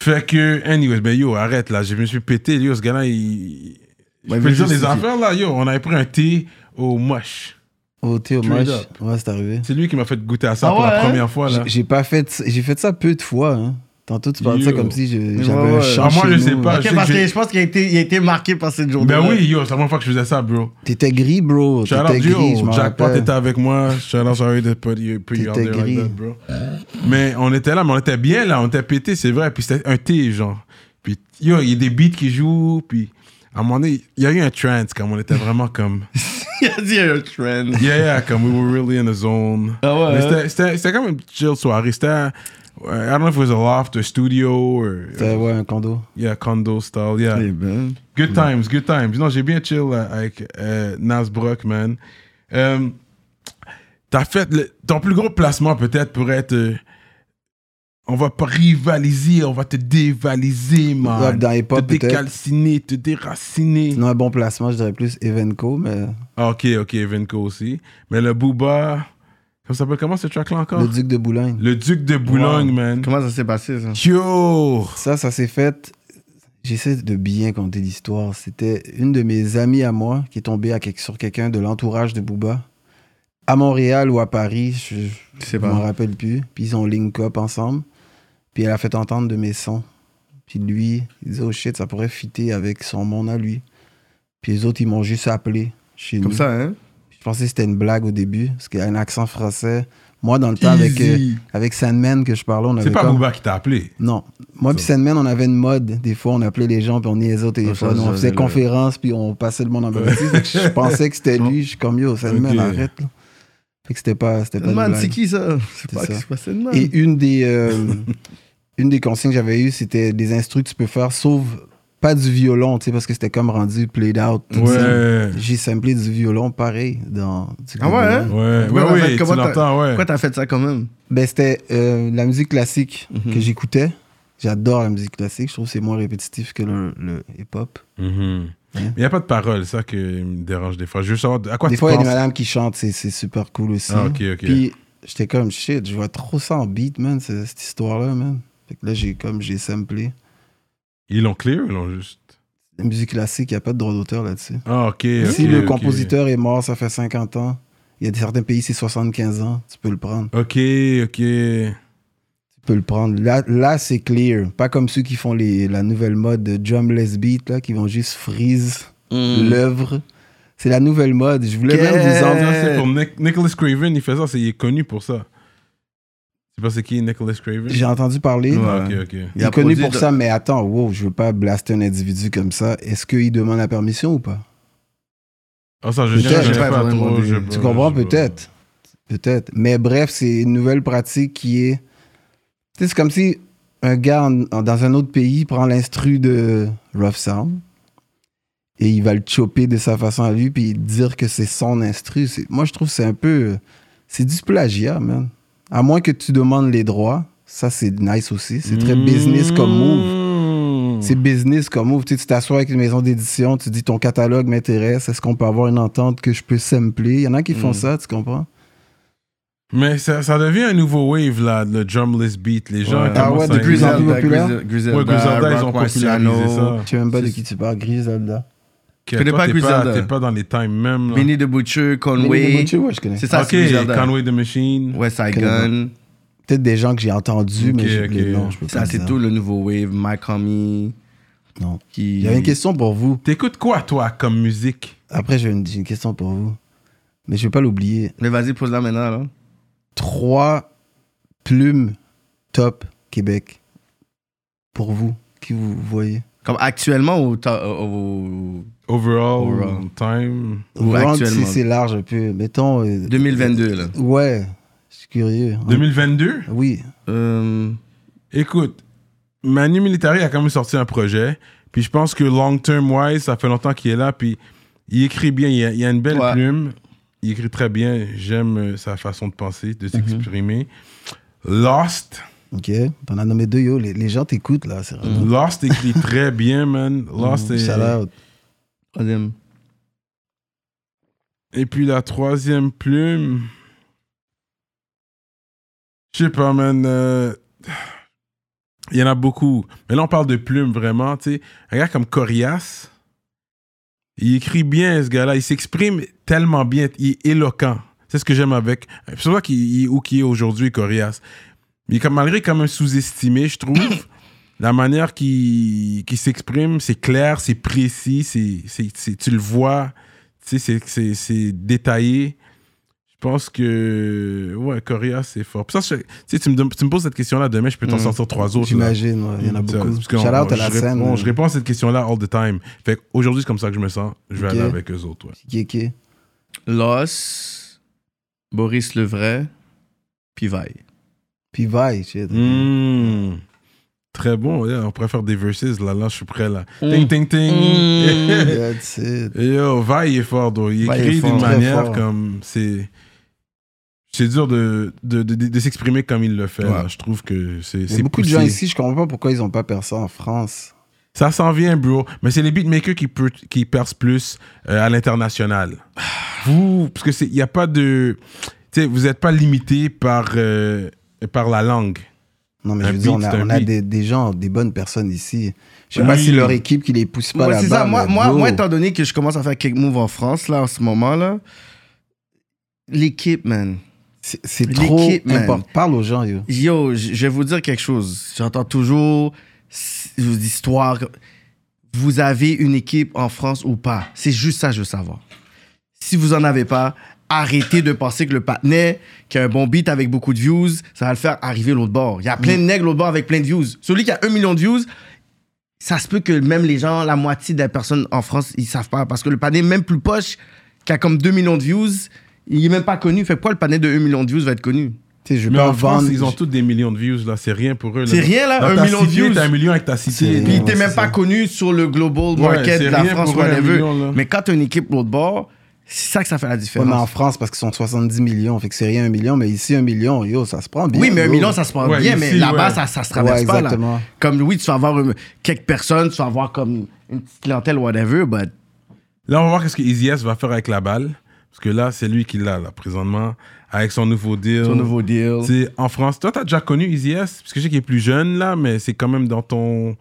Speaker 1: Fait que, anyways, ben yo, arrête là. Je me suis pété. Yo, ce gars-là, il. Je
Speaker 2: Ouais,
Speaker 1: peux
Speaker 2: il
Speaker 1: dire les
Speaker 2: justifie.
Speaker 1: affaires là. Yo, on avait pris un thé au moche.
Speaker 3: Au thé, au
Speaker 1: Straight
Speaker 3: moche.
Speaker 1: up.
Speaker 3: Ouais, c'est arrivé.
Speaker 1: C'est lui qui m'a fait goûter à ça
Speaker 2: Ah
Speaker 1: pour la
Speaker 2: ouais?
Speaker 1: première fois là.
Speaker 3: J'ai- J'ai pas fait. ça- J'ai fait ça peu de fois, hein. Tantôt, tu parlais de ça
Speaker 1: Yo.
Speaker 3: comme si je-
Speaker 2: Ouais,
Speaker 3: j'avais
Speaker 2: ouais.
Speaker 3: un champ
Speaker 1: Ah, moi,
Speaker 3: chez
Speaker 1: je
Speaker 3: nous,
Speaker 1: sais
Speaker 3: là.
Speaker 1: pas. Ah,
Speaker 2: Ok,
Speaker 1: je sais
Speaker 2: parce
Speaker 1: que
Speaker 2: que,
Speaker 1: j'ai-
Speaker 2: je pense qu'il a été, il a été marqué par cette journée.
Speaker 1: Ben oui, yo, c'est la première fois que je faisais ça, bro.
Speaker 3: T'étais gris, bro.
Speaker 1: Shout out
Speaker 3: T'étais gris, je
Speaker 1: Joe.
Speaker 3: m'en
Speaker 1: Jackpot
Speaker 3: rappelle.
Speaker 1: était avec moi. Shout out, sorry to put you, put you out
Speaker 3: T'étais
Speaker 1: there like
Speaker 3: gris.
Speaker 1: that, bro. Mais on était là, mais on était bien là. On était pété, c'est vrai. Puis c'était un thé, genre. Puis yo, il y a des beats qui jouent. Puis à un moment donné, il y a eu un trance, comme on était vraiment comme.
Speaker 2: il a dit un trend.
Speaker 1: Yeah, yeah, comme we were really in the zone.
Speaker 2: Ah ouais,
Speaker 1: Mais
Speaker 2: hein?
Speaker 1: c'était- C'était c'était comme une chill soirée. C'était. un- I don't know if it was a loft, a studio, or
Speaker 3: T'as, ouais, un condo.
Speaker 1: yeah, condo style, yeah.
Speaker 2: Eh ben.
Speaker 1: Good times, good times. Non, j'ai bien chill euh, avec euh, Nas Brock, man. Euh, T'as fait le- ton plus gros placement peut-être pour être euh, On va pas rivaliser, on va te dévaliser, man.
Speaker 3: Ouais, dans hip-hop,
Speaker 1: Te
Speaker 3: peut-être.
Speaker 1: décalciner, te déraciner.
Speaker 3: Non, un bon placement, je dirais plus Evenco, mais
Speaker 1: Ah, ok, ok, Venko aussi. Mais le Booba. Ça s'appelle comment ce track-là
Speaker 2: Oh.
Speaker 1: encore
Speaker 3: le Duc de Boulogne.
Speaker 1: Le Duc de Boulogne,
Speaker 2: Wow.
Speaker 1: man.
Speaker 2: Comment ça s'est passé, ça?
Speaker 1: Yo
Speaker 3: Ça, ça s'est fait. J'essaie de bien compter l'histoire. C'était une de mes amies à moi qui est tombée à quelque- sur quelqu'un de l'entourage de Booba. À Montréal ou à Paris, je,
Speaker 2: Je
Speaker 3: je
Speaker 2: sais
Speaker 3: m'en
Speaker 2: pas.
Speaker 3: rappelle plus. Puis ils ont link up ensemble. Puis elle a fait entendre de mes sons. Puis lui, il disait, oh shit, ça pourrait fitter avec son monde à lui. Puis les autres, ils m'ont juste appelé chez
Speaker 2: Comme
Speaker 3: nous.
Speaker 2: ça, hein?
Speaker 3: Je pensais que c'était une blague au début, parce qu'il y a un accent français. Moi, dans le temps, avec, euh,
Speaker 1: Easy.
Speaker 3: avec Sandman que je parlais, on avait
Speaker 1: C'est pas
Speaker 3: comme-
Speaker 1: Booba qui t'a appelé.
Speaker 3: non. Moi, puis Sandman, on avait une mode. Des fois, on appelait les gens, puis on niaisait au téléphone.
Speaker 2: ça,
Speaker 3: on
Speaker 2: ça,
Speaker 3: faisait
Speaker 2: le-
Speaker 3: conférence, puis on passait le monde en mode. je pensais que c'était lui. Je suis comme yo, Sandman,
Speaker 1: Ok.
Speaker 3: arrête. Là. Fait que c'était pas, c'était pas une
Speaker 2: Man,
Speaker 3: blague.
Speaker 2: c'est qui ça? C'est
Speaker 3: C'est
Speaker 2: pas
Speaker 3: ça.
Speaker 2: c'est pas Sandman.
Speaker 3: Et une des, euh, une des consignes que j'avais eues, c'était des instrus que tu peux faire, sauf pas du violon, tu sais, parce que c'était comme rendu played out. tout ça.
Speaker 1: Ouais.
Speaker 3: J'ai samplé du violon pareil dans. du
Speaker 2: Ah ouais,
Speaker 1: Ouais,
Speaker 3: violon.
Speaker 2: hein? Pourquoi
Speaker 1: ouais,
Speaker 2: t'as fait-
Speaker 1: ouais, tu
Speaker 2: comment t'as-
Speaker 1: l'entends, ouais.
Speaker 2: Pourquoi t'as fait ça quand même?
Speaker 3: Ben, c'était euh, la musique classique
Speaker 2: Mhm.
Speaker 3: que j'écoutais. J'adore la musique classique. Je trouve que c'est moins répétitif que le, le hip-hop.
Speaker 1: Mhm. Mais y a pas de parole, ça qui me dérange des fois. Je veux savoir de- à quoi
Speaker 3: Des
Speaker 1: Ah, tu
Speaker 3: fois, il y a des
Speaker 1: penses.
Speaker 3: madames qui chantent. C'est, c'est super cool aussi.
Speaker 1: Ah, ok, ok.
Speaker 3: Puis, j'étais comme, shit, je vois trop ça en beat, man, ce- cette, histoire-là, man. Fait que là, j'ai comme, j'ai samplé.
Speaker 1: Ils l'ont clear, ou ils l'ont juste.
Speaker 3: La musique classique, il n'y a pas de droit d'auteur là-dessus.
Speaker 1: Ah, ok.
Speaker 3: si
Speaker 1: ok,
Speaker 3: le
Speaker 1: ok.
Speaker 3: compositeur est mort, ça fait 50 ans. Il y a des- certains pays, c'est 75 ans. Tu peux le prendre.
Speaker 1: Ok, ok.
Speaker 3: Tu peux le prendre. Là, là c'est clear. Pas comme ceux qui font les, la nouvelle mode de drumless beat, là, qui vont juste freeze
Speaker 2: Mm.
Speaker 3: l'œuvre. C'est la nouvelle mode. Je voulais même vous
Speaker 1: Ça,
Speaker 3: en
Speaker 1: c'est pour Nic- Nicholas Craven, il fait ça, c'est- il est connu pour ça. Tu sais pas c'est qui Nicholas Craven
Speaker 3: J'ai entendu parler.
Speaker 1: Ah, Ok, ok.
Speaker 3: Il
Speaker 2: a
Speaker 3: est connu
Speaker 2: produit
Speaker 3: pour
Speaker 2: de-
Speaker 3: ça, mais attends, wow, je veux pas blaster un individu comme ça. Est-ce qu'il demande la permission ou pas
Speaker 1: Ah, ça, je
Speaker 3: Peut-être,
Speaker 1: je
Speaker 3: je
Speaker 1: connais
Speaker 3: sais
Speaker 2: pas,
Speaker 1: pas
Speaker 2: faudrait
Speaker 1: trop.
Speaker 2: demander.
Speaker 1: je-
Speaker 3: Tu
Speaker 1: je-
Speaker 3: comprends
Speaker 1: je-
Speaker 3: peut-être. Peut-être. Mais bref, c'est une nouvelle pratique qui est. Tu sais, c'est comme si un gars en- en- dans un autre pays prend l'instru de Rough Sound et il va le choper de sa façon à lui puis dire que c'est son instru. C'est- Moi, je trouve que c'est un peu. C'est du plagiat, man. À moins que tu demandes les droits. Ça, c'est nice aussi. C'est très business comme
Speaker 1: Hmm.
Speaker 3: move.
Speaker 1: move.
Speaker 3: C'est business comme move. Tu sais, tu t'assois avec une maison d'édition, tu dis ton catalogue m'intéresse, est-ce qu'on peut avoir une entente que je peux sampler Il y en a qui font ça, tu comprends
Speaker 1: Mais ça, ça devient un nouveau wave, là, le drumless beat. Les gens
Speaker 2: Ouais.
Speaker 3: Ah ouais,
Speaker 1: commencent
Speaker 3: de
Speaker 1: à
Speaker 3: plus en
Speaker 1: aimer.
Speaker 3: plus. populaire.
Speaker 2: Griselda,
Speaker 1: Ouais, Griselda, ils ont
Speaker 2: Rock
Speaker 1: popularisé
Speaker 2: Marciano,
Speaker 1: ça.
Speaker 3: Je sais même pas de
Speaker 2: C'est-
Speaker 3: qui tu parles, Griselda.
Speaker 1: Je
Speaker 2: connais pas
Speaker 1: t'es
Speaker 2: Griselda.
Speaker 1: T'es pas dans les times même. Là.
Speaker 2: Benny the Butcher,
Speaker 3: Benny
Speaker 2: Conway.
Speaker 3: the Butcher, ouais, je connais.
Speaker 2: C'est ça,
Speaker 1: ok,
Speaker 2: c'est Griselda.
Speaker 1: Conway the Machine.
Speaker 2: West Side Gun.
Speaker 3: Peut-être des gens que j'ai entendus,
Speaker 1: Ok,
Speaker 3: mais j'ai oublié
Speaker 1: ok.
Speaker 3: le nom, je peux pas
Speaker 2: Ça,
Speaker 3: te
Speaker 2: c'est
Speaker 3: dire.
Speaker 2: tout le nouveau wave. Mike Homie.
Speaker 3: Non.
Speaker 2: Qui...
Speaker 3: Il y avait une question pour vous.
Speaker 1: T'écoutes quoi, toi, comme musique
Speaker 3: Après, j'ai une, j'ai une question pour vous. Mais je vais pas l'oublier.
Speaker 2: Mais vas-y, pose-la maintenant, là.
Speaker 3: Trois plumes top Québec. Pour vous, qui vous voyez
Speaker 2: Comme actuellement ou, t'as- euh, ou-
Speaker 1: Overall,
Speaker 2: Overall.
Speaker 1: time.
Speaker 2: Ou
Speaker 3: Vraiment,
Speaker 2: actuellement.
Speaker 3: c'est- C'est large un peu. Mettons. euh,
Speaker 2: 2022, là.
Speaker 3: Ouais, je suis curieux.
Speaker 1: 2022
Speaker 3: Oui.
Speaker 2: Euh,
Speaker 1: Écoute, Manu Militari a quand même sorti un projet. Puis je pense que long term wise, ça fait longtemps qu'il est là. Puis il écrit bien. Il a, il a une belle
Speaker 2: Ouais.
Speaker 1: plume. Il écrit très bien. J'aime euh, sa façon de penser,
Speaker 2: Mhm.
Speaker 1: de s'exprimer. Lost.
Speaker 3: Ok, t'en as nommé deux, yo. Les, les gens t'écoutent, là, c'est vraiment.
Speaker 2: Mhm.
Speaker 3: Mm.
Speaker 1: Lost écrit très bien, man. Lost est-
Speaker 3: Shout out.
Speaker 2: troisième.
Speaker 1: Et puis la troisième plume. Je sais pas, man. euh, Il y en a beaucoup. Mais là, on parle de plumes vraiment, tu sais. Un gars comme Corias, il écrit bien, ce gars-là. Il s'exprime tellement bien. Il est éloquent. C'est ce que j'aime avec. C'est pour ça qu'il est où qu'il est aujourd'hui, Corias. Mais comme, malgré quand même sous-estimé, je trouve, la manière qu'il qu'il s'exprime, c'est clair, c'est précis, c'est c'est- c'est- tu le vois. Tu sais, c'est- c'est- c'est détaillé. Je pense que. Ouais, Coria, c'est fort. Puis ça, je- tu sais, tu me, dem- tu me poses cette question-là demain, je peux t'en
Speaker 2: Mm.
Speaker 1: sortir trois autres. là.
Speaker 3: J'imagine, ouais, il y en a
Speaker 1: Ça,
Speaker 3: beaucoup.
Speaker 1: parce
Speaker 3: Shout
Speaker 1: que
Speaker 3: out
Speaker 1: on-
Speaker 3: à la
Speaker 1: je
Speaker 3: scène.
Speaker 1: réponds-
Speaker 3: euh,
Speaker 1: Je réponds à cette question-là all the time. Fait aujourd'hui, c'est comme ça que je me sens. Je vais
Speaker 3: Ok.
Speaker 1: aller avec eux autres. ouais.
Speaker 3: qui est- qui est-
Speaker 2: Los, Boris Levray, puis Vaille.
Speaker 3: Puis Vaille, shit. Mmh.
Speaker 1: Mm. Très bon. ouais, on pourrait faire des verses. Là, là, je suis prêt. Là.
Speaker 3: Mmh.
Speaker 2: Mm.
Speaker 1: Ting, ting, ting.
Speaker 2: Mm.
Speaker 3: That's it.
Speaker 1: Et Yo, Vaille est fort, though. Il
Speaker 2: Vaille est
Speaker 1: écrit
Speaker 2: fort.
Speaker 1: d'une
Speaker 3: Très
Speaker 1: manière
Speaker 3: fort.
Speaker 1: comme. C'est. c'est dur de, de, de, de- de s'exprimer comme il le fait.
Speaker 3: Ouais.
Speaker 1: là. Je trouve que c'est.
Speaker 3: Il y
Speaker 1: c'est
Speaker 3: a beaucoup de
Speaker 1: poussé.
Speaker 3: gens ici, je comprends pas pourquoi ils ont pas percé en France.
Speaker 1: Ça s'en vient, bro. Mais c'est les beatmakers qui, per- qui percent plus euh, à l'international. Vous, parce que c'est, y a pas de, tu sais, vous n'êtes pas limité par euh, par la langue.
Speaker 3: Non, mais
Speaker 1: Un
Speaker 3: je veux dire, on
Speaker 1: beat,
Speaker 3: a,
Speaker 1: c'est un
Speaker 3: on a
Speaker 1: beat.
Speaker 3: des, des gens, des bonnes personnes ici. Je sais
Speaker 1: Oui.
Speaker 3: pas si leur équipe qui les pousse pas
Speaker 2: Ouais, c'est ça.
Speaker 3: là-bas.
Speaker 2: Moi,
Speaker 3: mais
Speaker 2: moi,
Speaker 3: bro,
Speaker 2: moi, étant donné que je commence à faire quelques moves en France, là, en ce moment, là, l'équipe, man.
Speaker 3: c'est- c'est
Speaker 2: l'équipe,
Speaker 3: trop
Speaker 2: man.
Speaker 3: important. Parle aux gens, yo.
Speaker 2: Yo, j- je vais vous dire quelque chose. J'entends toujours s- vos histoires. Vous avez une équipe en France ou pas? C'est juste ça, que je veux savoir. Si vous en avez pas, arrêtez de penser que le patinet qui a un bon beat avec beaucoup de views, ça va le faire arriver l'autre bord. Il y a plein de nègres l'autre bord avec plein de views. Celui qui a un million de views, ça se peut que même les gens, la moitié des personnes en France, ils savent pas. Parce que le panier, même plus poche, qui a comme 2 millions de views, il est même pas connu. Fait que pourquoi le panier de 1 million de views va être connu?
Speaker 3: Tu sais, je vais
Speaker 1: Mais
Speaker 3: pas
Speaker 1: en France,
Speaker 3: vendre.
Speaker 1: ils ont tous des millions de views là. C'est rien pour eux. là.
Speaker 2: C'est rien, là,
Speaker 1: Dans
Speaker 2: un
Speaker 1: ta
Speaker 2: million de
Speaker 1: cité,
Speaker 2: views.
Speaker 1: T'as un million avec ta cité.
Speaker 3: C'est-
Speaker 2: Puis
Speaker 3: Ouais,
Speaker 2: t'es même
Speaker 3: c'est
Speaker 2: pas
Speaker 3: ça.
Speaker 2: connu sur le global
Speaker 1: Ouais,
Speaker 2: market
Speaker 1: c'est
Speaker 2: de la
Speaker 1: rien
Speaker 2: France,
Speaker 1: pour eux, un
Speaker 2: whatever.
Speaker 1: million, là.
Speaker 2: Mais quand t'as une équipe l'autre bord, c'est ça que ça fait la
Speaker 3: Ouais, mais en
Speaker 2: différence.
Speaker 3: France, parce qu'ils sont 70 millions, fait que c'est rien un million, mais ici un million, yo, ça se prend bien.
Speaker 2: oui, mais un
Speaker 3: bro.
Speaker 2: million, ça se prend
Speaker 1: Ouais,
Speaker 2: bien,
Speaker 1: ici,
Speaker 2: mais là-bas,
Speaker 1: ouais.
Speaker 2: ça, ça se traverse
Speaker 3: Ouais,
Speaker 2: pas. Là.
Speaker 3: exactement.
Speaker 2: Comme oui, tu vas avoir euh, quelques personnes, tu vas avoir comme une petite clientèle, whatever, but
Speaker 1: Là, on va voir qu'est-ce que Easy S va faire avec la balle. Parce que là, c'est lui qui l'a, là, présentement, avec son nouveau deal.
Speaker 2: ton nouveau deal.
Speaker 1: C'est en France. Toi, t'as déjà connu Easy S Parce que je sais qu'il est plus jeune, là, mais c'est quand même dans ton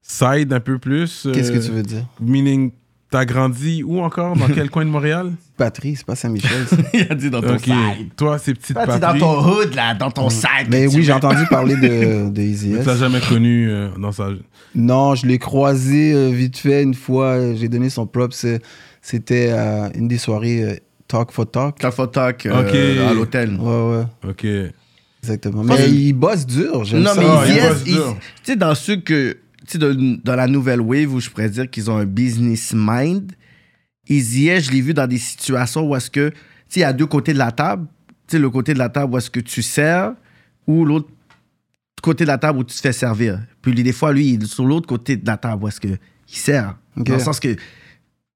Speaker 1: side un peu plus. euh,
Speaker 3: Qu'est-ce que tu veux dire?
Speaker 1: Meaning, t'as grandi où encore Dans quel coin de Montréal
Speaker 3: Patrie, c'est pas Saint-Michel. ça.
Speaker 2: Il a dit dans ton
Speaker 1: Ok.
Speaker 2: side.
Speaker 1: Toi, c'est petite
Speaker 2: Toi, t'es dans
Speaker 1: patrie.
Speaker 2: ton hood, là, dans ton side.
Speaker 3: Mm. mais
Speaker 2: tu
Speaker 3: oui, j'ai
Speaker 2: vois.
Speaker 3: entendu parler de, de Easy
Speaker 1: Tu
Speaker 3: S.
Speaker 1: l'as jamais connu euh, dans sa.
Speaker 3: Non, je l'ai croisé euh, vite fait une fois, euh, j'ai donné son props. euh, C'était à une des soirées euh, Talk for Talk.
Speaker 2: T'as fait talk euh,
Speaker 1: Ok.
Speaker 2: à l'hôtel.
Speaker 3: Ouais, ouais,
Speaker 1: Ok.
Speaker 3: exactement.
Speaker 2: Parce
Speaker 3: Mais
Speaker 2: que-
Speaker 3: il bosse dur, j'aime
Speaker 2: Non,
Speaker 3: ça.
Speaker 2: mais
Speaker 1: Ah,
Speaker 2: ils
Speaker 1: il
Speaker 2: yes,
Speaker 1: bosse
Speaker 2: ils-
Speaker 1: dur.
Speaker 2: Tu sais, dans ceux que. Tu sais, de- dans la nouvelle wave où je pourrais dire qu'ils ont un business mind, ils y est, je l'ai vu dans des situations où est-ce que. Tu sais, il y a deux côtés de la table. Tu sais, le côté de la table où est-ce que tu sers ou l'autre côté de la table où tu te fais servir. Puis lui, des fois, lui, il est sur l'autre côté de la table où est-ce qu'il sert.
Speaker 3: Ok.
Speaker 2: Dans le sens que.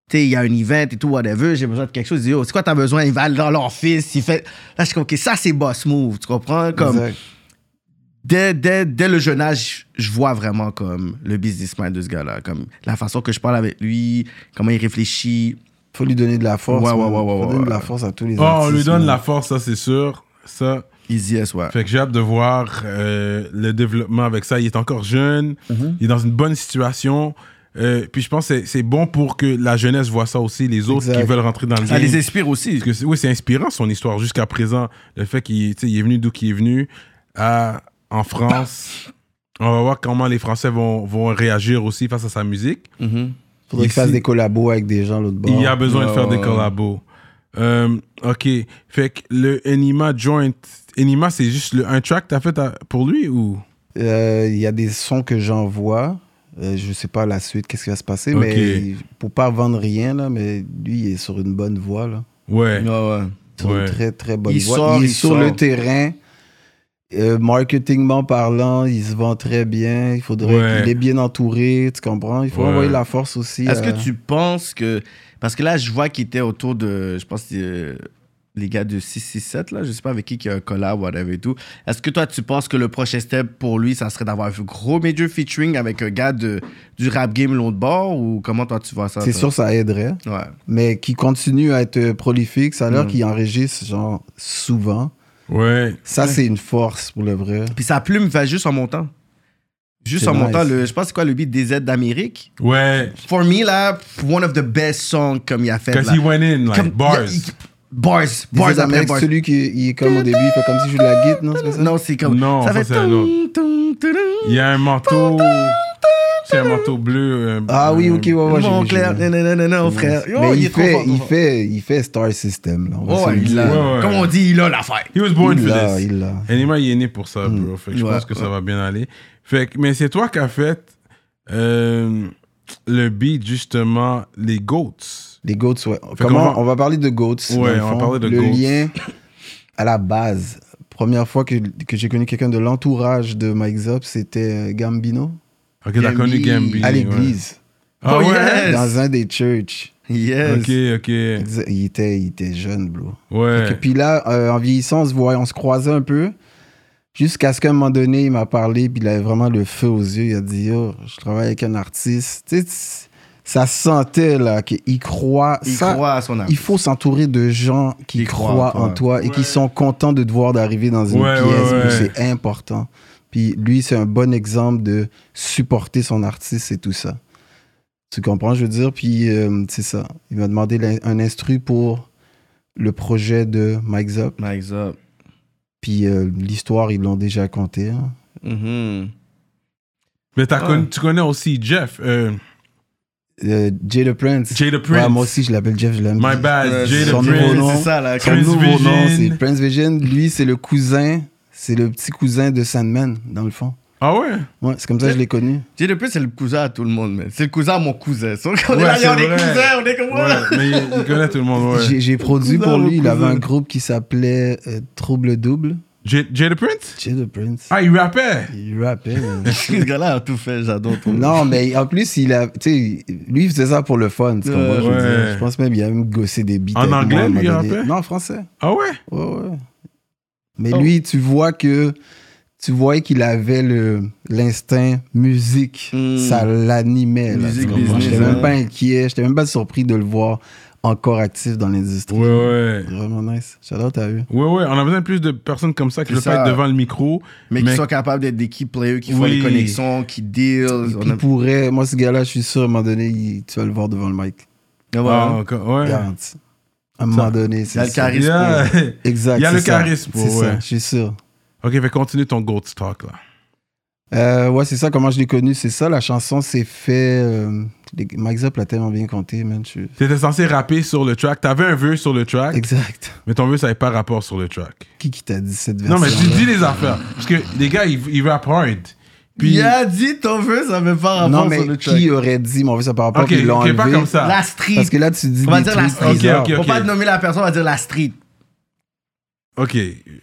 Speaker 2: Tu sais, il y a un event et tout, whatever, j'ai besoin de quelque chose. Il dit, oh, c'est quoi t'as besoin? Il va dans l'office, il fait. Là, je suis comme, OK, ça, c'est boss move, tu comprends? Comme,
Speaker 3: Exact.
Speaker 2: dès, dès, dès le jeune âge, je vois vraiment comme le businessman de ce gars-là, comme la façon que je parle avec lui, comment il réfléchit.
Speaker 3: Faut lui donner de la force.
Speaker 2: Ouais, ouais,
Speaker 3: man.
Speaker 2: ouais, ouais,
Speaker 3: Faut
Speaker 2: ouais,
Speaker 3: donner de la
Speaker 2: ouais.
Speaker 3: force à tous les
Speaker 1: Oh, on lui
Speaker 3: artistes,
Speaker 1: donne
Speaker 3: man.
Speaker 1: la force, ça, c'est sûr. Ça.
Speaker 2: Easy as, ouais.
Speaker 1: Fait que j'ai hâte de voir euh, le développement avec ça. Il est encore jeune,
Speaker 2: Mhm.
Speaker 1: il est dans une bonne situation. Euh, puis je pense que c'est- c'est bon pour que la jeunesse voit ça aussi, les autres
Speaker 3: Exact.
Speaker 1: qui veulent rentrer dans le
Speaker 2: Ça
Speaker 1: game.
Speaker 2: les inspire aussi.
Speaker 1: Parce que c'est- oui, c'est inspirant son histoire jusqu'à présent. Le fait qu'il tu sais, il est venu d'où qu'il est venu, à, en France. On va voir comment les Français vont, vont réagir aussi face à sa musique.
Speaker 2: Mhm.
Speaker 3: Faudrait qu'il fasse
Speaker 1: Ici-
Speaker 3: des collabos avec des gens l'autre bord.
Speaker 1: Il y a besoin de
Speaker 2: Ouais,
Speaker 1: faire
Speaker 2: ouais,
Speaker 1: des
Speaker 2: ouais.
Speaker 1: collabos. Euh, ok. Fait que le Enima Joint, Enima, c'est juste le, un track que t'as fait à- pour lui ou
Speaker 3: Euh, il y a des sons que j'envoie. Euh, je sais pas la suite, qu'est-ce qui va se passer,
Speaker 1: Ok.
Speaker 3: mais il- pour pas vendre rien, là, mais lui, il est sur une bonne voie. Là.
Speaker 1: Ouais.
Speaker 2: Ouais, ouais.
Speaker 3: Sur
Speaker 1: Ouais.
Speaker 3: une très, très bonne
Speaker 2: Il
Speaker 3: voie.
Speaker 2: sort,
Speaker 3: il est
Speaker 2: il
Speaker 3: sur
Speaker 2: sort.
Speaker 3: le terrain. Euh, marketingment parlant, il se vend très bien. Il faudrait
Speaker 1: Ouais.
Speaker 3: qu'il est bien entouré, tu comprends? Il faut
Speaker 1: Ouais.
Speaker 3: envoyer la force aussi.
Speaker 2: Est-ce
Speaker 3: à-
Speaker 2: que tu penses que. Parce que là, je vois qu'il était autour de. Je pense que euh, les gars de 667, là, je sais pas avec qui qui a un collab, whatever et tout. Est-ce que toi, tu penses que le prochain step pour lui, ça serait d'avoir un gros major featuring avec un gars de, du rap game l'autre bord ou comment toi, tu vois ça
Speaker 3: C'est
Speaker 2: toi?
Speaker 3: sûr, ça aiderait.
Speaker 2: Ouais.
Speaker 3: Mais qui continue à être prolifique, ça a l'air
Speaker 2: Mm.
Speaker 3: qu'il enregistre genre souvent.
Speaker 1: Ouais.
Speaker 3: Ça, c'est une force pour le vrai.
Speaker 2: Puis sa plume va juste en montant. Juste
Speaker 3: C'est
Speaker 2: en
Speaker 3: nice.
Speaker 2: montant, le, je pense, c'est quoi le beat des aides d'Amérique?
Speaker 1: Ouais.
Speaker 2: For me, là, one of the best songs comme il a fait.
Speaker 1: Because
Speaker 2: Là.
Speaker 1: he went in, like,
Speaker 2: Comme-
Speaker 1: bars.
Speaker 2: il- il- bars, bars
Speaker 3: Des
Speaker 2: après
Speaker 3: Amériques,
Speaker 2: bars.
Speaker 3: celui qui il est comme au début, il fait comme si je joue de la guide, non? C'est pas ça?
Speaker 2: Non, c'est comme.
Speaker 1: Non, ça, c'est un autre.
Speaker 2: tung, tung, tung,
Speaker 1: Il y a un manteau. C'est un manteau bleu. euh,
Speaker 3: Ah oui,
Speaker 1: euh,
Speaker 3: ok, ouais, ouais, j'ai
Speaker 2: Mon
Speaker 3: vu, j'ai
Speaker 2: clair,
Speaker 3: vu.
Speaker 2: non, non, non, non, non, frère. Yo,
Speaker 3: Mais il,
Speaker 2: est trop
Speaker 3: fait,
Speaker 2: fort, trop
Speaker 3: il,
Speaker 2: fort.
Speaker 3: fait, il fait Star System. Là, on va
Speaker 2: Ouais,
Speaker 3: se le
Speaker 2: ouais, il
Speaker 3: dire.
Speaker 2: l'a.
Speaker 1: Ouais, ouais.
Speaker 2: Comme on dit, il a l'affaire.
Speaker 1: He was born
Speaker 3: Il
Speaker 1: for
Speaker 3: l'a,
Speaker 1: this.
Speaker 3: il l'a.
Speaker 1: Anima, il est né pour
Speaker 3: Hmm.
Speaker 1: ça, bro. Fait que je
Speaker 2: Ouais,
Speaker 1: pense que ça
Speaker 2: ouais.
Speaker 1: va bien aller. Fait que, mais c'est toi qui as fait euh, le beat, justement, les GOATs.
Speaker 3: Les GOATs, ouais.
Speaker 1: qu'on
Speaker 3: Comment, on,
Speaker 1: va-
Speaker 3: va... parler de GOATs.
Speaker 1: Ouais,
Speaker 3: dans le
Speaker 1: on va
Speaker 3: fond.
Speaker 1: parler de
Speaker 3: Le
Speaker 1: GOATs.
Speaker 3: lien à la base. Première fois que, que j'ai connu quelqu'un de l'entourage de Mike Zop, c'était Gambino
Speaker 1: Ok, t'as
Speaker 2: Gambi.
Speaker 1: connu Gambi.
Speaker 3: à
Speaker 1: ouais.
Speaker 3: l'église.
Speaker 1: Ah
Speaker 2: Oh,
Speaker 1: ouais?
Speaker 2: yes.
Speaker 3: dans un des churches.
Speaker 2: Yes.
Speaker 1: Ok, ok.
Speaker 3: Exa- Il était, il était jeune, bro. Fait
Speaker 1: Ouais.
Speaker 3: que- puis là, euh, en vieillissant, on se voyait, on se croisait un peu. Jusqu'à ce qu'à un moment donné, il m'a parlé, puis il avait vraiment le feu aux yeux. Il a dit Yo, je travaille avec un artiste. Tu sais, tu- ça se sentait, là, qu'il croit.
Speaker 2: Il
Speaker 3: Ça,
Speaker 2: croit à
Speaker 1: Ah.
Speaker 2: son art.
Speaker 3: Il faut s'entourer de gens qui
Speaker 2: Qui
Speaker 3: croient,
Speaker 2: croient en
Speaker 3: en toi et qui sont contents de te voir d'arriver dans une
Speaker 1: Ouais, ouais,
Speaker 3: pièce.
Speaker 1: ouais.
Speaker 3: où C'est important. Puis lui, c'est un bon exemple de supporter son artiste et tout ça. Tu comprends, je veux dire? Puis euh, c'est ça. Il m'a demandé l'in- un instru pour le projet de Mike Zop.
Speaker 2: Mike's up.
Speaker 3: Puis euh, l'histoire, ils l'ont déjà contée. hein.
Speaker 2: Mhm.
Speaker 1: Mais
Speaker 3: Ah.
Speaker 1: t'as connu- tu connais aussi Jeff, euh,
Speaker 3: Euh, Jay the Prince.
Speaker 1: Jay the
Speaker 3: Ouais,
Speaker 1: Prince.
Speaker 3: moi aussi, je l'appelle Jeff, je l'aime.
Speaker 1: My
Speaker 3: bien.
Speaker 1: bad,
Speaker 2: Euh,
Speaker 1: Jay the
Speaker 3: son nouveau
Speaker 1: Prince.
Speaker 3: nom.
Speaker 2: C'est ça, là.
Speaker 3: Son
Speaker 1: Prince
Speaker 3: nouveau
Speaker 1: Vision.
Speaker 3: nom, c'est Prince Vision. Lui, c'est le cousin, c'est le petit cousin de Sandman, dans le fond.
Speaker 1: Ah ouais?
Speaker 3: Ouais, c'est comme ça que je l'ai connu.
Speaker 2: J'ai le plus, c'est le cousin à tout le monde, mais c'est le cousin à mon cousin. So, on
Speaker 1: Ouais,
Speaker 2: est là,
Speaker 1: c'est
Speaker 2: on est
Speaker 1: vrai.
Speaker 2: cousins, on est comme
Speaker 1: Ouais, mais il, il connaît tout le monde, ouais.
Speaker 3: J'ai- J'ai produit
Speaker 2: cousin,
Speaker 3: pour
Speaker 2: le
Speaker 3: lui. Il
Speaker 2: cousin.
Speaker 3: avait un groupe qui s'appelait euh, Trouble Double.
Speaker 1: Jay, Jay the Prince?
Speaker 3: Jay the Prince.
Speaker 1: Ah, il rappait?
Speaker 3: Il rappait. mais-
Speaker 2: Ce gars-là a tout fait, j'adore tout.
Speaker 3: non, mais en plus, il a, tu sais, lui, il faisait ça pour le fun. tu comprends, je, veux
Speaker 1: Ouais.
Speaker 3: dire. Je pense même qu'il a même gossé des beats.
Speaker 1: En
Speaker 3: avec moi,
Speaker 1: anglais,
Speaker 3: à un
Speaker 1: lui, il
Speaker 3: moment donné.
Speaker 1: rappait?
Speaker 3: Non, en français.
Speaker 1: Ah ouais?
Speaker 3: Ouais, ouais. Mais
Speaker 2: Oh.
Speaker 3: lui, tu vois que. Tu voyais qu'il avait le- l'instinct musique.
Speaker 1: Hmm.
Speaker 2: Mm.
Speaker 3: Ça l'animait. là, tu
Speaker 2: Musique
Speaker 3: comprends?
Speaker 2: business,
Speaker 3: J'étais même
Speaker 1: hein.
Speaker 2: ouais.
Speaker 3: pas inquiet. J'étais même pas surpris de le voir encore actif dans l'industrie.
Speaker 1: Ouais, ouais.
Speaker 3: Vraiment nice. J'adore t'as eu.
Speaker 1: Ouais, ouais, on a besoin de plus de personnes comme ça qui
Speaker 2: C'est
Speaker 1: veulent pas
Speaker 2: ça.
Speaker 1: être devant le micro.
Speaker 2: Mais, qui sont capables d'être des key players, qui font
Speaker 1: Oui.
Speaker 2: les connexions, qui deals.
Speaker 3: Puis il pourrait. Moi, ce gars-là, je suis sûr, à un moment donné, il- tu vas le voir devant le mic.
Speaker 2: Ah ouais,
Speaker 1: Ah,
Speaker 2: hein.
Speaker 1: encore- ouais.
Speaker 3: Garanti. À un moment donné,
Speaker 2: Il a
Speaker 3: c'est
Speaker 2: le
Speaker 3: ça.
Speaker 2: charisme.
Speaker 1: Yeah.
Speaker 3: Exact.
Speaker 1: Il y a
Speaker 3: c'est
Speaker 1: le
Speaker 3: ça.
Speaker 1: charisme,
Speaker 3: C'est
Speaker 1: ouais.
Speaker 3: ça, je suis sûr.
Speaker 1: ok, fait continue ton gold stock là.
Speaker 3: Euh, ouais, c'est ça, comment je l'ai connu, c'est ça. La chanson s'est fait. Euh, les- Mike Zop l'a tellement bien compté, man. je suis-
Speaker 1: T'étais censé rapper sur le track. T'avais un vœu sur le track,
Speaker 3: Exact.
Speaker 1: mais ton vœu, ça n'avait pas rapport sur le track.
Speaker 3: Qui qui t'a dit cette version
Speaker 1: Non, mais tu dis les affaires. Parce que les gars, ils, ils rappent hard. Puis.
Speaker 2: Il a dit ton vœu, ça veut pas
Speaker 3: Non,
Speaker 2: rapport
Speaker 3: mais
Speaker 2: sur le track.
Speaker 3: qui aurait dit mon vieux, ça par rapport
Speaker 1: Ok,
Speaker 3: qu'ils l'ont
Speaker 1: ok,
Speaker 3: enlevé
Speaker 1: pas comme ça.
Speaker 2: La street.
Speaker 3: Parce que là, tu dis.
Speaker 2: On va
Speaker 3: des
Speaker 2: dire la
Speaker 3: trucs
Speaker 2: street.
Speaker 3: bizarres.
Speaker 1: Ok, ok.
Speaker 2: On va pas nommer la personne, on va dire la street.
Speaker 1: Ok,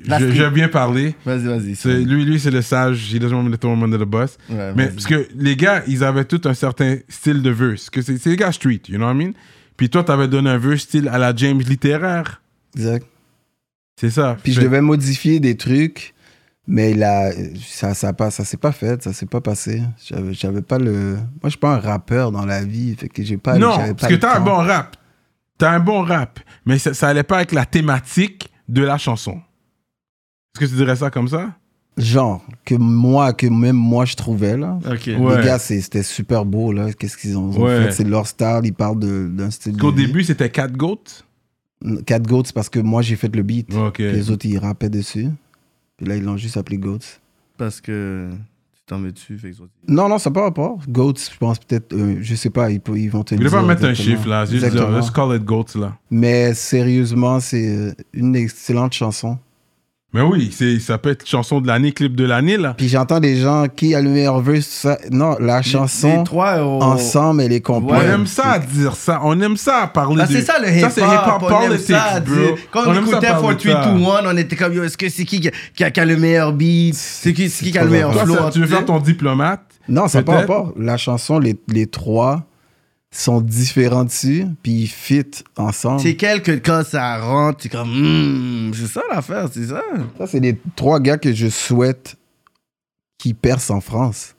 Speaker 2: La
Speaker 1: je-
Speaker 2: street.
Speaker 1: j'ai bien parlé.
Speaker 2: Vas-y, vas-y.
Speaker 1: C'est-
Speaker 3: Mm.
Speaker 1: Lui, lui c'est le sage. Il doesn't want me to throw him under the bus.
Speaker 2: Ouais,
Speaker 1: mais
Speaker 2: vas-y.
Speaker 1: parce que les gars, ils avaient tout un certain style de verse. Que c'est c'est les gars street, you know what I mean? Puis toi, t'avais donné un verse style à la James littéraire.
Speaker 3: Exact.
Speaker 1: C'est ça.
Speaker 3: Puis je
Speaker 1: Fait-
Speaker 3: devais modifier des trucs, mais là, ça, ça, pas- ça s'est pas fait, ça s'est pas passé. J'avais, j'avais pas le. Moi, je suis pas un rappeur dans la vie, fait que j'ai pas. j'avais
Speaker 1: Non,
Speaker 3: pas
Speaker 1: parce que
Speaker 3: le
Speaker 1: t'as un
Speaker 3: temps.
Speaker 1: bon rap. T'as un bon rap, mais ça, ça allait pas avec la thématique de la chanson. Est-ce que tu dirais ça comme ça?
Speaker 3: Genre, que moi, que même moi, je trouvais, là.
Speaker 2: Ok.
Speaker 1: Ouais.
Speaker 3: Les gars, c'est- c'était super beau, là. Qu'est-ce qu'ils ont, ont
Speaker 1: Ouais.
Speaker 3: fait? C'est leur style. Ils parlent de- d'un style.
Speaker 1: Parce qu'au
Speaker 3: de vie.
Speaker 1: début, c'était 4 goats.
Speaker 3: Cat Goats, parce que moi, j'ai fait le beat.
Speaker 1: Ok.
Speaker 3: Puis Les autres, ils rappaient dessus. Puis là, ils l'ont juste appelé Goats.
Speaker 2: Parce que tu t'en mets dessus, fait que ça-
Speaker 3: Non, non, ça n'a pas rapport. Goats, je pense peut-être, euh, je sais pas, ils, pe- ils vont te
Speaker 1: Je voulais
Speaker 3: le dire.
Speaker 1: pas mettre un
Speaker 3: exactement.
Speaker 1: chiffre là. Juste dire,
Speaker 3: Exactement.
Speaker 1: let's call it goats là.
Speaker 3: Mais sérieusement, c'est euh, une excellente chanson.
Speaker 1: Mais oui, c'est- ça peut être chanson de l'année, clip de l'année là.
Speaker 3: Puis j'entends des gens qui a le meilleur verse, tout ça. Non, la
Speaker 2: Les-
Speaker 3: chanson
Speaker 2: les trois, oh, on-
Speaker 3: ensemble, elle est
Speaker 1: On
Speaker 3: complète.
Speaker 2: Ouais.
Speaker 1: aime ça à dire ça. On aime ça à parler
Speaker 3: Bah,
Speaker 2: Ah,
Speaker 1: de.
Speaker 2: c'est ça le hip-hop.
Speaker 1: c'est hip-hop
Speaker 2: on aime
Speaker 1: politics,
Speaker 2: ça,
Speaker 1: bro.
Speaker 2: dire- Quand
Speaker 1: aime
Speaker 2: on,
Speaker 1: ça
Speaker 2: écoutait
Speaker 1: parler de
Speaker 2: 48 to
Speaker 1: ça.
Speaker 2: 1, on était comme, yo, est-ce que c'est qui qui qui a, qui a le meilleur beat? C'est qui, c'est qui qui a le
Speaker 3: trop
Speaker 2: meilleur
Speaker 1: Toi,
Speaker 2: flow?
Speaker 1: ça- tu veux faire ton diplomate?
Speaker 3: Non, ça n'a pas
Speaker 1: Peut-être.
Speaker 3: rapport. La chanson, les, les trois sont différents dessus, puis ils fit ensemble.
Speaker 2: C'est quel que quand ça rentre, tu es comme, hmm, c'est ça l'affaire, c'est ça.
Speaker 3: Ça, c'est les trois gars que je souhaite qui percent en France.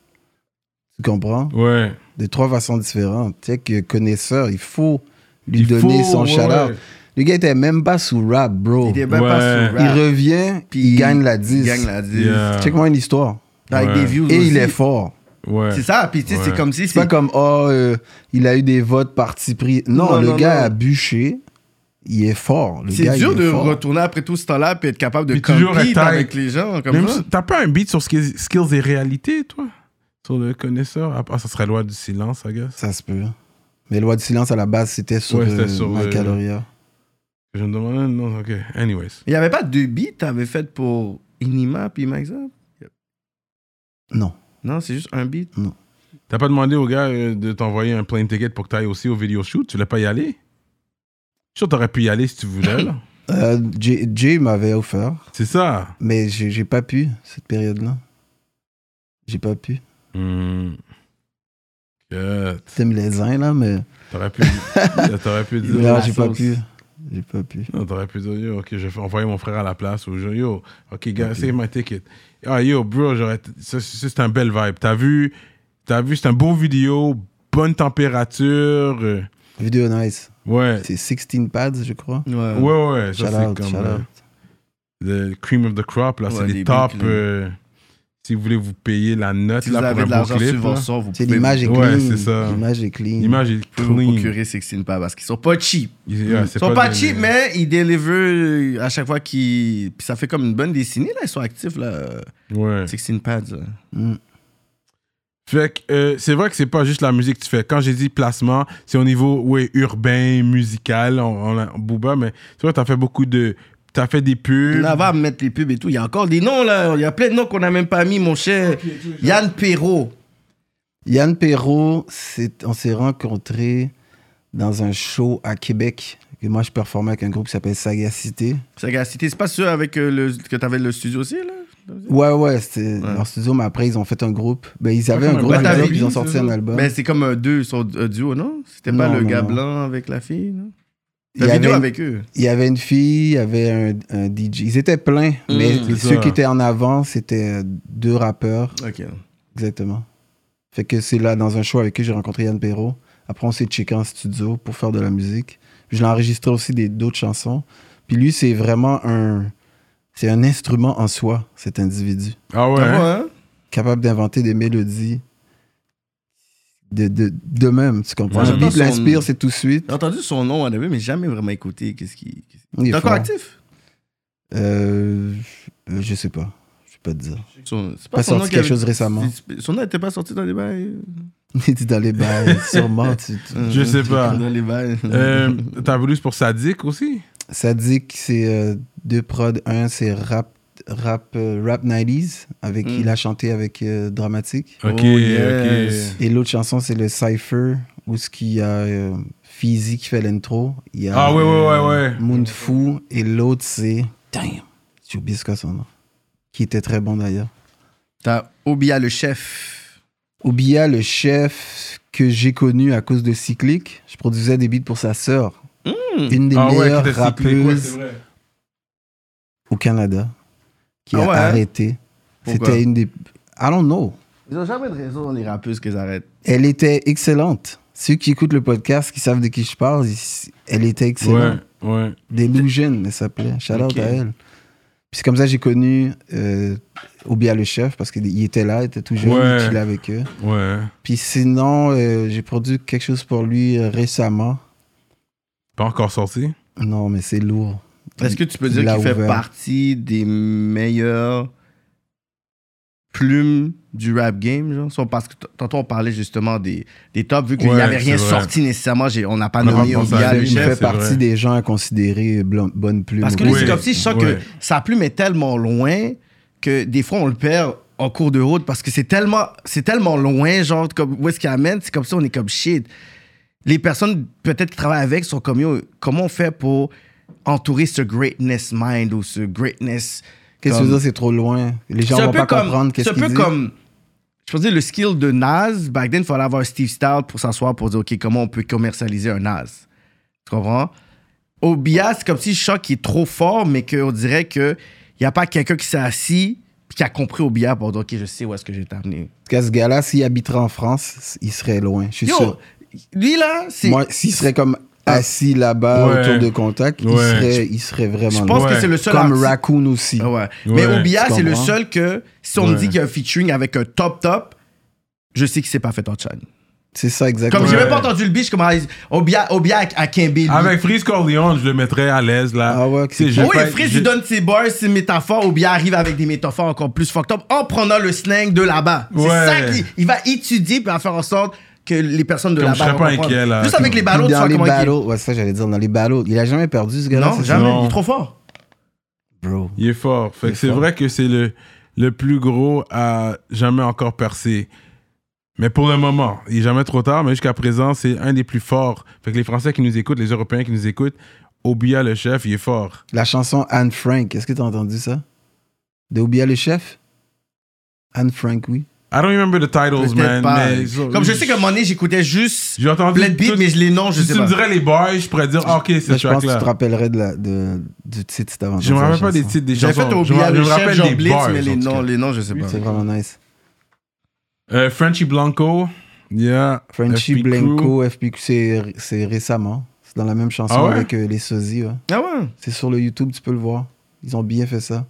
Speaker 3: Tu comprends?
Speaker 1: Ouais.
Speaker 3: De trois façons différentes. Tu sais, que connaisseur, il faut lui
Speaker 1: Il
Speaker 3: donner
Speaker 1: faut,
Speaker 3: son
Speaker 1: ouais,
Speaker 3: chaleur.
Speaker 1: ouais.
Speaker 3: Le gars était même pas sous rap, bro.
Speaker 2: Il est
Speaker 3: Il,
Speaker 2: même pas
Speaker 1: Oh, Ouais.
Speaker 2: sur rap.
Speaker 3: revient, puis il gagne la 10.
Speaker 2: Il gagne la 10.
Speaker 1: Yeah.
Speaker 3: Check-moi une histoire.
Speaker 2: Avec
Speaker 1: Ouais.
Speaker 2: des views.
Speaker 3: Et il
Speaker 2: aussi.
Speaker 3: est fort.
Speaker 1: Ouais.
Speaker 2: C'est ça, puis tu sais,
Speaker 1: Ouais.
Speaker 2: c'est comme si
Speaker 3: C'est pas
Speaker 2: c'est.
Speaker 3: comme, oh, euh, il a eu des votes parti pris. Non,
Speaker 2: Non,
Speaker 3: le
Speaker 2: non,
Speaker 3: gars
Speaker 2: non.
Speaker 3: a bûché. Il est fort. Le
Speaker 2: C'est
Speaker 3: gars,
Speaker 2: dur
Speaker 3: il est
Speaker 2: de
Speaker 3: fort.
Speaker 2: retourner après tout ce temps-là puis être capable de
Speaker 1: Puis toujours être
Speaker 2: compete
Speaker 1: tight.
Speaker 2: avec les gens comme
Speaker 1: Même
Speaker 2: ça.
Speaker 1: si- T'as pas un beat sur skills skills et réalité, toi Sur le connaisseur Ah, ah, ça serait loi du silence, I guess.
Speaker 3: Ça se peut. Mais Loi du silence, à la base, c'était sur,
Speaker 1: Ouais, c'était
Speaker 3: euh,
Speaker 1: sur,
Speaker 3: Mike
Speaker 1: euh,
Speaker 3: Caloria.
Speaker 1: Je me demandais, non, ok. Anyways.
Speaker 2: Il n'y avait pas deux beats t'avais fait pour Inima puis Max Up?
Speaker 3: Non.
Speaker 2: Non, c'est juste un beat.
Speaker 1: T'as pas demandé au gars euh, de t'envoyer un plane ticket pour que t'ailles aussi au video shoot Tu voulais pas y aller Je suis sûr que t'aurais pu y aller si tu voulais, là.
Speaker 3: Euh, Jay, Jay m'avait offert,
Speaker 1: C'est ça.
Speaker 3: mais j'ai j'ai pas pu cette période-là. J'ai pas pu.
Speaker 1: Hmm. Yeah,
Speaker 3: T'aimes les uns, là, mais.
Speaker 1: T'aurais pu, t'aurais pu
Speaker 3: mais là,
Speaker 1: dire.
Speaker 3: j'ai pas
Speaker 4: sauce.
Speaker 3: pu. J'ai pas pu.
Speaker 1: Non, t'aurais pu dire, yo, ok, je vais envoyer mon frère à la place. Ou je- yo, ok, gars, save my ticket. Ah, yo, bro, j'aurais- ça, ça, c'est un bel vibe. T'as vu, t'as vu, c'est un beau vidéo, bonne température. euh,
Speaker 3: Vidéo nice.
Speaker 1: Ouais,
Speaker 3: C'est 16 pads, je crois.
Speaker 1: ouais, ouais,
Speaker 3: Shout
Speaker 1: ça c'est
Speaker 3: out,
Speaker 1: comme
Speaker 3: shout
Speaker 1: euh,
Speaker 3: out.
Speaker 1: the cream of the crop, là, c'est
Speaker 2: Ouais,
Speaker 1: les,
Speaker 2: les
Speaker 1: tops.
Speaker 2: beats, là.
Speaker 1: euh, si vous voulez vous payer la hein. note,
Speaker 2: Si vous
Speaker 1: là, pour
Speaker 2: avez
Speaker 1: un
Speaker 2: de
Speaker 1: beau
Speaker 2: l'argent
Speaker 1: clip. là.
Speaker 2: subvention, vous
Speaker 3: C'est
Speaker 2: pouvez
Speaker 3: l'image est
Speaker 1: Ouais,
Speaker 3: clean.
Speaker 1: c'est ça.
Speaker 3: L'image est clean.
Speaker 1: L'image est
Speaker 2: vous- vous
Speaker 1: clean.
Speaker 2: procurer 16 pas parce qu'ils sont pas cheap.
Speaker 1: Il- yeah, c'est
Speaker 2: Ils sont pas,
Speaker 1: des-
Speaker 2: cheap, mais ils délivrent à chaque fois qu'ils. Puis ça fait comme une bonne décennie, là, ils sont actifs, là. euh,
Speaker 1: Ouais.
Speaker 2: 16 pads. là.
Speaker 1: Fait que euh, c'est vrai que c'est pas juste la musique que tu fais. Quand j'ai dit placement, c'est au niveau ouais, urbain, musical, on, on, a- Booba, mais tu vois, t'as fait beaucoup de. T'as fait des pubs.
Speaker 2: Là, va mettre les pubs et tout. Il y a encore des noms, là. Il y a plein de noms qu'on n'a même pas mis, mon cher. Yann Perrault.
Speaker 3: Yann Perrault, c'est- on s'est rencontrés dans un show à Québec. Et moi, je performais avec un groupe qui s'appelle Sagacité.
Speaker 2: Sagacité, c'est pas sûr avec euh, le, que t'avais le studio aussi, là
Speaker 3: Ouais, ouais, c'était leur studio, mais après, ils ont fait un groupe. Ben, ils avaient un
Speaker 1: comme un
Speaker 3: groupe,
Speaker 2: Bataille
Speaker 3: déjà, puis
Speaker 2: Blues,
Speaker 3: ils ont sorti
Speaker 1: bah, c'est
Speaker 3: un
Speaker 1: ça?
Speaker 3: album.
Speaker 2: Mais c'est comme euh, deux, ils sont un duo, non C'était pas
Speaker 3: Bah. Non,
Speaker 2: le
Speaker 3: non,
Speaker 2: gars
Speaker 3: non.
Speaker 2: blanc avec la fille, non
Speaker 3: Il y
Speaker 2: La vidéo
Speaker 3: avait-
Speaker 2: avec eux.
Speaker 3: Il y avait une fille, il y avait un, un DJ. Ils étaient pleins, mais
Speaker 1: Mm. c'est
Speaker 3: ceux
Speaker 1: ça.
Speaker 3: qui étaient en avant, c'était euh, deux rappeurs.
Speaker 2: Ok.
Speaker 3: Exactement. Fait que c'est là, dans un show avec eux, j'ai rencontré Yann Perrault. Après, on s'est checké en studio pour faire de la musique. Puis je l'ai enregistré aussi des- d'autres chansons. Puis lui, c'est vraiment un... C'est un instrument en soi, cet individu.
Speaker 1: Ah ouais.
Speaker 2: Ah
Speaker 1: hein?
Speaker 2: bon, hein?
Speaker 3: Capable d'inventer des mélodies de, de, de même, tu comprends?
Speaker 1: Ouais,
Speaker 3: Le beat
Speaker 2: j'entends son-
Speaker 3: l'inspire, c'est tout de suite.
Speaker 2: J'ai entendu son nom, on avait, mais jamais vraiment écouté. Qu'est-ce qui. qu'est-ce-
Speaker 3: Il est
Speaker 2: T'es encore
Speaker 3: fort.
Speaker 2: actif
Speaker 3: Euh, je je sais pas. Je sais pas te dire.
Speaker 2: Son- C'est
Speaker 3: Pas
Speaker 2: son nom
Speaker 3: sorti
Speaker 2: qui
Speaker 3: quelque
Speaker 2: avait-
Speaker 3: chose récemment.
Speaker 2: c'est- Son nom n'était pas sorti dans les bails.
Speaker 3: Il dit dans les bails, sûrement. Tu, tu-
Speaker 2: Euh,
Speaker 1: Je
Speaker 2: un
Speaker 1: sais
Speaker 2: truc
Speaker 1: pas.
Speaker 2: Dans les bails.
Speaker 1: Euh, t'as voulu pour Sadik aussi
Speaker 3: Ça dit que c'est euh, deux prods. Un, c'est rap, rap, euh, rap 90s, avec qui il a chanté avec euh, Dramatique.
Speaker 1: Ok,
Speaker 2: yes.
Speaker 1: ok.
Speaker 3: Et l'autre chanson, c'est le Cypher, où ce qu'il y a euh, Feezy qui fait l'intro. Il y a
Speaker 1: Ah ouais, ouais, ouais, ouais.
Speaker 3: Moonfou. Et l'autre, c'est. Damn! J'ai oublié ce que son nom. Qui était très bon d'ailleurs.
Speaker 2: T'as Obia le chef.
Speaker 3: Oubia, le chef que j'ai connu à cause de Cyclic, je produisais des beats pour sa sœur. Une des
Speaker 1: Ah ouais,
Speaker 3: meilleures
Speaker 1: qui était cyclique, ouais, c'est
Speaker 3: rappeuses
Speaker 1: vrai.
Speaker 3: au Canada qui
Speaker 2: Ah
Speaker 3: a
Speaker 2: ouais, hein?
Speaker 3: arrêté.
Speaker 2: Pourquoi?
Speaker 3: C'était une des. I don't know.
Speaker 2: Ils ont jamais de raison, les rappeuses, qu'ils arrêtent.
Speaker 3: Elle était excellente. Ceux qui écoutent le podcast, qui savent de qui je parle, ils- elle était
Speaker 1: Ouais,
Speaker 3: excellente.
Speaker 1: ouais.
Speaker 3: Delusion, elle s'appelait. Shout out
Speaker 2: Ok.
Speaker 3: à elle. Puis c'est comme ça que j'ai connu euh, Oubia le chef parce qu'il était là, il était tout jeune,
Speaker 1: Ouais.
Speaker 3: il chillait avec eux.
Speaker 1: Ouais.
Speaker 3: Puis sinon, euh, j'ai produit quelque chose pour lui euh, récemment.
Speaker 1: Pas encore sorti
Speaker 3: Non, mais c'est lourd.
Speaker 2: Est-ce que tu peux dire
Speaker 3: Il l'a
Speaker 2: qu'il fait
Speaker 3: ouvert.
Speaker 2: partie des meilleures plumes du rap game, genre? Soit Parce que t- tantôt, on parlait justement des, des tops, vu qu'il n'y
Speaker 1: Ouais,
Speaker 2: avait rien
Speaker 1: c'est vrai.
Speaker 2: sorti nécessairement. j'ai- On n'a pas
Speaker 1: On n'a pas
Speaker 2: nommé
Speaker 1: pensé à
Speaker 2: Obia
Speaker 1: lui,
Speaker 2: le
Speaker 3: Il
Speaker 1: mais-
Speaker 2: chef.
Speaker 3: fait
Speaker 1: c'est
Speaker 3: partie
Speaker 1: vrai.
Speaker 3: des gens à considérer blan- bonne plume.
Speaker 2: Parce que
Speaker 3: Oui.
Speaker 2: lui, c'est comme si je sens
Speaker 1: Ouais.
Speaker 2: que sa plume est tellement loin que des fois, on le perd en cours de route parce que c'est tellement, c'est tellement loin, genre, comme, où est-ce qu'il amène, c'est comme ça, on est comme shit. Les personnes, peut-être, qui travaillent avec sont comme, yo, comment on fait pour entourer ce greatness mind ou ce greatness...
Speaker 3: Qu'est-ce que tu
Speaker 2: comme-
Speaker 3: veux dire, c'est trop loin. Les gens
Speaker 2: c'est un
Speaker 3: vont
Speaker 2: peu
Speaker 3: pas
Speaker 2: comme-
Speaker 3: comprendre
Speaker 2: C'est
Speaker 3: qu'est-ce
Speaker 2: un
Speaker 3: qu'il
Speaker 2: peu
Speaker 3: dit.
Speaker 2: comme. Je peux dire, le skill de Nas, back then, il fallait avoir Steve Stout pour s'asseoir pour dire, OK, comment on peut commercialiser un Nas Tu comprends Obia, c'est comme si je sens qu'il est trop fort, mais qu'on dirait qu'il n'y a pas quelqu'un qui s'est assis puis qui a compris Obia pour dire, OK, je sais où est-ce que je vais t'amener.
Speaker 3: En tout cas, ce gars-là, s'il habiterait en France, il serait loin. Je suis
Speaker 2: Yo,
Speaker 3: sûr.
Speaker 2: lui là, c'est. Ah.
Speaker 3: Moi, s'il serait comme assis là-bas
Speaker 1: Ouais.
Speaker 3: autour de contact,
Speaker 1: Ouais.
Speaker 3: il, serait, il serait vraiment
Speaker 2: Je
Speaker 3: loin.
Speaker 2: pense
Speaker 1: Ouais.
Speaker 2: que c'est le seul
Speaker 3: Comme
Speaker 2: artiste-
Speaker 3: Raccoon aussi.
Speaker 2: Ah ouais. Mais
Speaker 1: Ouais.
Speaker 2: Obia,
Speaker 3: Tu
Speaker 2: c'est le
Speaker 3: comprends?
Speaker 2: seul que, si on me
Speaker 1: Ouais.
Speaker 2: dit qu'il y a un featuring avec un top top, je sais qu'il s'est pas fait en chaîne.
Speaker 3: C'est ça, exactement.
Speaker 2: Comme j'ai
Speaker 1: Ouais.
Speaker 2: même pas entendu le bitch, comme ah, Obia, Obia à, à Kimbe, lui.
Speaker 1: Avec Freeze Corleone, je le mettrais à l'aise là.
Speaker 3: Ah ouais,
Speaker 1: Tu sais,
Speaker 3: c'est-
Speaker 1: j'ai
Speaker 2: Oh,
Speaker 1: pas-
Speaker 2: et Fritz,
Speaker 1: j'ai-
Speaker 2: lui donne ses bars, ses métaphores, Obia arrive avec des métaphores encore plus fucked up en prenant le slang de là-bas.
Speaker 1: Ouais.
Speaker 2: C'est ça qu'il il va étudier puis va faire en sorte que les personnes de
Speaker 1: Comme je serais
Speaker 2: là-bas. vont
Speaker 1: pas
Speaker 2: comprendre.
Speaker 1: inquiet, là.
Speaker 2: Juste avec les
Speaker 3: Puis
Speaker 2: ballots, tu
Speaker 3: dans
Speaker 2: vois
Speaker 3: les
Speaker 2: comment il est.
Speaker 3: battles, ouais, c'est ça que j'allais dire, dans les battles, il a jamais perdu ce gars-là.
Speaker 2: Non,
Speaker 3: c'est
Speaker 2: jamais,
Speaker 3: ça?
Speaker 1: Non.
Speaker 2: il est trop fort.
Speaker 3: Bro.
Speaker 1: Il est fort. Fait
Speaker 3: Il
Speaker 1: que
Speaker 3: est
Speaker 1: c'est
Speaker 3: fort.
Speaker 1: vrai que c'est le, le plus gros à jamais encore percer. Mais pour le moment, il n'est jamais trop tard, mais jusqu'à présent, c'est un des plus forts. Fait que les Français qui nous écoutent, les Européens qui nous écoutent, Obia le chef, il est fort.
Speaker 3: La chanson Anne Frank, est-ce que t'as entendu ça De Oubia le chef Anne Frank, oui.
Speaker 1: I don't remember the titles,
Speaker 2: Peut-être
Speaker 1: man.
Speaker 2: pas.
Speaker 1: mais-
Speaker 2: Comme je sais qu'à un moment donné, j'écoutais juste
Speaker 1: J'ai entendu
Speaker 2: plein de beats,
Speaker 1: tout-
Speaker 2: mais je les noms, je
Speaker 1: si
Speaker 2: sais
Speaker 1: tu
Speaker 2: pas.
Speaker 1: me dirais les boys, je pourrais dire, ah, ok,
Speaker 3: Mais
Speaker 1: c'est
Speaker 3: je pense que tu
Speaker 1: track-là.
Speaker 3: te rappellerais de la, de, du titre si t'avais
Speaker 1: Je me
Speaker 3: entendu la
Speaker 1: rappelle pas des
Speaker 3: chanson.
Speaker 1: titres des
Speaker 2: J'avais
Speaker 1: chansons.
Speaker 2: fait
Speaker 1: Je me-
Speaker 2: oublier
Speaker 1: je
Speaker 2: le
Speaker 1: me
Speaker 2: chef
Speaker 1: rappelle
Speaker 2: Jean
Speaker 1: des
Speaker 2: Blitz,
Speaker 1: bars.
Speaker 2: mais les
Speaker 1: en tout
Speaker 2: noms,
Speaker 1: cas.
Speaker 2: les noms, je sais pas.
Speaker 3: C'est vraiment nice.
Speaker 1: Euh, Frenchy Blanco. Yeah.
Speaker 3: Frenchy
Speaker 1: FP Crew.
Speaker 3: Blanco, FPQ, c'est ré- c'est récemment. hein. C'est dans la même chanson
Speaker 1: Ah ouais?
Speaker 3: avec euh, les sosies. ouais.
Speaker 2: Ah ouais?
Speaker 3: C'est sur le YouTube, tu peux le voir. Ils ont bien fait ça.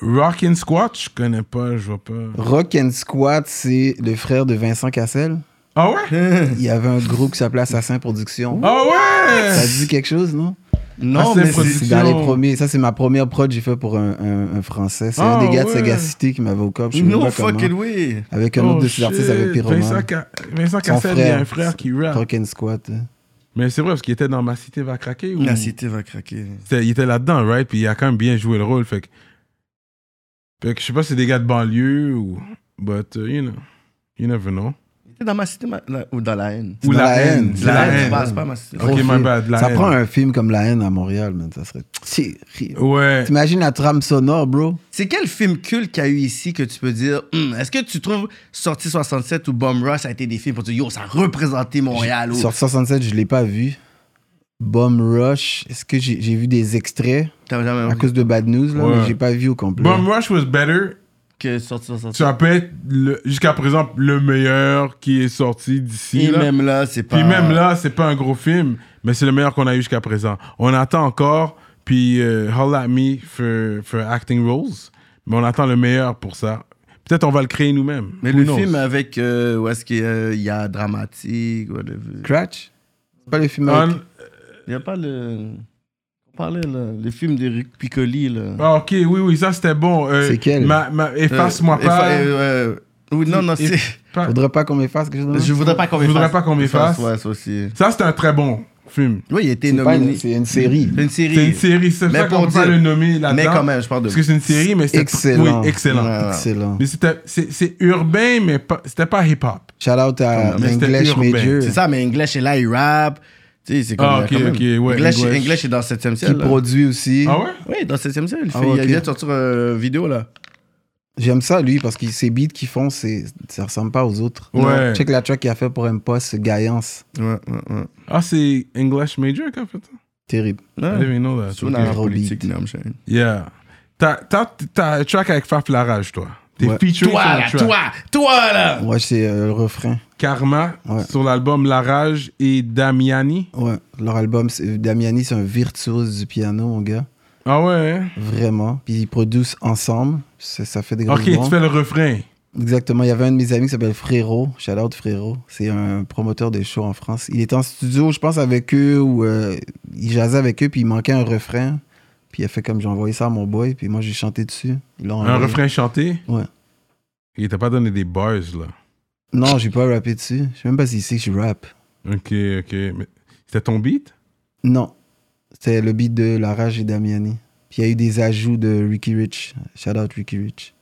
Speaker 1: Rockin' Squatch, je connais pas, je vois pas.
Speaker 3: Rock and Squat, c'est le frère de Vincent Cassel.
Speaker 1: Ah ouais?
Speaker 3: Il y avait un groupe qui s'appelait Assassin Productions.
Speaker 1: Ah ouais!
Speaker 3: Ça dit quelque chose, non?
Speaker 2: Non,
Speaker 1: Ah, c'est
Speaker 2: mais
Speaker 1: produit.
Speaker 2: c'est-
Speaker 3: C'est dans les
Speaker 1: Production.
Speaker 3: premiers. Ça, c'est ma première prod que j'ai fait pour un, un- un français. C'est un
Speaker 1: Ah,
Speaker 3: des gars de
Speaker 1: ouais.
Speaker 3: Sagacité qui m'avait au cop. Je sais même
Speaker 2: No
Speaker 3: pas comment.
Speaker 2: fucking way.
Speaker 3: Avec un
Speaker 1: Oh,
Speaker 3: autre de ses artistes,
Speaker 1: shit.
Speaker 3: avec Pyroman.
Speaker 1: Vincent, Ca- Vincent
Speaker 3: Son
Speaker 1: Cassel, il y
Speaker 3: frère.
Speaker 1: a un frère qui rap.
Speaker 3: Rock and Squat. hein.
Speaker 1: Mais c'est vrai, parce qu'il était dans Ma Cité va craquer. Ou...
Speaker 2: La cité va craquer.
Speaker 1: C'était- Il était là-dedans, right? Puis il a quand même bien joué le rôle. Fait que, fait que je sais pas si c'est des gars de banlieue ou. But, uh, you know. You never know.
Speaker 2: C'est dans ma cité ma- la- ou dans la haine.
Speaker 1: Ou
Speaker 3: dans
Speaker 1: la,
Speaker 3: la
Speaker 1: haine.
Speaker 3: haine.
Speaker 1: C'est
Speaker 3: La
Speaker 1: la,
Speaker 3: haine,
Speaker 2: tu
Speaker 1: haine.
Speaker 2: vois, c'est pas ma cité.
Speaker 3: Gros
Speaker 1: Ok, my
Speaker 3: film.
Speaker 1: bad, La
Speaker 3: Ça
Speaker 1: haine.
Speaker 3: prend un film comme La haine à Montréal, man. Ça serait terrible.
Speaker 1: Ouais.
Speaker 3: T'imagines la trame sonore, bro?
Speaker 2: C'est quel film culte qu'il y a eu ici que tu peux dire Hum, Est-ce que tu trouves Sortie 67 ou Bomb Rush a été des films pour dire Yo, ça a représenté Montréal ou
Speaker 3: Sur 67, je l'ai pas vu. Bomb Rush, est-ce que j'ai j'ai vu des extraits
Speaker 2: T'as jamais
Speaker 3: à cause de Bad News, là,
Speaker 1: Ouais.
Speaker 3: mais j'ai pas vu au complet.
Speaker 1: Bomb Rush was better.
Speaker 2: que Sortie 67
Speaker 1: Ça peut être le- jusqu'à présent le meilleur qui est sorti d'ici.
Speaker 2: Et
Speaker 1: là.
Speaker 2: même là, c'est pas.
Speaker 1: Puis même là, c'est pas un gros film, mais c'est le meilleur qu'on a eu jusqu'à présent. On attend encore, puis euh, holla at me for, for acting roles, mais on attend le meilleur pour ça. Peut-être on va le créer nous-mêmes.
Speaker 2: Mais
Speaker 1: Who
Speaker 2: le
Speaker 1: knows?
Speaker 2: film avec. euh, où est-ce qu'il y a- il y a dramatique whatever.
Speaker 3: Cratch? C'est pas le film avec...
Speaker 1: Un-
Speaker 2: Il n'y a pas le. On parlait, là, les films d'Eric Piccoli, là.
Speaker 1: Ah, ok, oui, oui, ça c'était bon. Euh,
Speaker 3: C'est quel?
Speaker 1: ma- ma-
Speaker 2: Euh,
Speaker 1: Efface-moi pas.
Speaker 2: effa- euh, euh, oui, non, non,
Speaker 1: Eff-
Speaker 2: c'est.
Speaker 1: pas-
Speaker 3: Faudrait pas qu'on m'efface quelque chose de
Speaker 2: Je voudrais pas qu'on
Speaker 1: Je
Speaker 2: m'efface.
Speaker 1: voudrais pas qu'on m'efface.
Speaker 2: Ouais, ça aussi.
Speaker 1: Ça c'était un très bon film.
Speaker 2: Oui, il a été
Speaker 3: C'est pas
Speaker 2: nominé.
Speaker 3: une- c'est une série.
Speaker 2: C'est une série.
Speaker 1: C'est une série, c'est
Speaker 2: Mais
Speaker 1: ça qu'on
Speaker 2: pour
Speaker 1: peut pas
Speaker 2: dire-
Speaker 1: le nommer là-dedans.
Speaker 2: Mais quand même, je parle de.
Speaker 1: Parce que c'est une série, mais c'était
Speaker 3: Excellent.
Speaker 1: Oui, excellent.
Speaker 2: Ouais. Ah.
Speaker 3: Excellent.
Speaker 1: Mais c'était- c'est c'est urbain, mais pas- c'était pas hip-hop.
Speaker 3: Shout out à
Speaker 1: Mais c'était
Speaker 3: English
Speaker 1: urbain.
Speaker 3: Major
Speaker 2: C'est ça, mais English est là, il rap. Tu sais, c'est comme.
Speaker 1: Ah, ok,
Speaker 2: quand même.
Speaker 1: ok, ouais,
Speaker 2: English,
Speaker 1: English.
Speaker 2: English est dans 7ème
Speaker 3: qui
Speaker 2: ciel. là.
Speaker 3: produit aussi.
Speaker 1: Ah ouais?
Speaker 2: Oui, dans 7ème ciel. Il, fait,
Speaker 3: Ah, ok.
Speaker 2: il vient de sortir euh, vidéo, là.
Speaker 3: J'aime ça lui parce que ses beats qu'ils font, c'est ça ressemble pas aux autres.
Speaker 1: Ouais.
Speaker 3: Check la track qu'il a fait pour Impost, Gaillance.
Speaker 2: Ouais, ouais, ouais.
Speaker 1: Ah, c'est English Major qui a fait ça?
Speaker 3: Terrible.
Speaker 1: I
Speaker 2: Non,
Speaker 1: didn't even know that.
Speaker 2: dans la
Speaker 3: Gros
Speaker 2: politique,
Speaker 3: beat.
Speaker 2: non, je sais.
Speaker 1: Yeah. T'as- T'as t'as un track avec Faf Larage, toi. T'es
Speaker 3: Ouais.
Speaker 1: featuring
Speaker 2: Toi,
Speaker 1: sur un
Speaker 2: là,
Speaker 1: track.
Speaker 2: toi, toi, là.
Speaker 3: Ouais, c'est euh, le refrain.
Speaker 1: Karma
Speaker 3: Ouais.
Speaker 1: sur l'album Larage et Damiani.
Speaker 3: Ouais, leur album, c'est- Damiani, c'est un virtuose du piano, mon gars.
Speaker 1: Ah ouais? hein?
Speaker 3: Vraiment. Puis ils produisent ensemble. Ça, ça fait des gros
Speaker 1: Ok, tu fais le refrain.
Speaker 3: Exactement. Il y avait un de mes amis qui s'appelle Frérot. Shout out Frérot. C'est un promoteur de show en France. Il était en studio, je pense, avec eux, où euh, il jasait avec eux, puis il manquait un refrain. Puis il a fait comme j'ai envoyé ça à mon boy, puis moi j'ai chanté dessus. Ils l'ont
Speaker 1: Un
Speaker 3: envoyé.
Speaker 1: refrain chanté?
Speaker 3: Ouais.
Speaker 1: Il t'a pas donné des bars, là.
Speaker 3: Non, j'ai pas rappé dessus. Je sais même pas si c'est que je rappe.
Speaker 1: Ok, ok. Mais C'était ton beat?
Speaker 3: Non. C'était le beat de La Rage et Damiani. Puis il y a eu des ajouts de Ricky Rich. Shout out Ricky Rich.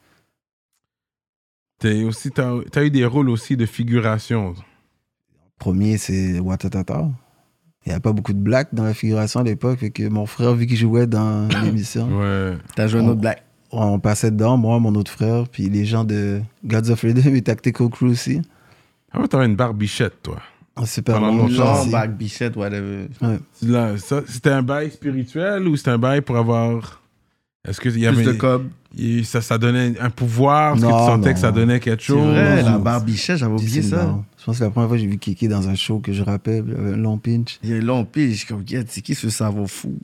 Speaker 1: T'es aussi- T'as as eu des rôles aussi de figuration.
Speaker 3: premier, c'est Watatata. Il n'y a pas beaucoup de blacks dans la figuration à l'époque. Fait que mon frère, vu qu'il jouait dans l'émission,
Speaker 1: Ouais.
Speaker 2: T'as joué un autre black.
Speaker 3: on passait dedans, moi, mon autre frère, puis les gens de Gods of Freedom et Tactical Crew aussi.
Speaker 1: Ah ouais, t'avais une barbichette, toi.
Speaker 3: Un super
Speaker 1: Pendant
Speaker 3: bon
Speaker 1: longtemps. bah,
Speaker 3: aussi.
Speaker 2: Jean, Bac, Bichette, whatever.
Speaker 1: Là, ça, C'était un bail spirituel ou c'était un bail pour avoir. Est-ce qu'il y avait.
Speaker 2: Plus de cob.
Speaker 1: Et ça, ça donnait un pouvoir, parce que
Speaker 3: Non,
Speaker 1: tu sentais
Speaker 3: non.
Speaker 1: que ça donnait quelque
Speaker 2: C'est
Speaker 1: chose.
Speaker 2: vrai,
Speaker 3: non,
Speaker 2: la
Speaker 3: non.
Speaker 2: barbichette, j'avais oublié
Speaker 3: C'est
Speaker 2: ça.
Speaker 3: marrant. Je pense que c'est la première fois que j'ai vu Kiki dans un show que je rappelle, il avait un long pinch.
Speaker 2: Il y a long pige, comme, yeah, c'est qui ce cerveau fou?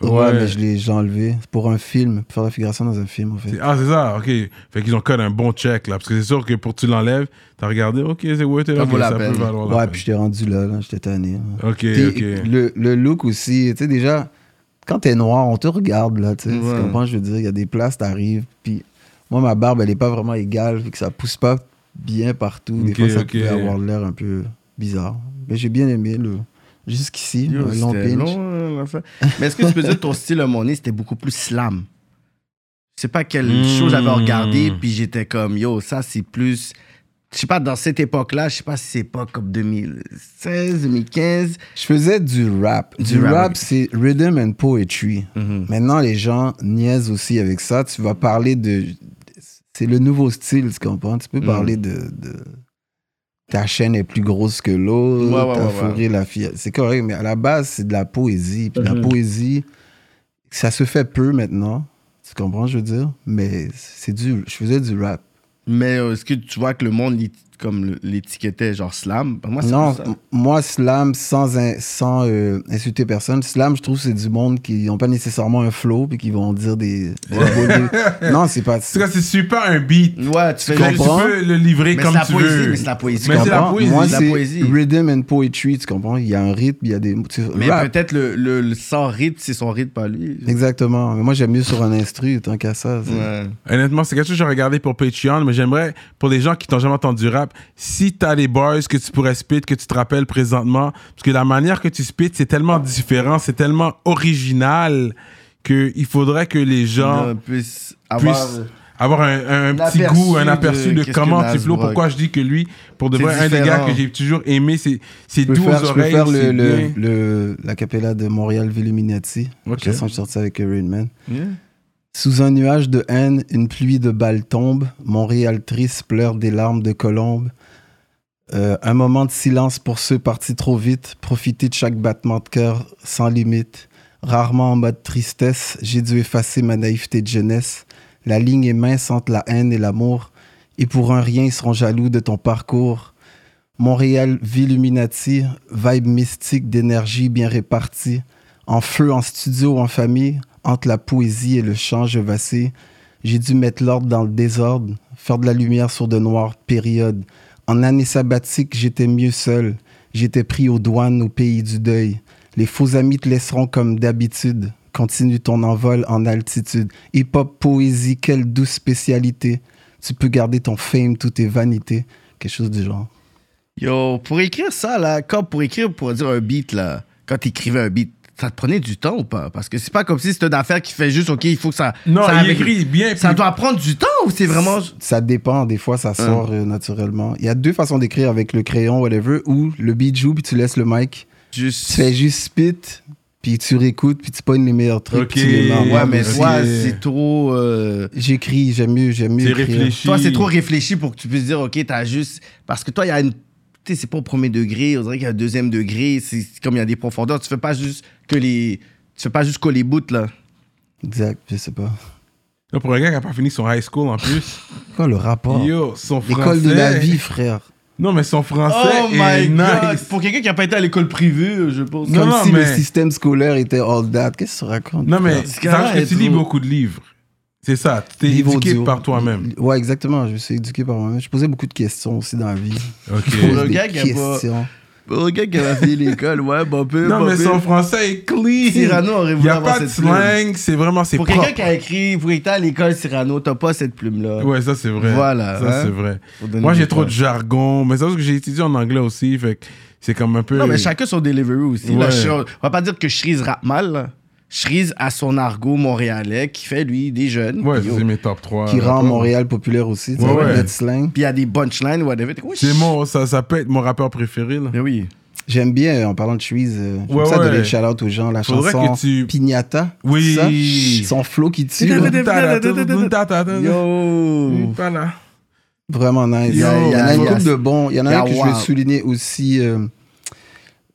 Speaker 3: Ouais,
Speaker 1: Ouais.
Speaker 3: mais je l'ai j'ai enlevé. C'est pour un film, pour faire la figuration dans un film, en fait.
Speaker 1: C'est- Ah, c'est ça, ok. Fait qu'ils ont code un bon check, là. Parce que c'est sûr que pour que tu l'enlèves, t'as regardé, ok, c'est worth it,
Speaker 2: Ça
Speaker 1: ok,
Speaker 2: vaut la
Speaker 1: ça peut
Speaker 2: peine.
Speaker 1: valoir la
Speaker 3: Ouais,
Speaker 1: peine.
Speaker 3: puis j'étais rendu là, là, j'étais tanné. là.
Speaker 1: Ok,
Speaker 3: T'sais,
Speaker 1: ok.
Speaker 3: Le, le look aussi, tu sais, déjà, quand t'es noir, on te regarde, là, tu sais,
Speaker 2: Ouais.
Speaker 3: tu comprends, je veux dire, il y a des places, t'arrives, puis moi, ma barbe, elle est pas vraiment égale, vu que ça pousse pas bien partout, des
Speaker 1: Ok,
Speaker 3: fois, ça
Speaker 1: ok.
Speaker 3: peut avoir l'air un peu bizarre, mais j'ai bien aimé, le jusqu'ici,
Speaker 2: Yo,
Speaker 3: le long
Speaker 2: c'était
Speaker 3: pinch.
Speaker 2: long, hein, l'affaire. Mais est-ce que tu peux dire que ton style à mon nez, c'était beaucoup plus slam? Je sais pas quelle
Speaker 1: Mm.
Speaker 2: chose j'avais regardé, puis j'étais comme, yo, ça c'est plus. Je sais pas, dans cette époque-là, je sais pas si c'est pas comme 2016, 2015.
Speaker 3: Je faisais du rap. Du,
Speaker 2: Du rap,
Speaker 3: rap,
Speaker 2: ok.
Speaker 3: c'est rhythm and
Speaker 1: Mhm.
Speaker 3: poetry. Maintenant, les gens niaisent aussi avec ça. Tu vas parler de. C'est le nouveau style, tu comprends? Tu peux
Speaker 2: Mm.
Speaker 3: parler de, de- Ta chaîne est plus grosse que l'autre,
Speaker 2: Ouais, ouais,
Speaker 3: t'as
Speaker 2: ouais,
Speaker 3: fourré la fille. C'est correct, mais à la base, c'est de la poésie. Puis
Speaker 2: Mm-hmm.
Speaker 3: la poésie, ça se fait peu maintenant. Tu comprends, je veux dire? Mais c'est du. Je faisais du rap.
Speaker 2: Mais euh, est-ce que tu vois que le monde, il- comme le- l'étiquetait genre slam Ben, Moi, c'est
Speaker 3: non,
Speaker 2: pas ça.
Speaker 3: m- moi, slam, sans, in- sans euh, insulter personne, slam, je trouve que c'est du monde qui n'ont pas nécessairement un flow puis qui vont dire des. non, c'est pas.
Speaker 1: En tout cas, c'est super un beat.
Speaker 2: Ouais, tu
Speaker 1: Fait
Speaker 2: fais
Speaker 1: que
Speaker 2: juste.
Speaker 3: comprends?
Speaker 1: tu peux le livrer
Speaker 2: Mais c'est
Speaker 1: comme
Speaker 2: la
Speaker 1: tu
Speaker 2: poésie,
Speaker 1: veux.
Speaker 2: mais c'est la poésie.
Speaker 1: Mais c'est la
Speaker 3: comprends?
Speaker 1: poésie.
Speaker 3: Moi,
Speaker 2: La
Speaker 3: c'est
Speaker 2: poésie.
Speaker 3: rhythm and poetry, tu comprends? Il y a un rythme, il y a des. tu-
Speaker 2: Mais
Speaker 3: rap.
Speaker 2: peut-être le, le, le sans rythme, c'est son rythme pas lui.
Speaker 3: Exactement. Mais moi, j'aime mieux sur un instru, tant qu'à ça. c'est-
Speaker 2: Ouais.
Speaker 1: Honnêtement, c'est quelque chose que j'ai regardé pour Patreon, mais j'aimerais, pour les gens qui t'ont jamais entendu rap, si t'as les bars que tu pourrais spit, que tu te rappelles présentement, parce que la manière que tu spit, c'est tellement différent, c'est tellement original, que il faudrait que les gens
Speaker 2: Non, puisse
Speaker 1: puissent
Speaker 2: avoir.
Speaker 3: euh,
Speaker 1: avoir un, un
Speaker 2: un
Speaker 1: petit
Speaker 2: aperçu
Speaker 1: goût, un aperçu
Speaker 2: de
Speaker 1: de,
Speaker 2: qu'est-ce que
Speaker 1: comment tu
Speaker 2: Nas
Speaker 1: flows.
Speaker 2: Brock.
Speaker 1: Pourquoi je dis que lui, pour de
Speaker 2: C'est
Speaker 1: vrai, un des gars
Speaker 2: différent.
Speaker 1: que j'ai toujours aimé, c'est c'est
Speaker 3: Je peux
Speaker 1: doux
Speaker 3: faire,
Speaker 1: aux
Speaker 3: je peux
Speaker 1: oreilles.
Speaker 3: faire le,
Speaker 1: c'est
Speaker 3: le,
Speaker 1: bien.
Speaker 3: le- la cappella de Montréal Villuminati.
Speaker 1: Ok.
Speaker 3: De toute façon, je sortais avec Rain Man.
Speaker 2: Yeah.
Speaker 3: Sous un nuage de haine, une pluie de balles tombe. Montréal triste pleure des larmes de colombe. Euh, un moment de silence pour ceux partis trop vite. Profiter de chaque battement de cœur sans limite. Rarement en mode tristesse, j'ai dû effacer ma naïveté de jeunesse. La ligne est mince entre la haine et l'amour. Et pour un rien, ils seront jaloux de ton parcours. Montréal, Villuminati, vibe mystique d'énergie bien répartie. En feu, en studio, en famille, entre la poésie et le chant, je vacille. J'ai dû mettre l'ordre dans le désordre, faire de la lumière sur de noires périodes. En année sabbatique, j'étais mieux seul. J'étais pris aux douanes au pays du deuil. Les faux amis te laisseront comme d'habitude. Continue ton envol en altitude. Hip-hop, poésie, quelle douce spécialité. Tu peux garder ton fame, toutes tes vanités. Quelque chose du genre.
Speaker 2: Yo, pour écrire ça, là, comme pour écrire, pour dire un beat, là, quand t'écrivais un beat, ça te prenait du temps ou pas? Parce que c'est pas comme si c'était une affaire qui fait juste, OK, il faut que ça.
Speaker 1: Non,
Speaker 2: ça
Speaker 1: il écrit bien.
Speaker 2: Ça
Speaker 1: puis-
Speaker 2: doit prendre du temps ou c'est vraiment.
Speaker 3: Ça dépend, des fois ça sort
Speaker 1: Hein.
Speaker 3: euh, naturellement. Il y a deux façons d'écrire avec le crayon, whatever, ou le beat joue, puis tu laisses le mic. Tu
Speaker 2: Juste.
Speaker 3: fais juste spit, puis tu réécoutes, puis tu pognes les meilleurs trucs,
Speaker 1: Ok.
Speaker 3: puis tu les mets en
Speaker 2: Ouais,
Speaker 3: ordre.
Speaker 2: mais
Speaker 1: Ok.
Speaker 2: toi, c'est trop. euh,
Speaker 3: J'écris, j'aime mieux, j'aime mieux
Speaker 1: C'est
Speaker 3: écrire.
Speaker 1: réfléchi.
Speaker 2: Toi, c'est trop réfléchi pour que tu puisses dire, OK, t'as juste. Parce que toi, il y a une. Tu sais, c'est pas au premier degré, on dirait qu'il y a un deuxième degré, c'est c'est comme il y a des profondeurs. Tu fais pas juste que les. Tu fais pas juste coller bouts, là.
Speaker 3: Exact, je sais pas.
Speaker 1: Là, Pour un gars qui n'a pas fini son high school en plus,
Speaker 3: Quoi le rapport
Speaker 1: yo, son français.
Speaker 3: Oh. L'école de la vie, frère.
Speaker 1: Non, mais son français est nice.
Speaker 2: Oh Pour quelqu'un qui a pas été à l'école privée, euh, je pense.
Speaker 1: Non,
Speaker 3: Comme
Speaker 1: non,
Speaker 3: si
Speaker 1: mais-
Speaker 3: le système scolaire était all that. Qu'est-ce que tu racontes
Speaker 1: Non, mais
Speaker 2: Ce
Speaker 1: c'est
Speaker 2: gars-là
Speaker 1: que
Speaker 2: est
Speaker 1: tu lis
Speaker 2: trop-
Speaker 1: beaucoup de livres. C'est ça, t'es
Speaker 3: Livre
Speaker 1: éduqué
Speaker 3: audio.
Speaker 1: par toi-même.
Speaker 3: Ouais, exactement. Je me suis éduqué par moi-même. Je posais beaucoup de questions aussi dans la vie.
Speaker 1: Ok.
Speaker 3: Je pose
Speaker 2: le
Speaker 3: des
Speaker 2: gars qui a pas-
Speaker 3: questions.
Speaker 2: Pour quelqu'un qui a fini l'école, ouais, bopé,
Speaker 1: Non, mais
Speaker 2: bopé.
Speaker 1: son français est clean.
Speaker 2: Cyrano
Speaker 1: Il
Speaker 2: aurait
Speaker 1: n'y
Speaker 2: voulu
Speaker 1: a
Speaker 2: avoir
Speaker 1: pas de
Speaker 2: cette plume.
Speaker 1: slang, c'est vraiment, c'est
Speaker 2: Pour quelqu'un
Speaker 1: propre.
Speaker 2: qui a écrit, pour quelqu'un à l'école Cyrano, t'as pas cette plume-là.
Speaker 1: Ouais, ça c'est vrai.
Speaker 2: Voilà,
Speaker 1: Ça
Speaker 2: hein.
Speaker 1: c'est vrai.
Speaker 2: Pour donner
Speaker 1: Moi
Speaker 2: des
Speaker 1: j'ai trop
Speaker 2: points.
Speaker 1: de jargon, mais c'est parce que j'ai étudié en anglais aussi, fait que c'est comme un peu.
Speaker 2: Non, mais chacun son delivery aussi. là.
Speaker 1: Ouais.
Speaker 2: Je- on va pas dire que Shreeze rappe mal. là. Shreeze a son argot montréalais qui fait, lui, des jeunes.
Speaker 1: Ouais,
Speaker 2: Puis, oh,
Speaker 1: c'est mes top 3.
Speaker 3: Qui rend Montréal populaire aussi. Tu
Speaker 1: Ouais,
Speaker 3: vois,
Speaker 1: ouais.
Speaker 3: notre slang.
Speaker 2: puis il y a des punchlines, whatever. T'es comme,
Speaker 1: C'est mon, ça, ça peut être mon rappeur préféré là.
Speaker 2: Mais oui.
Speaker 3: J'aime bien, euh, en parlant de Cheese, euh, j'aime
Speaker 1: Ouais,
Speaker 3: ça
Speaker 1: ouais.
Speaker 3: donner le shout-out aux gens. La
Speaker 1: Faudrait
Speaker 3: chanson
Speaker 1: que tu-
Speaker 3: Pignata.
Speaker 1: Oui.
Speaker 3: ça, son flow qui tue. là.
Speaker 2: Yo!
Speaker 1: Voilà.
Speaker 3: Vraiment nice. Il y,
Speaker 2: Yo,
Speaker 3: a- il y en a une
Speaker 2: yo.
Speaker 3: couple de bons. Il y en a
Speaker 2: Yeah,
Speaker 3: un que je
Speaker 2: wow.
Speaker 3: veux souligner aussi. euh,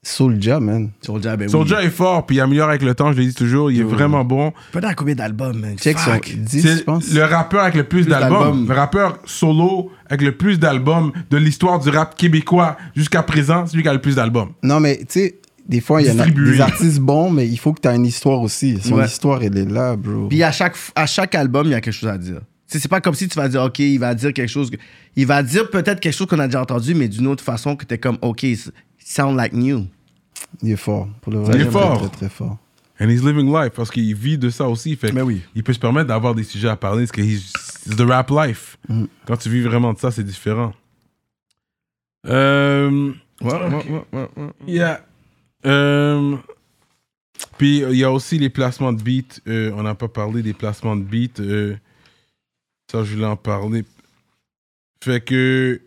Speaker 3: Soulja, man.
Speaker 2: Soulja, ben oui.
Speaker 1: Soulja est fort, puis il améliore avec le temps, je le dis toujours, il est vraiment bon.
Speaker 2: Pendant combien d'albums, man?
Speaker 3: Check son
Speaker 2: Fuck.
Speaker 3: 10,
Speaker 1: C'est
Speaker 3: je pense.
Speaker 1: le rappeur avec le plus, d'albums.
Speaker 2: d'albums.
Speaker 1: Le rappeur solo avec le plus d'albums de l'histoire du rap québécois jusqu'à présent, celui qui a le plus d'albums.
Speaker 3: Non, mais tu sais, des fois, il y en a
Speaker 1: Distribué.
Speaker 3: des artistes bons, mais il faut que tu aies une histoire aussi. Son
Speaker 2: Ouais.
Speaker 3: histoire, elle est là, bro.
Speaker 2: Puis à chaque, à chaque album, il y a quelque chose à dire. Tu sais, C'est pas comme si tu vas dire, OK, il va dire quelque chose. que- Il va dire peut-être quelque chose qu'on a déjà entendu, mais d'une autre façon que t'es comme, OK, it sound like new.
Speaker 3: Il est fort. Pour le vrai,
Speaker 1: Il est
Speaker 3: très,
Speaker 1: fort.
Speaker 3: Très, très, très fort.
Speaker 1: And he's living life parce qu'il vit de ça aussi. Fait que
Speaker 2: Mais oui.
Speaker 1: Il peut se permettre d'avoir des sujets à parler parce que he's, it's the rap life.
Speaker 2: Mm.
Speaker 1: Quand tu vis vraiment de ça, c'est différent. Euh, yeah. Euh, puis il y a aussi les placements de beats. Euh, on n'a pas parlé des placements de beats. Euh, ça, je voulais en parler. Fait que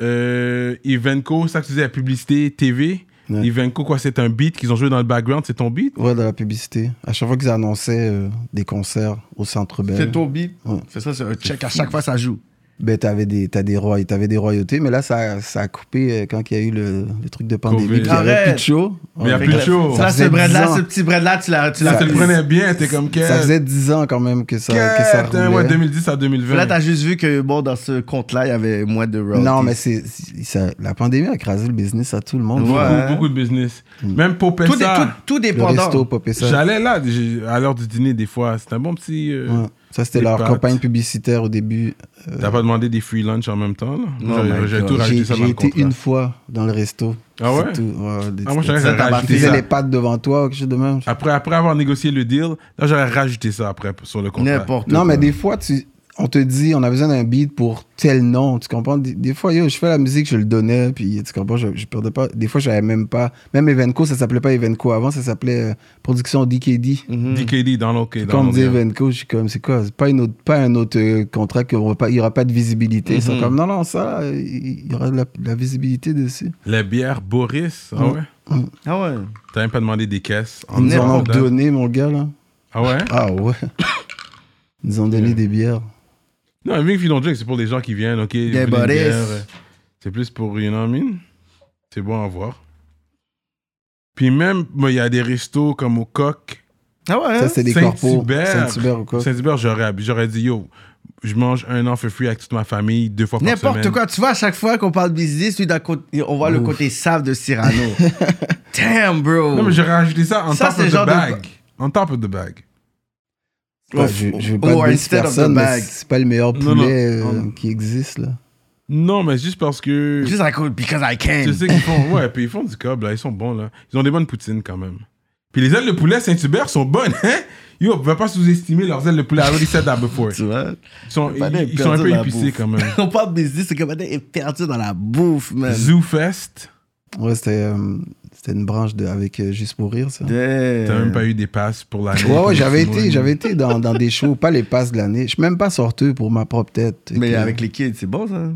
Speaker 1: euh, Evenco, ça que tu disais, la publicité TV.
Speaker 3: Ouais.
Speaker 1: Ivenko, quoi, c'est un beat qu'ils ont joué dans le background, c'est ton beat
Speaker 3: Ouais, de la publicité. À chaque fois qu'ils annonçaient euh, des concerts au Centre Bell,
Speaker 2: C'est ton beat.
Speaker 3: Ouais.
Speaker 2: Fais ça, c'est un check. À chaque fois, ça joue.
Speaker 3: ben, t'avais des, t'as des, roy- t'avais des royautés, mais là, ça, ça a coupé euh, quand il y a eu le, le truc de pandémie.
Speaker 1: Covid.
Speaker 3: puis Il y avait
Speaker 2: Arrête.
Speaker 3: plus de show.
Speaker 1: Mais il y a plus de show.
Speaker 3: Ça
Speaker 2: Là,
Speaker 3: faisait
Speaker 2: ce bread-là,
Speaker 3: 10 ans.
Speaker 2: ce petit bread-là, tu l'as. tu
Speaker 1: Là,
Speaker 2: l'as-
Speaker 1: tu le prenais bien, t'es comme qu'est-ce
Speaker 3: Ça faisait 10 ans quand même que ça, que ça
Speaker 1: Qu'est-ce Ouais,
Speaker 3: roulait.
Speaker 1: 2010 à 2020.
Speaker 2: Là, t'as juste vu que, bon, dans ce compte-là, il y avait moins de royalties.
Speaker 3: Non, mais c'est, c'est- ça- la pandémie a écrasé le business à tout le monde.
Speaker 2: Ouais.
Speaker 1: beaucoup, beaucoup de business.
Speaker 3: Mm.
Speaker 1: Même pour
Speaker 2: Tout, dé-
Speaker 1: ça,
Speaker 2: tout- tout
Speaker 3: Le
Speaker 2: dépendant.
Speaker 3: resto, popé ça.
Speaker 1: j'allais là j'ai- à l'heure du dîner des fois. C'était un bon petit. euh,
Speaker 3: Ouais. Ça, c'était
Speaker 1: Les
Speaker 3: leur
Speaker 1: pâtes.
Speaker 3: campagne publicitaire au début. Euh,
Speaker 1: T'as pas demandé des free lunch en même temps là J'ai-
Speaker 2: my
Speaker 1: J'ai
Speaker 2: God.
Speaker 1: tout rajouté
Speaker 3: Oh J'ai
Speaker 1: ça dans
Speaker 3: j'ai
Speaker 1: le
Speaker 3: été
Speaker 1: contrat.
Speaker 3: une fois dans le resto.
Speaker 1: Ah
Speaker 3: C'est
Speaker 1: ouais?
Speaker 3: tout. Ouais, des-
Speaker 1: Ah, moi, j'aurais
Speaker 3: tu
Speaker 2: t'as
Speaker 1: rajouté
Speaker 2: baptisé
Speaker 3: faisais
Speaker 1: ça. Ah,
Speaker 3: les pâtes devant toi ou quelque chose de même.
Speaker 1: Après, après avoir négocié le deal, là j'aurais rajouté ça après sur le contrat.
Speaker 2: N'importe
Speaker 3: Non,
Speaker 2: quoi.
Speaker 3: mais des fois, tu, on te dit, on a besoin d'un beat pour tel nom. Tu comprends? Des, des fois, yo, je fais la musique, je le donnais, puis tu comprends? Je, je perdais pas. Des fois, j'avais même pas. Même Evenco, ça s'appelait pas Evenco avant, ça s'appelait euh, Production DKD.
Speaker 1: Mm-hmm. DKD dans l'OK.
Speaker 3: Quand on me dit
Speaker 1: Dans
Speaker 3: Evenco, je suis comme, c'est quoi? C'est pas, une autre, pas un autre euh, contrat, qu'on va pas- il y aura pas de visibilité. Ils sont comme, non, non, ça, euh, il y aura de la, de la visibilité dessus.
Speaker 1: Les bières Boris. Ah
Speaker 3: Mm.
Speaker 1: ouais
Speaker 2: Ah ouais.
Speaker 1: T'as même pas demandé des caisses.
Speaker 3: Ils nous en ont
Speaker 1: dedans.
Speaker 3: donné, mon gars, là.
Speaker 1: Ah ouais
Speaker 3: Ah ouais. Ils nous ont donné des bières.
Speaker 1: Non, un If You Don't Drink, c'est pour les gens qui viennent, ok vous voulez une
Speaker 2: Boris.
Speaker 1: bière, euh, C'est plus pour, you know what I mean? C'est bon à voir. Puis même, moi, il y a des restos comme au Coq.
Speaker 2: Ah ouais.
Speaker 3: Ça, c'est des corpos.
Speaker 1: Saint-Hubert.
Speaker 3: Saint-Hubert ou quoi?
Speaker 1: Saint-Hubert, j'aurais j'aurais dit, yo, je mange un an for free avec toute ma famille, deux fois par semaine.
Speaker 2: N'importe quoi. Tu vois, à chaque fois qu'on parle business, lui, d'un côté- on voit le côté save de Cyrano. Damn, bro.
Speaker 1: Non, mais j'aurais rajouté ça en
Speaker 2: Ça,
Speaker 1: top
Speaker 2: c'est
Speaker 1: of
Speaker 2: genre
Speaker 1: the
Speaker 2: de-
Speaker 1: bag. En top of the bag.
Speaker 3: Ouais, je, je veux pas
Speaker 2: Or
Speaker 3: de
Speaker 2: instead of the
Speaker 3: personne, mais
Speaker 2: bag.
Speaker 3: c'est pas le meilleur
Speaker 1: Non, non.
Speaker 3: poulet euh,
Speaker 1: Non.
Speaker 3: qui existe, là.
Speaker 1: Non, mais juste parce que...
Speaker 2: Just like, oh, because I can.
Speaker 1: Tu sais qu'ils font... Ouais, puis ils font du cob, là. Ils sont bons, là. Ils ont des bonnes poutines, quand même. Puis les ailes de poulet Saint-Hubert sont bonnes, hein? Yo, ne pas sous-estimer leurs ailes de poulet. I already said that before.
Speaker 2: Tu vois?
Speaker 1: Ils sont,
Speaker 2: Le panais
Speaker 1: ils-
Speaker 2: est
Speaker 1: ils sont un
Speaker 2: perdu
Speaker 1: peu
Speaker 2: dans la
Speaker 1: épicés
Speaker 2: bouffe.
Speaker 1: quand même.
Speaker 2: On parle business, c'est que maintenant, il est perdu dans la bouffe, man.
Speaker 1: Zoo Fest,
Speaker 3: Ouais, c'était euh, c'était une branche de, avec euh, Juste pour rire, ça.
Speaker 1: t'as
Speaker 2: Damn.
Speaker 1: même pas eu des passes pour l'année.
Speaker 3: Ouais,
Speaker 1: pour
Speaker 3: ouais,
Speaker 1: le
Speaker 3: j'avais
Speaker 1: Simone.
Speaker 3: été, j'avais été dans, dans des shows, pas les passes de l'année. Je suis même pas sorteux pour ma propre tête. Et
Speaker 2: Mais
Speaker 3: puis,
Speaker 2: avec les kids, c'est bon, ça.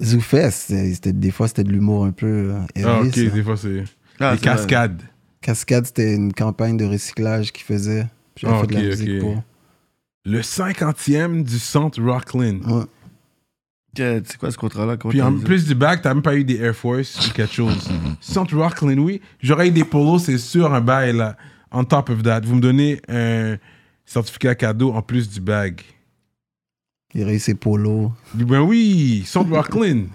Speaker 3: Zoufest, c'était- c'était- des fois, c'était de l'humour un peu euh,
Speaker 1: Ah,
Speaker 3: Elvis,
Speaker 1: ok,
Speaker 3: hein.
Speaker 1: des fois c'est.
Speaker 2: Ah,
Speaker 1: des
Speaker 2: c'est vrai.
Speaker 1: cascades.
Speaker 3: Cascade, c'était une campagne de recyclage qu'ils faisaient. Puis J'avais
Speaker 1: Ah,
Speaker 3: fait de la
Speaker 1: ok,
Speaker 3: musique
Speaker 1: ok.
Speaker 3: pour.
Speaker 1: Le 50e du centre Rockland.
Speaker 3: Ouais.
Speaker 2: Que- C'est quoi ce contrat-là? qu'on
Speaker 1: Puis
Speaker 2: t'a
Speaker 1: en
Speaker 2: dit?
Speaker 1: plus du bac, t'as même pas eu des Air Force ou quelque chose. centre Rockland, oui. J'aurais eu des polos, c'est sûr, un bail là. On top of that, vous me donnez un certificat cadeau en plus du bag.
Speaker 3: Il réussissait Polo.
Speaker 1: Ben oui, centre Rockland.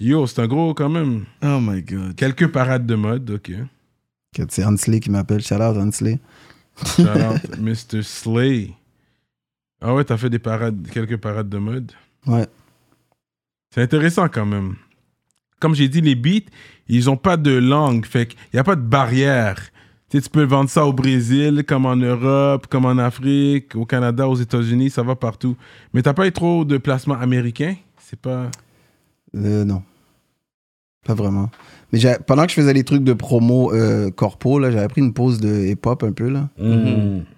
Speaker 1: Yo, c'est un gros quand même.
Speaker 2: Oh my god.
Speaker 1: Quelques parades de mode, ok.
Speaker 3: Que C'est Hansley qui m'appelle. Shout out, Hansley.
Speaker 1: Shout out Mr. Slay. Ah ouais, t'as fait des parades, quelques parades de mode.
Speaker 3: Ouais.
Speaker 1: C'est intéressant quand même. Comme j'ai dit, les beats, ils ont pas de langue. Fait qu'il n'y a pas de barrière. Tu sais, tu peux vendre ça au Brésil, comme en Europe, comme en Afrique, au Canada, aux États-Unis, ça va partout. Mais t'as pas eu trop de placements américains? C'est pas.
Speaker 3: Euh, non. Pas vraiment. Mais j'a- pendant que je faisais les trucs de promo euh, corpo, là, j'avais pris une pause de hip-hop un peu. Là.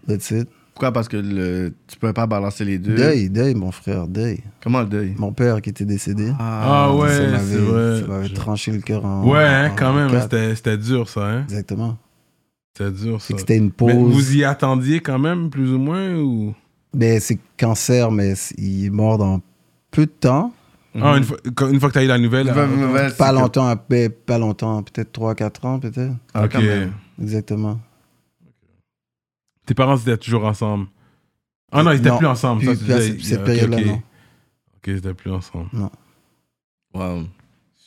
Speaker 3: That's it.
Speaker 2: Pourquoi? Parce que le... tu pouvais pas balancer les deux.
Speaker 3: Deuil, deuil, mon frère, deuil.
Speaker 2: Comment le deuil?
Speaker 3: Mon père qui était décédé.
Speaker 1: Ah, ouais,
Speaker 3: ça
Speaker 1: c'est
Speaker 3: m'avait, ça
Speaker 1: vrai.
Speaker 3: m'avait tranché le cœur en.
Speaker 1: Ouais, hein,
Speaker 3: en-
Speaker 1: quand
Speaker 3: en
Speaker 1: même,
Speaker 3: quatre.
Speaker 1: c'était- c'était dur ça, hein?
Speaker 3: Exactement.
Speaker 1: C'était dur
Speaker 3: Fait
Speaker 1: ça.
Speaker 3: que c'était une
Speaker 1: Mais
Speaker 3: pause.
Speaker 1: vous y attendiez quand même, plus ou moins, ou...
Speaker 3: Mais Ben, c'est cancer, mais c'est- il est mort dans peu de temps.
Speaker 1: Ah, une fois, quand- une fois que t'as eu la nouvelle...
Speaker 2: Mhm. Nouvelle-
Speaker 1: ah,
Speaker 2: nouvelle, c'est
Speaker 3: Pas
Speaker 2: que-
Speaker 3: longtemps, après, pas longtemps, peut-être 3-4 ans, peut-être.
Speaker 2: Ah,
Speaker 1: ok.
Speaker 2: quand
Speaker 3: euh,
Speaker 2: même.
Speaker 3: Exactement.
Speaker 1: Tes parents étaient toujours ensemble. Ah non, ils étaient
Speaker 3: Non,
Speaker 1: plus ensemble.
Speaker 3: plus-
Speaker 1: ça, tu
Speaker 3: plus à
Speaker 1: disais,
Speaker 3: cette- cette
Speaker 1: ok,
Speaker 3: période-là,
Speaker 1: ok.
Speaker 3: non.
Speaker 1: Ok, ils étaient plus ensemble.
Speaker 2: Wow.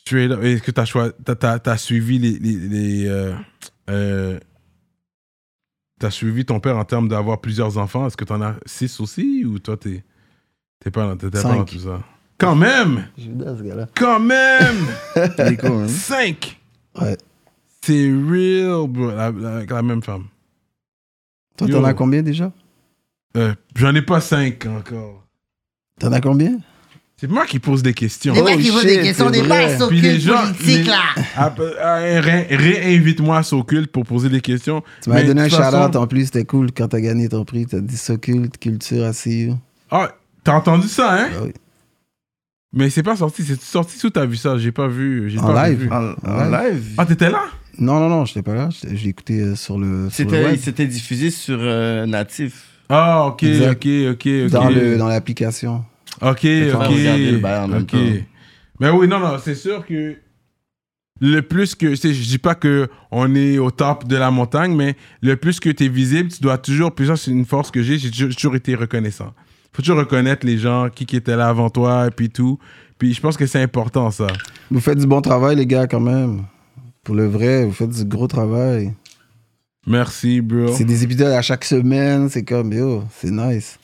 Speaker 1: Straight up, est-ce que t'as choi- t'as- t'as- t'as suivi les... les, les, euh, euh, t'as suivi ton père en termes d'avoir plusieurs enfants. Est-ce que t'en as six aussi, ou toi, t'es t'es pas, dans- t'étais pas
Speaker 3: Cinq.
Speaker 1: dans tout ça Quand même
Speaker 3: Judas, ce gars-là.
Speaker 1: Quand même
Speaker 2: C'est cool, hein?
Speaker 1: Cinq
Speaker 3: Ouais.
Speaker 1: C'est real, bro. La- la- Avec la même femme.
Speaker 3: Toi,
Speaker 1: Yo.
Speaker 3: t'en as combien déjà
Speaker 1: Euh, J'en ai pas cinq encore.
Speaker 3: T'en as combien
Speaker 1: C'est moi qui pose des questions.
Speaker 3: Oh,
Speaker 5: mecs qui posent des
Speaker 3: shit,
Speaker 5: questions,
Speaker 3: c'est
Speaker 5: des
Speaker 3: vrai.
Speaker 5: passes au
Speaker 1: Puis les
Speaker 5: cul
Speaker 1: gens-
Speaker 5: politique,
Speaker 1: les-
Speaker 5: là.
Speaker 1: Ah, euh, euh, ré- Réinvite-moi à Socult pour poser des questions.
Speaker 3: Tu m'avais
Speaker 1: Mais
Speaker 3: donné
Speaker 1: de
Speaker 3: un
Speaker 1: toute façon-
Speaker 3: shout en plus, c'était cool quand t'as gagné ton prix. T'as dit Socult, Culture, ACU.
Speaker 1: Ah, t'as entendu ça, hein?
Speaker 3: Ah oui.
Speaker 1: Mais c'est pas sorti, c'est sorti sous t'as vu ça, j'ai pas vu. j'ai
Speaker 3: En
Speaker 1: pas
Speaker 3: live. Ah.
Speaker 1: vu.
Speaker 2: En, en live.
Speaker 1: Ah, t'étais là
Speaker 3: Non, non, non, j'étais pas là. J'étais- Je l'ai écouté euh, sur le. sur le
Speaker 2: C'était
Speaker 3: web.
Speaker 2: c'était diffusé sur euh, Natif.
Speaker 1: Ah, ok,
Speaker 3: Exact.
Speaker 1: ok, ok, ok.
Speaker 3: Dans le- dans l'application.
Speaker 1: Ok,
Speaker 2: faut regarder le bail en
Speaker 1: ok.
Speaker 2: même
Speaker 1: Ok.
Speaker 2: temps.
Speaker 1: Mais oui, non, non, c'est sûr que le plus que. tu sais, Je dis pas que on est au top de la montagne, mais le plus que tu es visible, tu dois toujours. Puis ça, c'est une force que j'ai, j'ai toujours- toujours été reconnaissant. Faut toujours reconnaître les gens, qui, qui étaient là avant toi, et puis tout. Puis je pense que c'est important, ça.
Speaker 3: Vous faites du bon travail, les gars, quand même. Pour le vrai, vous faites du gros travail.
Speaker 1: Merci, bro.
Speaker 3: C'est des épisodes à chaque semaine. C'est comme, yo, c'est nice.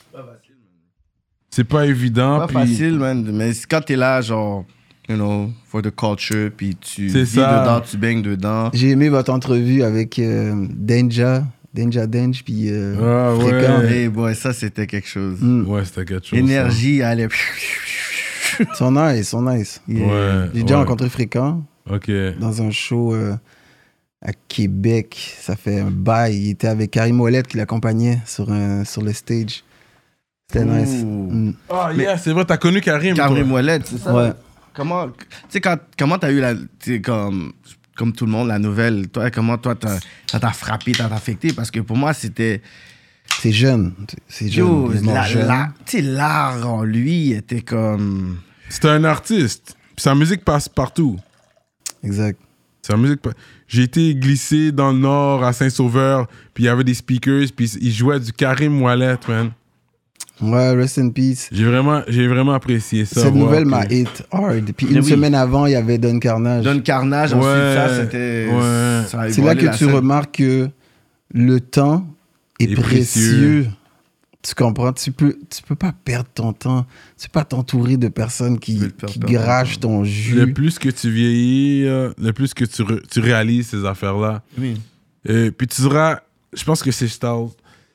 Speaker 1: C'est pas évident.
Speaker 2: Pas
Speaker 1: Ah, puis-
Speaker 2: facile, man. Mais c'est quand t'es là, genre, you know, for the culture, puis tu
Speaker 1: C'est
Speaker 2: vis
Speaker 1: ça.
Speaker 2: dedans, tu baignes dedans.
Speaker 3: J'ai aimé votre entrevue avec euh, Denja. Denja Denj, puis euh,
Speaker 1: Ah, ouais.
Speaker 3: Fréquent.
Speaker 2: Et ouais, ça, c'était quelque chose.
Speaker 3: Mm.
Speaker 1: Ouais, c'était quelque chose. ça.
Speaker 2: L'énergie, elle est.
Speaker 3: Ils sont nice, ils sont nice.
Speaker 2: Yeah.
Speaker 1: hein. Ouais.
Speaker 3: J'ai déjà
Speaker 1: ouais.
Speaker 3: rencontré Fréquent
Speaker 1: Ok.
Speaker 3: dans un show euh, à Québec. Ça fait un bail. Il était avec Karim Ouellet qui l'accompagnait sur, un- sur le stage. C'était nice.
Speaker 2: Ouh.
Speaker 3: Mm.
Speaker 1: Ah, yeah, c'est vrai, t'as connu Karim. toi.
Speaker 2: Carré moellette, c'est ça?
Speaker 3: Ouais.
Speaker 2: Comment, tu sais, quand, comment t'as eu la, tu sais, comme, comme tout le monde, la nouvelle, toi, comment toi, t'as- ça t'a frappé, ça t'a affecté? Parce que pour moi, c'était,
Speaker 3: C'est jeune. C'est jeune.
Speaker 2: yo,
Speaker 3: vraiment
Speaker 2: la-
Speaker 3: jeune.
Speaker 2: la- tu sais, l'art en lui était comme,
Speaker 1: C'est un artiste. Puis sa musique passe partout.
Speaker 3: Exact.
Speaker 1: Sa musique. pa- J'ai été glissé dans le nord à Saint-Sauveur, puis il y avait des speakers, puis ils jouaient du Karim Wallet, man.
Speaker 3: Ouais, rest in peace.
Speaker 1: J'ai vraiment, j'ai vraiment apprécié ça.
Speaker 3: Cette
Speaker 1: voir
Speaker 3: nouvelle
Speaker 1: que-
Speaker 3: m'a hit hard. Puis
Speaker 2: Mais
Speaker 3: une
Speaker 2: oui.
Speaker 3: semaine avant, il y avait Don Carnage.
Speaker 2: donne carnage, ensuite,
Speaker 1: Ouais,
Speaker 2: ça, c'était,
Speaker 1: ouais.
Speaker 2: ça a
Speaker 3: C'est là
Speaker 2: ébranlé
Speaker 3: que
Speaker 2: la
Speaker 3: tu
Speaker 2: scène.
Speaker 3: remarques que le temps est
Speaker 1: Est
Speaker 3: précieux.
Speaker 1: précieux.
Speaker 3: Tu comprends? Tu peux, tu peux pas perdre ton temps. Tu peux pas t'entourer de personnes qui,
Speaker 2: peux le faire
Speaker 3: qui
Speaker 2: perdre ton
Speaker 3: grachent ton jus.
Speaker 1: Le plus que tu vieillis, euh, le plus que tu, re- tu réalises ces affaires-là.
Speaker 2: Oui.
Speaker 1: Euh, puis tu diras, je pense que c'est style.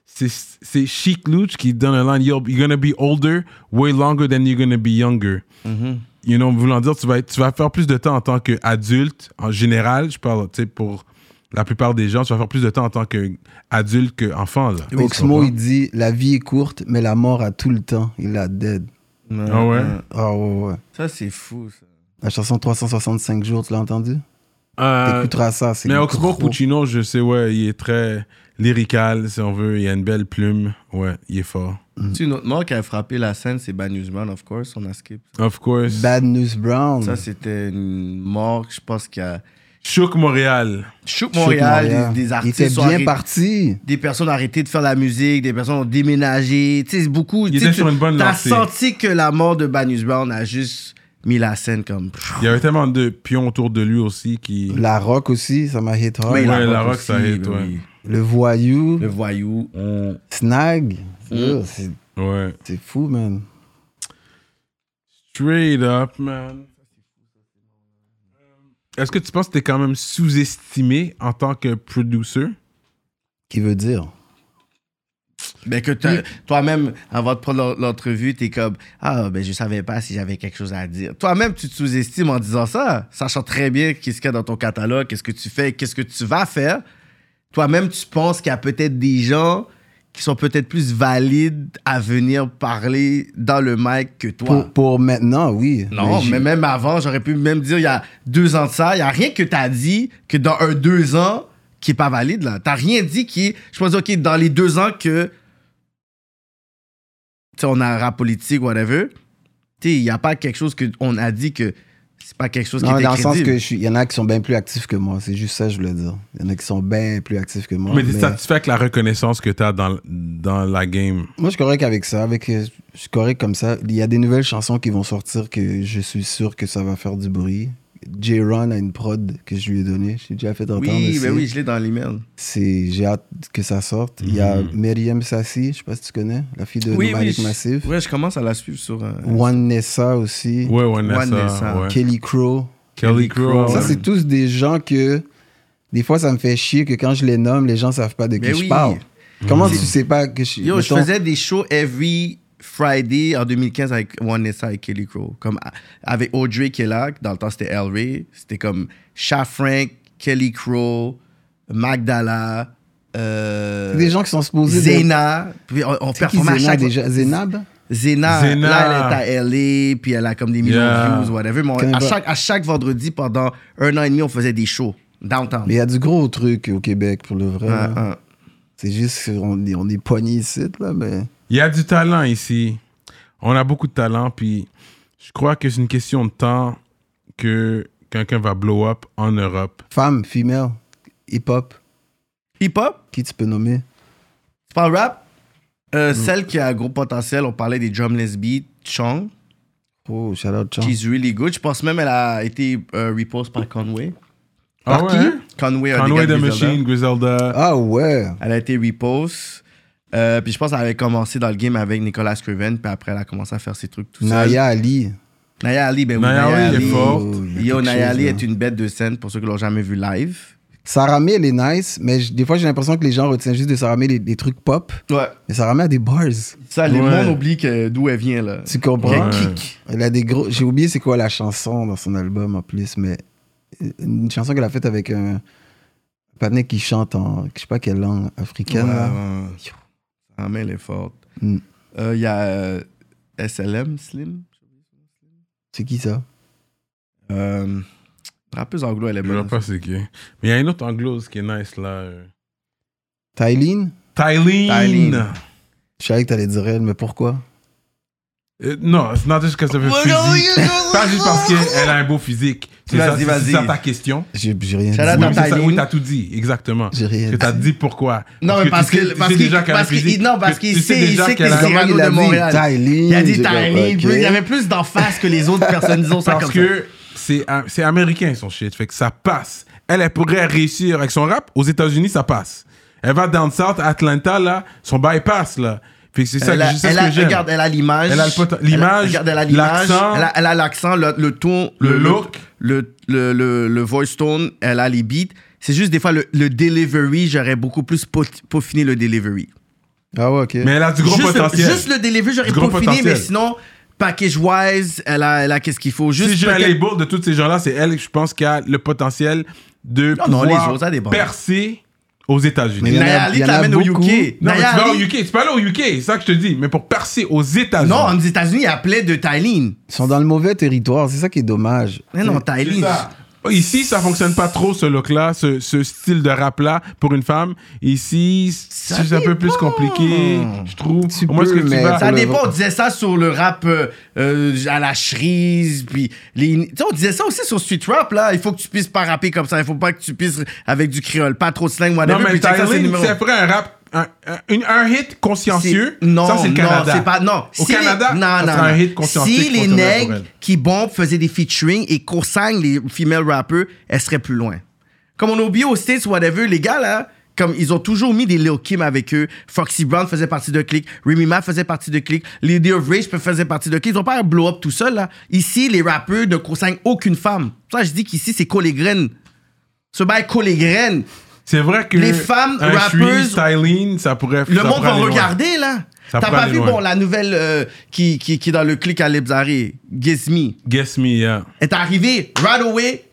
Speaker 1: C'est c'est Chic Luch qui donne un line Yo, You're gonna be older way longer than you're gonna be younger.
Speaker 2: Mhm.
Speaker 1: You know, voulant dire, tu vas, être- tu vas faire plus de temps en tant qu'adulte, en général, je parle, tu sais, pour la plupart des gens, tu vas faire plus de temps en tant qu'adulte qu'enfant, là.
Speaker 2: Oui, tu
Speaker 3: Oxmo,
Speaker 2: comprends.
Speaker 3: il dit La vie est courte, mais la mort a tout le temps. Il a dead.
Speaker 1: Ah ouais?
Speaker 3: Ah ouais, ouais.
Speaker 2: Ça, c'est fou, ça.
Speaker 3: La chanson 365 jours, tu l'as entendu?
Speaker 1: Euh,
Speaker 3: T'écouteras ça. c'est
Speaker 1: mais Oxmo
Speaker 3: gros.
Speaker 1: Puccino, je sais, ouais, il est très lyrical, si on veut, il a une belle plume, ouais, il est fort.
Speaker 3: Mm.
Speaker 2: Tu sais, une autre mort qui a frappé la scène, c'est Bad Newsman, of course, on a skip.
Speaker 1: Of course.
Speaker 3: Bad News Brown.
Speaker 2: Ça, c'était une mort, que je pense, qui a
Speaker 1: Chouk Montréal.
Speaker 2: Chouk
Speaker 3: Shoot
Speaker 2: Montréal,
Speaker 3: Montréal.
Speaker 2: Des, des artistes
Speaker 3: Il était
Speaker 2: sont
Speaker 3: bien
Speaker 2: arrêtés-
Speaker 3: parti.
Speaker 2: des personnes ont arrêté de faire la musique, des personnes ont déménagé, tu sais, c'est beaucoup.
Speaker 1: Il
Speaker 2: tu sais,
Speaker 1: était
Speaker 2: tu-
Speaker 1: sur une bonne
Speaker 2: T'as
Speaker 1: lancée.
Speaker 2: senti que la mort de Banus Brown a juste mis la scène comme.
Speaker 1: Il y avait tellement de pions autour de lui aussi qui.
Speaker 3: La rock aussi, ça m'a hit hard.
Speaker 1: Ouais, la
Speaker 2: rock
Speaker 1: rock,
Speaker 2: aussi,
Speaker 1: ça hit,
Speaker 2: ben
Speaker 1: ouais.
Speaker 2: oui.
Speaker 3: Le voyou,
Speaker 2: Le voyou.
Speaker 3: Snag. Yo, c'est-
Speaker 1: Ouais.
Speaker 3: C'est fou, man.
Speaker 1: Straight up, man. Euh, Est-ce que tu penses que t'es quand même sous-estimé en tant que producer?
Speaker 3: Qui veut dire?
Speaker 2: Ben que t'as- toi-même, avant de prendre l'en- l'entrevue, t'es comme Ah, ben je savais pas si j'avais quelque chose à dire. Toi-même, tu te sous-estimes en disant ça, sachant très bien qu'est-ce qu'il y a dans ton catalogue, qu'est-ce que tu fais, qu'est-ce que tu vas faire. Toi-même, tu penses qu'il y a peut-être des gens qui sont peut-être plus valides à venir parler dans le mic que toi.
Speaker 3: Pour, pour maintenant, oui.
Speaker 2: Non,
Speaker 3: j'ai-
Speaker 2: mais même avant, j'aurais pu même dire il y a deux ans de ça, il n'y a rien que tu as dit que dans un deux ans qui est pas valide là. T'as rien dit qui. Je pense ok dans les deux ans que tu sais, on a un rap politique whatever. Tu sais, il n'y a pas quelque chose que on a dit que c'est pas quelque chose qui
Speaker 3: Non,
Speaker 2: était
Speaker 3: dans le sens
Speaker 2: crédible.
Speaker 3: que je suis- il y en a qui sont bien plus actifs que moi. C'est juste ça, que je voulais dire. Il y en a qui sont bien plus actifs que moi.
Speaker 1: mais t'es
Speaker 3: mais-
Speaker 1: satisfait avec la reconnaissance que t'as dans, dans la game?
Speaker 3: Moi, je suis correct avec ça. Avec, euh, je suis correct comme ça. Il y a des nouvelles chansons qui vont sortir que je suis sûr que ça va faire du bruit. J-Ron a une prod que je lui ai donnée. Je l'ai déjà fait entendre.
Speaker 2: Oui,
Speaker 3: aussi.
Speaker 2: ben oui, je l'ai dans l'email.
Speaker 3: C'est- J'ai hâte que ça sorte. Il y a Miriam Sassi, je sais pas si tu connais, la fille de
Speaker 2: Mhm. Oui, oui.
Speaker 3: Nomadic
Speaker 2: je-
Speaker 3: Massive.
Speaker 2: Ouais, je commence à la suivre sur. euh,
Speaker 3: One Nessa aussi.
Speaker 1: Ouais, ouais,
Speaker 2: Nessa.
Speaker 1: Nessa. ouais.
Speaker 3: Kelly Crow.
Speaker 1: Kelly Crow.
Speaker 3: Ça, c'est tous des gens que. Des fois, ça me fait chier que quand je les nomme, les gens savent pas de qui
Speaker 2: Mais
Speaker 3: je
Speaker 2: oui.
Speaker 3: parle.
Speaker 1: Mm.
Speaker 3: Comment tu sais pas que je suis.
Speaker 2: Yo, je
Speaker 3: mettons,
Speaker 2: faisais des shows every Friday en 2015 avec Vanessa et Kelly Crow. Comme a- avec Audrey qui est là, dans le temps c'était El Ray. C'était comme Sha Frank, Kelly Crow, Magdala, euh,
Speaker 3: Des gens qui sont supposés.
Speaker 2: Zena. Puis on,
Speaker 3: C'est
Speaker 2: on
Speaker 3: qui,
Speaker 2: performait à
Speaker 3: Zena,
Speaker 2: chaque
Speaker 3: déjà? Zénab
Speaker 2: Zena,
Speaker 1: Zena.
Speaker 2: là, elle est à LA, puis elle a comme des millions
Speaker 1: Yeah.
Speaker 2: de views, whatever. Mais on-
Speaker 3: Quand
Speaker 2: à,
Speaker 3: elle va-
Speaker 2: chaque, à chaque vendredi, pendant un an et demi, on faisait des shows downtown.
Speaker 3: Mais il y a du gros truc au Québec, pour le vrai.
Speaker 2: Ah,
Speaker 3: là.
Speaker 2: ah.
Speaker 3: C'est juste qu'on est, on est poigné ici, là, mais...
Speaker 1: Il y a du talent ici. On a beaucoup de talent, puis je crois que c'est une question de temps que quelqu'un va blow up en Europe.
Speaker 3: Femme, female, hip-hop,
Speaker 2: Hip-hop,
Speaker 3: qui tu peux nommer?
Speaker 2: tu parles rap? Euh, Celle qui a un gros potentiel, on parlait des drumless beats, Chong.
Speaker 3: Oh, shout-out, Chan.
Speaker 2: She's really good. Je pense même elle a été euh, repose par Conway.
Speaker 1: Ah ouais?
Speaker 2: Conway, un des
Speaker 1: Conway
Speaker 2: gars
Speaker 1: the
Speaker 2: de Griselda.
Speaker 1: Machine, Griselda.
Speaker 3: Ah ouais!
Speaker 2: Elle a été repose. Euh, puis je pense qu'elle avait commencé dans le game avec Nicolas Craven, puis après elle a commencé à faire ses trucs tout seul.
Speaker 3: Naya Ali.
Speaker 2: Naya Ali, ben oui,
Speaker 1: Naya Ali est forte.
Speaker 3: Oh, il y a
Speaker 2: Yo,
Speaker 3: quelque
Speaker 2: Naya
Speaker 3: chose,
Speaker 2: Ali
Speaker 3: là.
Speaker 2: est une bête de scène pour ceux qui l'ont jamais vu live.
Speaker 3: Sarah May, elle est nice, mais j- des fois, j'ai l'impression que les gens retiennent juste de Sarah May les, les trucs pop.
Speaker 2: Ouais.
Speaker 3: Mais Sarah May a des bars.
Speaker 2: Ça, les
Speaker 1: Ouais.
Speaker 2: gens oublient que- d'où elle vient, là.
Speaker 3: Tu comprends?
Speaker 1: Ouais.
Speaker 3: Elle a des gros... J'ai oublié c'est quoi la chanson dans son album, en plus, mais... euh, Une chanson qu'elle a faite avec un... Panet qui chante en... Je sais pas quelle langue
Speaker 2: Ouais,
Speaker 3: africaine, là.
Speaker 2: ouais. Sa main, elle est forte. Euh,
Speaker 3: Mm.
Speaker 2: Il y a euh, SLM, Slim.
Speaker 3: C'est qui, ça?
Speaker 2: Euh, rappeuse anglo, elle est
Speaker 1: Je vois
Speaker 2: bonne.
Speaker 1: pas c'est qui. Mais il y a une autre anglose qui est nice là.
Speaker 3: Tyleen?
Speaker 1: Tylene.
Speaker 2: Tylene.
Speaker 3: Je savais que t'allais dire elle, mais pourquoi?
Speaker 1: Euh, non, c'est not just because of her physique. Pas juste parce qu'elle a un beau physique. C'est ça,
Speaker 2: Vas-y,
Speaker 1: c'est- c'est
Speaker 2: vas-y.
Speaker 1: ça ta question.
Speaker 3: J'ai j'ai rien
Speaker 2: Shout out
Speaker 3: dit.
Speaker 1: Oui,
Speaker 2: à
Speaker 1: mais c'est ça,
Speaker 2: Tylene.
Speaker 1: oui, t'as tout dit, exactement.
Speaker 3: J'ai rien
Speaker 1: Que
Speaker 3: dit.
Speaker 1: t'as dit pourquoi.
Speaker 2: Non, mais parce
Speaker 1: tu sais-
Speaker 2: que-
Speaker 1: tu sais
Speaker 2: parce qu'il-
Speaker 1: déjà qu'elle a un
Speaker 2: parce qu'il-
Speaker 1: physique,
Speaker 2: non,
Speaker 1: que
Speaker 2: parce
Speaker 1: tu
Speaker 2: qu'il
Speaker 1: sais
Speaker 2: sait- il
Speaker 1: déjà
Speaker 2: sait
Speaker 1: qu'elle
Speaker 2: qu'il
Speaker 1: a un-
Speaker 2: s'est
Speaker 3: Comment
Speaker 2: Cyrano
Speaker 3: il a
Speaker 2: de
Speaker 3: dit?
Speaker 2: Montréal.
Speaker 3: Tyleen.
Speaker 2: Il a dit
Speaker 3: J'ai comme,
Speaker 2: Tyler.
Speaker 3: ok.
Speaker 2: Il y avait plus d'en face que les autres personnes. Disons ça
Speaker 1: Parce
Speaker 2: comme ça.
Speaker 1: que c'est c'est américain son shit, fait que ça passe. Elle, elle pourrait réussir avec son rap aux États-Unis, ça passe. Elle va dans le South Atlanta là, son bypass là. Fait que c'est ça
Speaker 2: Elle
Speaker 1: que
Speaker 2: a,
Speaker 1: je- c'est
Speaker 2: elle
Speaker 1: ce
Speaker 2: a-
Speaker 1: que j'aime.
Speaker 2: regarde, elle a l'image.
Speaker 1: Elle a le poten- l'image,
Speaker 2: Elle a- regarde, elle a l'image.
Speaker 1: l'accent.
Speaker 2: Elle a- Elle a l'accent, le, le ton,
Speaker 1: Le look.
Speaker 2: le, le, le, le voice tone. Elle a les beats. C'est juste des fois le, le delivery, j'aurais beaucoup plus peau- peaufiné le delivery.
Speaker 3: Ah ouais, ok.
Speaker 1: Mais elle a du gros
Speaker 2: juste,
Speaker 1: potentiel.
Speaker 2: Le, juste le delivery, j'aurais
Speaker 1: Du gros
Speaker 2: peaufiné,
Speaker 1: potentiel.
Speaker 2: mais sinon, package wise, elle a, elle a qu'est-ce qu'il faut. Juste
Speaker 1: si j'ai un
Speaker 2: peut-être-
Speaker 1: label de tous ces gens là, c'est elle, je pense, qui a le potentiel de
Speaker 2: Non, non, les
Speaker 1: pouvoir
Speaker 2: autres, ça dépend.
Speaker 1: percer aux États-Unis.
Speaker 3: Mais il y en a-
Speaker 2: Naya
Speaker 3: il
Speaker 2: Ali
Speaker 3: y en
Speaker 2: te
Speaker 3: a
Speaker 2: l'amène au
Speaker 3: beaucoup.
Speaker 1: Non,
Speaker 2: UK.
Speaker 1: mais tu
Speaker 2: Naya
Speaker 1: vas au
Speaker 2: Ali-
Speaker 1: UK, tu peux aller au UK, c'est ça que je te dis. Mais pour percer aux États-Unis.
Speaker 2: Non, aux États-Unis, il y a plein de Tylene.
Speaker 3: Ils sont dans le mauvais territoire, c'est ça qui est dommage.
Speaker 2: Mais non,
Speaker 1: C'est
Speaker 2: Tylene.
Speaker 1: ça. Ici, ça fonctionne pas trop ce look-là, ce, ce style de rap-là pour une femme. Ici,
Speaker 2: Ça
Speaker 1: c'est un peu plus
Speaker 2: dépend.
Speaker 1: compliqué, je trouve.
Speaker 3: Tu
Speaker 1: Au moins, ce que
Speaker 3: peux,
Speaker 1: tu
Speaker 3: mais
Speaker 1: vas.
Speaker 2: Ça
Speaker 3: Pour le
Speaker 2: dépend,
Speaker 3: vrai.
Speaker 2: on disait ça sur le rap euh, euh, à la cherise, puis les... Tu sais, on disait ça aussi sur street rap, là. Il faut que tu puisses pas rapper comme ça, il faut pas que tu puisses avec du créole, pas trop de slang,
Speaker 1: Non,
Speaker 2: whatever.
Speaker 1: mais
Speaker 2: puis check ça, c'est
Speaker 1: Tyler,
Speaker 2: numéro-
Speaker 1: c'est après un rap, un, un- une- un hit consciencieux.
Speaker 2: C'est- Non,
Speaker 1: ça, c'est le Canada.
Speaker 2: non, c'est pas... Non,
Speaker 1: Au
Speaker 2: Si les-
Speaker 1: Canada,
Speaker 2: non,
Speaker 1: ça
Speaker 2: non,
Speaker 1: sera un
Speaker 2: non.
Speaker 1: hit consciencieux.
Speaker 2: Si
Speaker 1: qui
Speaker 2: les
Speaker 1: fonctionnerait pour
Speaker 2: nègres
Speaker 1: elle.
Speaker 2: qui bombent faisaient des featuring et consignent les female rappers, elles seraient plus loin. Comme on a oublié aux States, whatever, les gars, là... Comme ils ont toujours mis des Lil Kim avec eux. Foxy Brown faisait partie de Click. Remy Ma faisait partie de Click. Lady of Rage faisait partie de Click. Ils ont pas un blow-up tout seul, là. Ici, les rappeurs ne consignent aucune femme. Ça, je dis qu'ici, c'est les graines. Ce bail les graines.
Speaker 1: C'est vrai que.
Speaker 2: Les femmes
Speaker 1: un Shreeze,
Speaker 2: rappeuses-
Speaker 1: Tylene, ça pourrait.
Speaker 2: Le
Speaker 1: ça
Speaker 2: monde
Speaker 1: pourrait
Speaker 2: va
Speaker 1: aller loin.
Speaker 2: regarder, là.
Speaker 1: Ça
Speaker 2: T'as
Speaker 1: pourrait
Speaker 2: pas
Speaker 1: aller
Speaker 2: vu,
Speaker 1: loin.
Speaker 2: bon, la nouvelle euh, qui, qui, qui est dans le clic à Lebzaré, Guess Me,
Speaker 1: Guess me, yeah.
Speaker 2: est arrivée right away.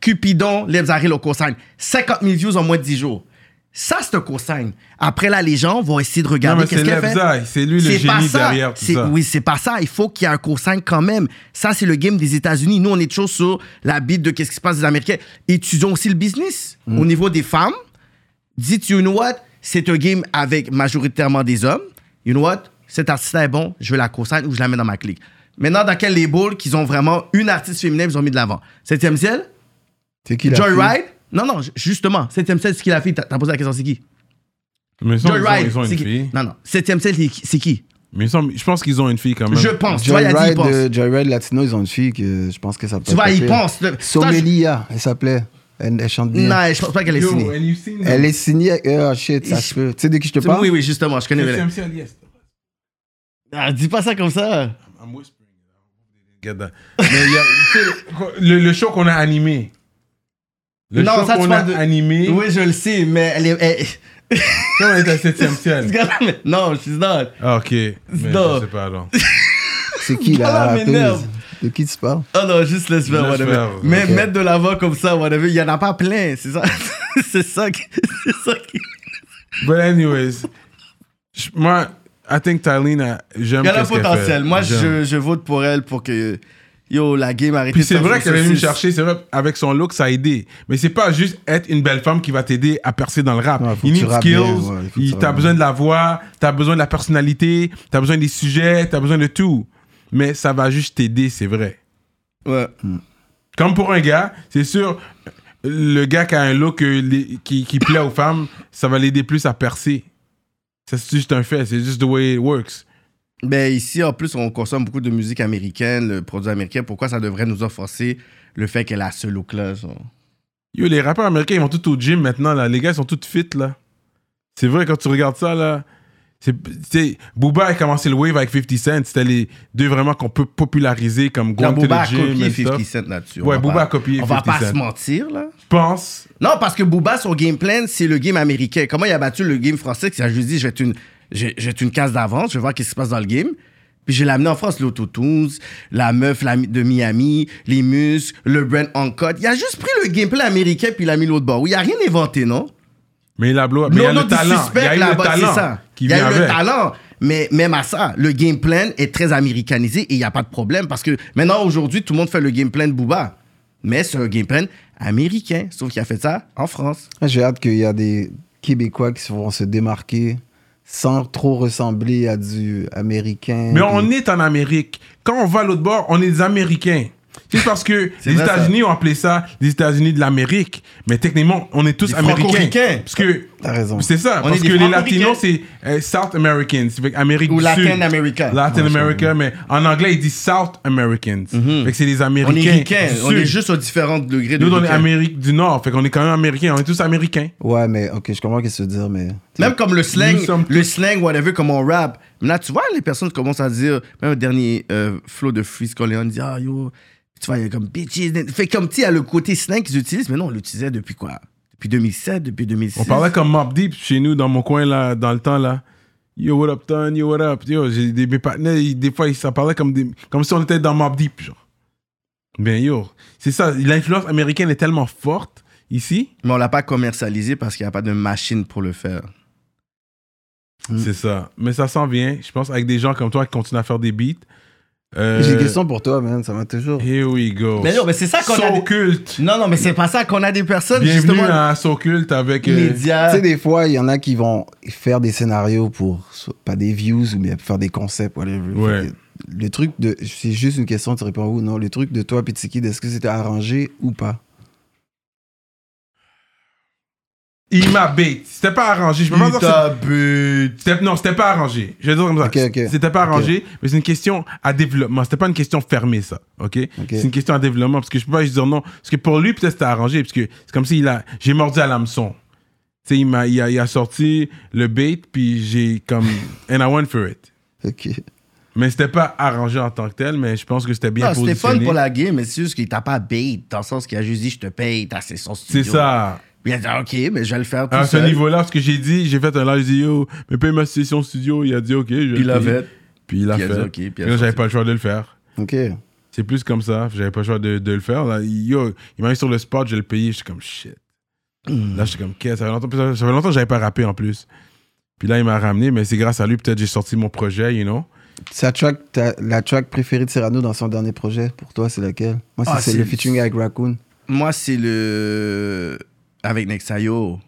Speaker 2: Cupidon, Lebzaré le consigne. 50 000 views en moins de 10 jours. Ça, c'est un consigne. Après, là, les gens vont essayer de
Speaker 1: Non,
Speaker 2: regarder
Speaker 1: mais
Speaker 2: qu'est-ce
Speaker 1: c'est
Speaker 2: qu'elle fait.
Speaker 1: Lebza, c'est lui le
Speaker 2: C'est pas
Speaker 1: génie
Speaker 2: ça.
Speaker 1: derrière tout
Speaker 2: C'est-
Speaker 1: ça.
Speaker 2: Oui, c'est pas ça. Il faut qu'il y ait un consigne quand même. Ça, c'est le game des États-Unis. Nous, on est toujours sur la bite de qu'est-ce qui se passe des Américains. Étudions aussi le business.
Speaker 1: Mm.
Speaker 2: Au niveau des femmes, dites, you know what, c'est un game avec majoritairement des hommes. You know what, cet artiste-là est bon, je veux la consigne ou je la mets dans ma clique. Maintenant, dans quel label qu'ils ont vraiment une artiste féminine, ils ont mis de l'avant. Septième ciel,
Speaker 3: C'est qui la
Speaker 2: Joyride. Non, non, ju- justement, septième ciel, c'est qui la fille? T'as t'as posé la question, c'est qui?
Speaker 1: Mais ils ont- ils ont-
Speaker 2: Joyride,
Speaker 1: ils ont
Speaker 2: c'est
Speaker 1: une
Speaker 2: qui?
Speaker 1: fille.
Speaker 2: Non, non, septième ciel, c'est qui- c'est qui?
Speaker 1: Mais ils sont- je pense qu'ils ont une fille quand même.
Speaker 2: Je pense. Tu vois, il a dit, il
Speaker 3: Joyride,
Speaker 2: pense.
Speaker 3: euh, Joyride Latino, ils ont une fille que je pense que ça peut
Speaker 2: Tu vois,
Speaker 3: être
Speaker 2: il
Speaker 3: pire.
Speaker 2: pense. Le-
Speaker 3: Somelia, elle s'appelait. Elle, elle chante bien.
Speaker 2: Non, je pense pas qu'elle est
Speaker 1: Yo,
Speaker 2: signée.
Speaker 1: and you've seen
Speaker 3: Elle est signée avec. Ah shit, ça
Speaker 2: Il-
Speaker 3: se peut. Tu sais de qui je te parle
Speaker 2: Oui, oui, justement, je connais.
Speaker 1: Septième
Speaker 2: Valérie.
Speaker 1: ciel, yes.
Speaker 2: Ah, dis pas ça comme ça.
Speaker 1: I'm whispering. Get that. Mais il y a, tu sais, le, le show qu'on a animé. Le
Speaker 2: Non,
Speaker 1: show
Speaker 2: ça, tu
Speaker 1: qu'on a
Speaker 2: parles de-
Speaker 1: animé.
Speaker 2: Oui, je le sais, mais elle est. elle-
Speaker 1: Quand on est à 7 ciel.
Speaker 2: non, she's not.
Speaker 1: Ah, ok. Mais
Speaker 2: Non.
Speaker 1: je sais pas alors.
Speaker 3: C'est qui
Speaker 2: Voilà,
Speaker 1: Ah,
Speaker 3: la rappeuse
Speaker 2: m'énerve.
Speaker 3: De qui tu parles
Speaker 2: Oh non, juste laisse faire,
Speaker 1: Laisse
Speaker 2: whatever.
Speaker 1: faire,
Speaker 2: Mais
Speaker 3: ok.
Speaker 2: mettre de l'avant comme ça, whatever, il y en a pas plein, c'est ça. c'est ça qui. C'est ça qui.
Speaker 1: But anyways, je- moi, I think Tylene, a- j'aime
Speaker 2: Il y a le
Speaker 1: qu'est-ce qu'elle
Speaker 2: potentiel.
Speaker 1: fait.
Speaker 2: Moi,
Speaker 1: J'aime.
Speaker 2: je, je vote pour elle pour que. Yo, la game arrête.
Speaker 1: Puis c'est vrai qu'elle est venue me
Speaker 2: me
Speaker 1: chercher, c'est vrai, avec son look, ça a aidé. Mais c'est pas juste être une belle femme qui va t'aider à percer dans le rap.
Speaker 3: Ouais, faut
Speaker 1: il
Speaker 3: que
Speaker 1: need
Speaker 3: tu rappes
Speaker 1: skills,
Speaker 3: bien, ouais, il faut que
Speaker 1: il-
Speaker 3: tu
Speaker 1: t'as
Speaker 3: rappes
Speaker 1: besoin de la voix, t'as besoin de la personnalité, t'as besoin des sujets, t'as besoin de tout. Mais ça va juste t'aider, c'est vrai.
Speaker 2: Ouais.
Speaker 1: Comme pour un gars, c'est sûr, le gars qui a un look euh, les- qui, qui plaît aux femmes, ça va l'aider plus à percer. Ça, c'est juste un fait, c'est juste the way it works.
Speaker 2: Mais Ben, ici, en plus, on consomme beaucoup de musique américaine, le produit américain. Pourquoi ça devrait nous offenser le fait qu'elle a ce look-là genre?
Speaker 1: Yo, les rappeurs américains, ils vont tous au gym maintenant, là. Les gars, ils sont tous fit, là. C'est vrai, quand tu regardes ça, là. C'est, t'sais, Booba a commencé le wave avec 50 Cent. C'était les deux vraiment qu'on peut populariser comme
Speaker 2: Non,
Speaker 1: going to
Speaker 2: Booba a
Speaker 1: the gym.
Speaker 2: copié
Speaker 1: and stuff.
Speaker 2: 50 Cent là-dessus. On
Speaker 1: Ouais,
Speaker 2: va
Speaker 1: Booba
Speaker 2: pas-
Speaker 1: a copié
Speaker 2: On va
Speaker 1: 50
Speaker 2: pas
Speaker 1: Cent.
Speaker 2: se mentir, là.
Speaker 1: Je pense.
Speaker 2: Non, parce que Booba, son game plan, c'est le game américain. Comment il a battu le game français Il a juste dit, je vais être une, je, je vais être une case d'avance, je vais voir qu'est-ce qui se passe dans le game. Puis je l'ai amené en France, l'autotunes, la meuf la- de Miami, les muscles, le brand Uncut. Il a juste pris le gameplay américain puis il l'a mis l'autre bord. Il a rien inventé, non?
Speaker 1: Mais il a blow- Mais il y a le
Speaker 2: Non, non, du
Speaker 1: talent. Il y a eu le
Speaker 2: là-bas, c'est
Speaker 1: talent.
Speaker 2: ça.
Speaker 1: Qui
Speaker 2: Il y
Speaker 1: vient
Speaker 2: a eu le
Speaker 1: avec.
Speaker 2: talent. Mais même à ça, le game plan est très américanisé et il n'y a pas de problème parce que maintenant, aujourd'hui, tout le monde fait le game plan de Booba. Mais c'est un game plan américain, sauf qu'il a fait ça en France.
Speaker 3: J'ai hâte qu'il y a des Québécois qui vont se démarquer sans trop ressembler à du américain.
Speaker 1: Mais on est en Amérique. Quand on va à l'autre bord, on est des Américains. C'est parce que les
Speaker 2: vrai, ça.
Speaker 1: États-Unis ont appelé ça les États-Unis de l'Amérique. Mais techniquement, on est tous
Speaker 2: Des
Speaker 1: Américains.
Speaker 2: Franco-Ricains.
Speaker 1: Parce que.
Speaker 3: T'as raison.
Speaker 1: C'est ça.
Speaker 2: On
Speaker 1: parce
Speaker 2: est des
Speaker 1: que les
Speaker 2: Franco-Ricains.
Speaker 1: Latinos, c'est euh, South Americans. C'est fait Amérique
Speaker 2: Ou
Speaker 1: du
Speaker 2: Latin
Speaker 1: Sud.
Speaker 2: America.
Speaker 1: Latin America. Mais en anglais, ils disent South Americans. Fait que c'est les Américains.
Speaker 2: Mhm. On est ricains,
Speaker 1: du
Speaker 2: on
Speaker 1: Sud.
Speaker 2: est juste aux différents degrés de
Speaker 1: Nous, on est
Speaker 2: ricains.
Speaker 1: Amérique du Nord. Fait qu'on est quand même Américains. On est tous Américains.
Speaker 3: Ouais, mais ok, je comprends ce que tu veux dire, mais.
Speaker 2: Même comme le slang,
Speaker 1: Nous sommes
Speaker 2: le slang, whatever, comme on rap. Là, tu vois, les personnes commencent à dire, même le dernier euh, flow de Freeze Corleone dit, ah yo, tu vois, il y a comme bitches. Fait comme, tu sais, il y a le côté slang qu'ils utilisent, mais non, on l'utilisait depuis quoi Depuis 2007, depuis 2006.
Speaker 1: On parlait comme Mob Deep chez nous, dans mon coin, là, dans le temps, là. Yo, what up, ton? Yo, what up? Yo, j'ai des, mes partenaires, ils- des fois, ils s'en parlaient comme, des, comme si on était dans Mob Deep, genre. Ben, yo, c'est ça. L'influence américaine est tellement forte, ici.
Speaker 2: Mais on l'a pas commercialisé parce qu'il n'y a pas de machine pour le faire. Mm.
Speaker 1: C'est ça. Mais ça s'en vient, je pense, avec des gens comme toi qui continuent à faire des beats. Euh,
Speaker 3: J'ai des questions pour toi, man, ça m'a toujours.
Speaker 1: Here we go.
Speaker 2: Oh. Mais non, mais c'est ça qu'on a.
Speaker 1: Soul
Speaker 2: des-
Speaker 1: Cult.
Speaker 2: Non, non, mais c'est pas ça qu'on a des personnes,
Speaker 1: Bienvenue
Speaker 2: justement,
Speaker 1: à Soul Cult avec... euh,
Speaker 3: Tu
Speaker 2: médias.
Speaker 3: sais, des fois, il y en a qui vont faire des scénarios pour, soit- pas des views, mais faire des concepts, whatever.
Speaker 1: Ouais.
Speaker 3: Fait que Le truc de. C'est juste une question, tu réponds ou non. Le truc de toi, Pitsiki, est-ce que c'était arrangé ou pas
Speaker 1: Il m'a bait. C'était pas arrangé. Je peux pas dire que c'est- C'était- Non, c'était pas arrangé. Je vais dire comme ça.
Speaker 3: Ok, ok.
Speaker 1: C'était pas
Speaker 3: Ok.
Speaker 1: arrangé, mais c'est une question à développement. C'était pas une question fermée, ça. OK? C'est une question à développement parce que je peux pas juste dire non. Parce que pour lui, peut-être c'était arrangé. Parce que c'est comme s'il a. J'ai mordu à l'hameçon. Tu sais, il, m'a- il a, il a sorti le bait, puis j'ai comme. And I went for it.
Speaker 3: Ok.
Speaker 1: Mais c'était pas arrangé en tant que tel, mais je pense que c'était bien
Speaker 2: Non, Ah, c'était fun
Speaker 1: positionné.
Speaker 2: pour la game, mais c'est juste qu'il t'a pas bait, dans le sens qu'il a juste dit je te paye, t'as c'est son
Speaker 1: C'est
Speaker 2: studio.
Speaker 1: ça.
Speaker 2: Puis il a dit Ah, ok, mais je vais le faire tout
Speaker 1: À ce
Speaker 2: seul.
Speaker 1: niveau-là, parce que j'ai dit, j'ai fait un live, j'ai dit yo, mais paye ma session studio. Il a dit ok. Je
Speaker 2: Puis il
Speaker 1: le
Speaker 2: l'a
Speaker 1: paye.
Speaker 2: fait.
Speaker 1: Puis il l'a
Speaker 2: Puis
Speaker 1: fait.
Speaker 2: il a dit, OK, puis il a
Speaker 1: Puis là, j'avais
Speaker 2: sorti.
Speaker 1: pas le choix de le faire.
Speaker 3: Ok.
Speaker 1: C'est plus comme ça. J'avais pas le choix de, de le faire. Là, yo, il m'a mis sur le spot, je le payé. J'étais comme shit. Là, j'étais comme qu'est-ce. Ça fait longtemps, puis ça ça fait longtemps que j'avais pas rappé en plus. Puis là, il m'a ramené, mais c'est grâce à lui, peut-être j'ai sorti mon projet, you know.
Speaker 3: Sa track, ta- la track préférée de Cyrano dans son dernier projet, pour toi, c'est laquelle Moi, c'est
Speaker 2: Ah,
Speaker 3: c'est
Speaker 2: c'est-
Speaker 3: le featuring avec Raccoon.
Speaker 2: Moi, c'est le. Avec Nexayo.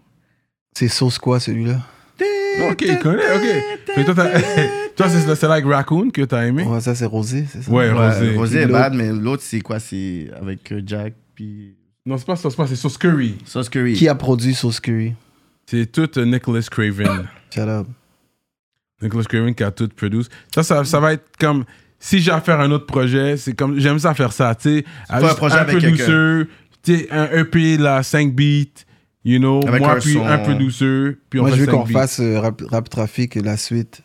Speaker 3: C'est sauce quoi, celui-là
Speaker 1: Ok, il connaît, ok. Fait que toi, t'as- toi c'est c'est like Raccoon que t'as aimé.
Speaker 3: Ouais, ça, c'est Rosé, c'est ça
Speaker 1: Ouais,
Speaker 2: Ouais,
Speaker 1: Rosé.
Speaker 2: Rosé est
Speaker 3: Puis
Speaker 2: bad, mais l'autre, c'est quoi C'est avec euh, Jack, puis.
Speaker 1: Non, c'est pas ça, c'est pas, c'est sur Scurry.
Speaker 2: Sauce Curry.
Speaker 3: Qui a produit Sauce Curry
Speaker 1: C'est tout euh, Nicholas Craven.
Speaker 3: Shut up.
Speaker 1: Nicholas Craven qui a tout produit. Ça, ça, ça va être comme si j'ai à faire un autre projet, c'est comme j'aime ça faire ça, tu sais,
Speaker 2: pas un
Speaker 1: juste
Speaker 2: projet avec
Speaker 1: peu
Speaker 2: quelqu'un.
Speaker 1: douceur, tu sais, un E EP là 5 beats, you know,
Speaker 2: Avec
Speaker 1: moi
Speaker 2: un
Speaker 1: puis
Speaker 2: son.
Speaker 1: un peu douceur, puis on
Speaker 3: Moi,
Speaker 1: fait
Speaker 3: je veux
Speaker 1: 5
Speaker 3: qu'on
Speaker 1: beats.
Speaker 3: fasse euh, rap, rap Trafic, la suite.